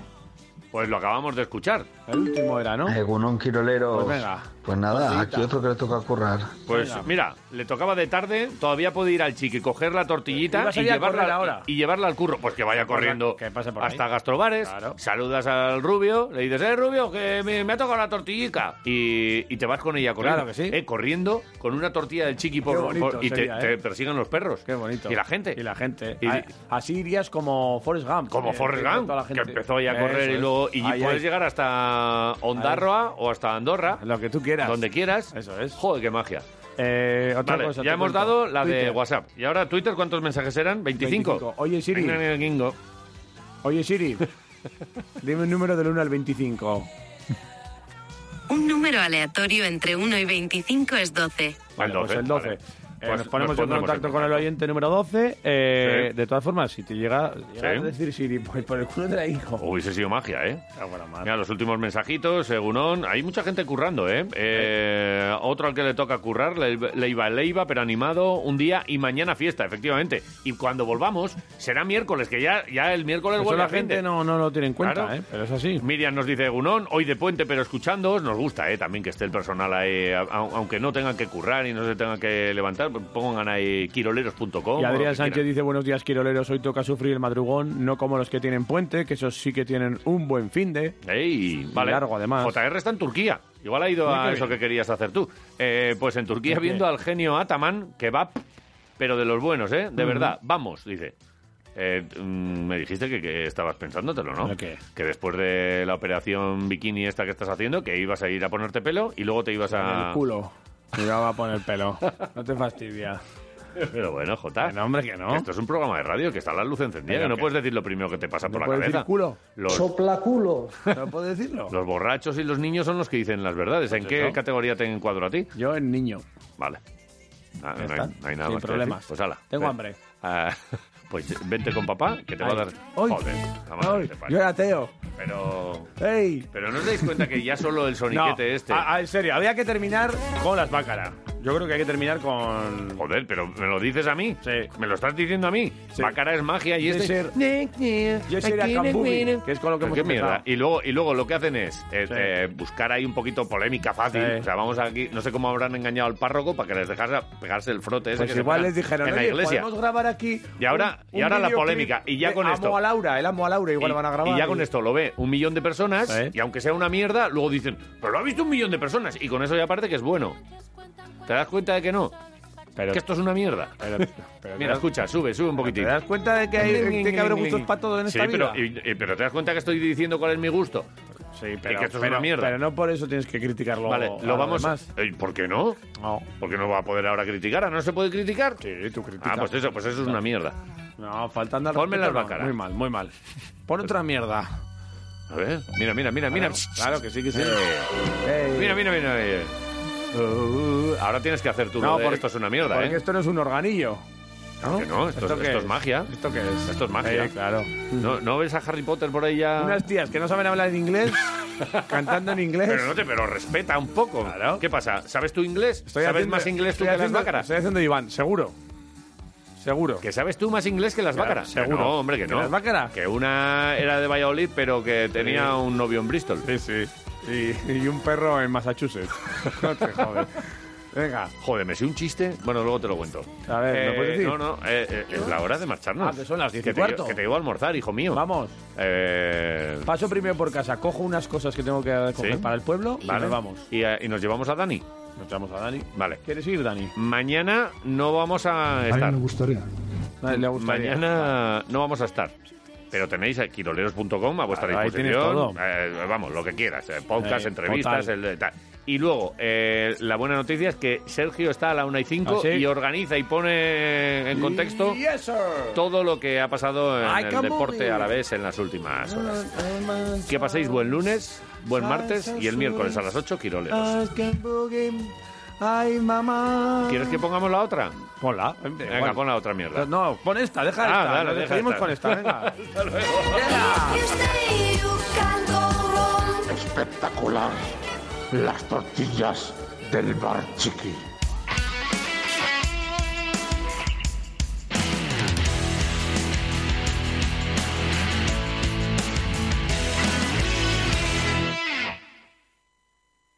Speaker 2: Pues lo acabamos de escuchar.
Speaker 3: El último era, ¿no?
Speaker 27: Egunon Quiroleros.
Speaker 2: Pues venga.
Speaker 27: Pues nada,
Speaker 2: Tortillita.
Speaker 27: aquí otro que le toca currar.
Speaker 2: Pues mira, le tocaba de tarde, todavía puede ir al chiqui, coger la tortillita
Speaker 3: Ibas a
Speaker 2: y
Speaker 3: ir a
Speaker 2: llevarla,
Speaker 3: correr ahora.
Speaker 2: y llevarla al curro. Pues que vaya corriendo
Speaker 3: por ahí.
Speaker 2: hasta Gastrobares, saludas al rubio, le dices, eh, rubio, que me, me ha tocado la tortillica. Y, y te vas con ella corriendo.
Speaker 3: Claro que sí.
Speaker 2: Eh, corriendo con una tortilla del chiqui
Speaker 3: Qué
Speaker 2: por,
Speaker 3: bonito
Speaker 2: por- y te,
Speaker 3: sería,
Speaker 2: te
Speaker 3: eh.
Speaker 2: persiguen los perros. Qué
Speaker 3: bonito.
Speaker 2: Y la gente.
Speaker 3: Y la gente.
Speaker 2: Y-
Speaker 3: A- Así irías como Forrest Gump.
Speaker 2: Como
Speaker 3: Eh,
Speaker 2: Forrest
Speaker 3: con
Speaker 2: Gump,
Speaker 3: toda la
Speaker 2: que
Speaker 3: gente.
Speaker 2: empezó ahí a correr
Speaker 3: Eso
Speaker 2: y
Speaker 3: es.
Speaker 2: luego y
Speaker 3: Ahí,
Speaker 2: puedes
Speaker 3: ahí.
Speaker 2: llegar hasta Ondarroa o hasta Andorra.
Speaker 3: Lo que tú quieras.
Speaker 2: Donde quieras.
Speaker 3: Eso es.
Speaker 2: Joder, qué magia.
Speaker 3: Eh, otra
Speaker 2: Vale,
Speaker 3: cosa,
Speaker 2: ya
Speaker 3: te
Speaker 2: hemos
Speaker 3: cuento.
Speaker 2: dado la de
Speaker 3: Twitter.
Speaker 2: WhatsApp. Y ahora, Twitter, ¿cuántos mensajes eran? ¿25?
Speaker 3: 25. Oye, Siri.
Speaker 2: Venga, venga, Gingo.
Speaker 3: Oye, Siri. Dime un número del 1 al 25.
Speaker 21: Un número aleatorio entre 1 y 25 es 12.
Speaker 3: Vale, pues el 12. Eh,
Speaker 2: Pues
Speaker 3: nos ponemos
Speaker 2: nos
Speaker 3: en
Speaker 2: pondremos
Speaker 3: contacto
Speaker 2: en
Speaker 3: con el oyente número 12. Eh,
Speaker 2: Sí.
Speaker 3: De todas formas, si te llega, llega
Speaker 2: Sí.
Speaker 3: a decir Siri, pues por el culo de la hijo. Ah,
Speaker 2: Hubiese sido magia, ¿eh? Mira, los últimos mensajitos, Egunon. Hay mucha gente currando, ¿eh? Eh, Otro al que le toca currar, Le- Leiva Leiva, pero animado, un día y mañana fiesta, efectivamente. Y cuando volvamos, será miércoles, que ya, ya el miércoles
Speaker 3: Eso
Speaker 2: vuelve
Speaker 3: la gente, no, no lo tiene en cuenta,
Speaker 2: Claro.
Speaker 3: ¿eh? Pero es así.
Speaker 2: Miriam nos dice Gunón, hoy de puente, pero escuchándoos, nos gusta eh, también que esté el personal ahí, a- a- aunque no tengan que currar y no se tengan que levantar, pues pongan ahí quiroleros.com.
Speaker 3: Y
Speaker 2: o lo que
Speaker 3: Adrián Sánchez
Speaker 2: quieran.
Speaker 3: dice, buenos días, Quiroleros, hoy toca sufrir el madrugón, no como los que tienen puente, que esos sí que tienen un buen fin de...
Speaker 2: Ey, vale.
Speaker 3: largo, además.
Speaker 2: JR está en Turquía. Igual ha ido
Speaker 3: Mira qué
Speaker 2: a
Speaker 3: bien.
Speaker 2: eso que querías hacer tú. Eh, pues en Turquía
Speaker 3: ¿Por qué?
Speaker 2: viendo al genio Ataman, que va, pero de los buenos, ¿eh? De
Speaker 3: Ujú.
Speaker 2: verdad, vamos, dice. Eh, mm, me dijiste que, que estabas pensándotelo, ¿no?
Speaker 3: ¿El qué?
Speaker 2: Que después de la operación bikini esta que estás haciendo, que ibas a ir a ponerte pelo y luego te ibas
Speaker 3: En el
Speaker 2: a...
Speaker 3: culo. Me va a poner pelo. No te fastidia.
Speaker 2: Pero bueno, Jota.
Speaker 3: Que no, hombre, que no.
Speaker 2: Esto es un programa de radio, que está la luz encendida,
Speaker 3: Pero
Speaker 2: que no
Speaker 3: que-
Speaker 2: puedes decir lo primero que te pasa por la
Speaker 3: puedes decir
Speaker 2: cabeza.
Speaker 3: culo.
Speaker 2: Los,
Speaker 11: Soplaculo.
Speaker 3: ¿No puedo decirlo?
Speaker 2: los borrachos y los niños son los que dicen las verdades. ¿En
Speaker 3: Pues
Speaker 2: qué
Speaker 3: eso.
Speaker 2: categoría te encuadro a ti?
Speaker 3: Yo en niño.
Speaker 2: Vale. Ah,
Speaker 3: Ya
Speaker 2: no, hay,
Speaker 3: está.
Speaker 2: no hay nada
Speaker 3: Sin
Speaker 2: más que
Speaker 3: problemas.
Speaker 2: decir. Pues hala.
Speaker 3: Tengo
Speaker 2: Ven.
Speaker 3: hambre.
Speaker 2: Ah, pues vente con papá, que te va a
Speaker 3: Ay.
Speaker 2: dar...
Speaker 3: Ay.
Speaker 2: Joder, la madre
Speaker 3: Ay,
Speaker 2: que te parió.
Speaker 3: yo era ateo.
Speaker 2: Pero.
Speaker 3: ¡Ey!
Speaker 2: Pero no os dais cuenta que ya solo el soniquete
Speaker 3: No,
Speaker 2: este.
Speaker 3: a- a- en serio, había que terminar con las bácaras. Yo creo que hay que terminar con.
Speaker 2: Joder, pero ¿me lo dices a mí? ¿Me lo estás diciendo a mí? Bácara es magia y
Speaker 3: Yo
Speaker 2: este...
Speaker 3: ser- Yo
Speaker 2: Yo
Speaker 3: ser a Cambubi, que es con lo que hemos
Speaker 2: ¿Qué mierda?
Speaker 3: empezado.
Speaker 2: Y luego, y luego lo que hacen es eh, eh, buscar ahí un poquito polémica fácil.
Speaker 3: Sí.
Speaker 2: O sea, vamos aquí, no sé cómo habrán engañado al párroco para que les dejase pegarse el frote ese
Speaker 3: Pues
Speaker 2: que se
Speaker 3: igual
Speaker 2: pegan
Speaker 3: les dijeron,
Speaker 2: en la
Speaker 3: "Oye,
Speaker 2: iglesia.
Speaker 3: podemos grabar aquí.
Speaker 2: Y ahora, y
Speaker 3: un- un
Speaker 2: ahora la
Speaker 3: videoclip
Speaker 2: polémica. Y ya
Speaker 3: de
Speaker 2: con esto.
Speaker 3: Amo a Laura, el amo a Laura, igual
Speaker 2: y,
Speaker 3: van a grabar.
Speaker 2: y ya con esto lo ve un millón de personas y aunque sea una mierda, luego dicen, pero lo ha visto un millón de personas y con eso ya aparte que es bueno. ¿Te das cuenta de que no? que esto es una mierda. Mira, escucha, sube, sube un poquitín.
Speaker 3: ¿Te das cuenta de que hay, tiene que haber gustos para todos en
Speaker 2: sí,
Speaker 3: esta
Speaker 2: pero,
Speaker 3: vida?
Speaker 2: y- y- pero te das cuenta que estoy diciendo cuál es mi gusto.
Speaker 3: Sí,
Speaker 2: Y que esto es
Speaker 3: pero-
Speaker 2: una mierda.
Speaker 3: pero no por eso tienes que criticarlo.
Speaker 2: vale,
Speaker 3: a
Speaker 2: lo
Speaker 3: los
Speaker 2: vamos.
Speaker 3: demás.
Speaker 2: Eh, ¿Por qué no?
Speaker 3: No.
Speaker 2: ¿Por qué no va a poder ahora criticar? ¿Ahora no se puede criticar?
Speaker 3: Sí, tú criticas.
Speaker 2: Ah, pues eso, pues eso es una mierda.
Speaker 3: No, faltando al
Speaker 2: Ponme
Speaker 3: respeto,
Speaker 2: las
Speaker 3: no.
Speaker 2: bácaras.
Speaker 3: Muy mal, muy mal. Pon otra mierda.
Speaker 2: A ver, mira, mira, mira, mira.
Speaker 3: Claro que sí, que sí.
Speaker 2: Eh, Mira, mira, mira. mira. Uh, ahora tienes que hacer tú lo de
Speaker 3: porque-
Speaker 2: esto es una mierda,
Speaker 3: porque
Speaker 2: ¿eh?
Speaker 3: esto no es un organillo. ¿no?
Speaker 2: Que no, esto,
Speaker 3: ¿Esto
Speaker 2: es-
Speaker 3: qué
Speaker 2: esto
Speaker 3: es?
Speaker 2: es magia.
Speaker 3: ¿Esto qué es?
Speaker 2: Esto es magia.
Speaker 3: Sí, claro.
Speaker 2: ¿No, ¿No ves a Harry Potter por ahí ya?
Speaker 3: Unas tías que no saben hablar en inglés, cantando en inglés.
Speaker 2: Pero no te, pero respeta un poco. ¿Qué pasa? ¿Sabes tú inglés?
Speaker 3: Estoy
Speaker 2: ¿Sabes
Speaker 3: haciendo-
Speaker 2: más inglés tú que
Speaker 3: estoy
Speaker 2: las
Speaker 3: haciendo-
Speaker 2: bácaras?
Speaker 3: Estoy haciendo Iván, seguro. Seguro.
Speaker 2: Que sabes tú más inglés que las
Speaker 3: Claro,
Speaker 2: bácaras.
Speaker 3: seguro.
Speaker 2: Que No, hombre, que
Speaker 3: ¿Que
Speaker 2: no.
Speaker 3: las bácaras?
Speaker 2: Que una era de Valladolid, pero que tenía un novio en Bristol.
Speaker 3: Sí, sí. Y, y un perro en Massachusetts. No te jodes. Venga.
Speaker 2: Joder, me sé un chiste. Bueno, luego te lo cuento.
Speaker 3: A ver, ¿me
Speaker 2: Eh,
Speaker 3: puedes decir?
Speaker 2: No, no, eh, eh, es la hora de marcharnos.
Speaker 3: Ah, que son las diez y
Speaker 2: Que te lle-
Speaker 3: cuarto.
Speaker 2: Que te llevo a almorzar, hijo mío.
Speaker 3: Vamos.
Speaker 2: Eh,
Speaker 3: Paso primero por casa, cojo unas cosas que tengo que coger
Speaker 2: ¿sí?
Speaker 3: para el pueblo y
Speaker 2: Vale.
Speaker 3: nos vamos.
Speaker 2: ¿Y, eh, y nos llevamos a Dani?
Speaker 3: Nos llevamos a Dani.
Speaker 2: Vale.
Speaker 3: ¿Quieres ir, Dani?
Speaker 2: Mañana no vamos a estar.
Speaker 3: gustaría. le gustaría.
Speaker 2: Mañana no vamos a estar. Pero tenéis a quiroleros.com a vuestra
Speaker 3: Claro, ahí tienes todo.
Speaker 2: disposición. Eh, vamos, lo que quieras. eh, podcast,
Speaker 3: Eh,
Speaker 2: entrevistas,
Speaker 3: total.
Speaker 2: el de- tal. Y luego, eh, la buena noticia es que Sergio está a la 1 y 5
Speaker 3: ¿Ah, sí?
Speaker 2: y organiza y pone en contexto
Speaker 3: Yes, sir.
Speaker 2: todo lo que ha pasado en
Speaker 3: I
Speaker 2: el
Speaker 3: can
Speaker 2: deporte
Speaker 3: believe
Speaker 2: a la vez en las últimas horas. Que paséis buen lunes, buen martes y el miércoles a las 8, Quiroleros.
Speaker 3: I can boogie. Ay, mamá.
Speaker 2: ¿Quieres que pongamos la otra?
Speaker 3: Ponla.
Speaker 2: Venga, pon la otra mierda.
Speaker 3: No, pon esta, deja
Speaker 2: Ah,
Speaker 3: esta.
Speaker 2: dale,
Speaker 3: nos
Speaker 2: deja
Speaker 3: despedimos
Speaker 2: esta.
Speaker 3: con esta, ¿eh? venga.
Speaker 9: Espectacular. Las tortillas del bar chiqui.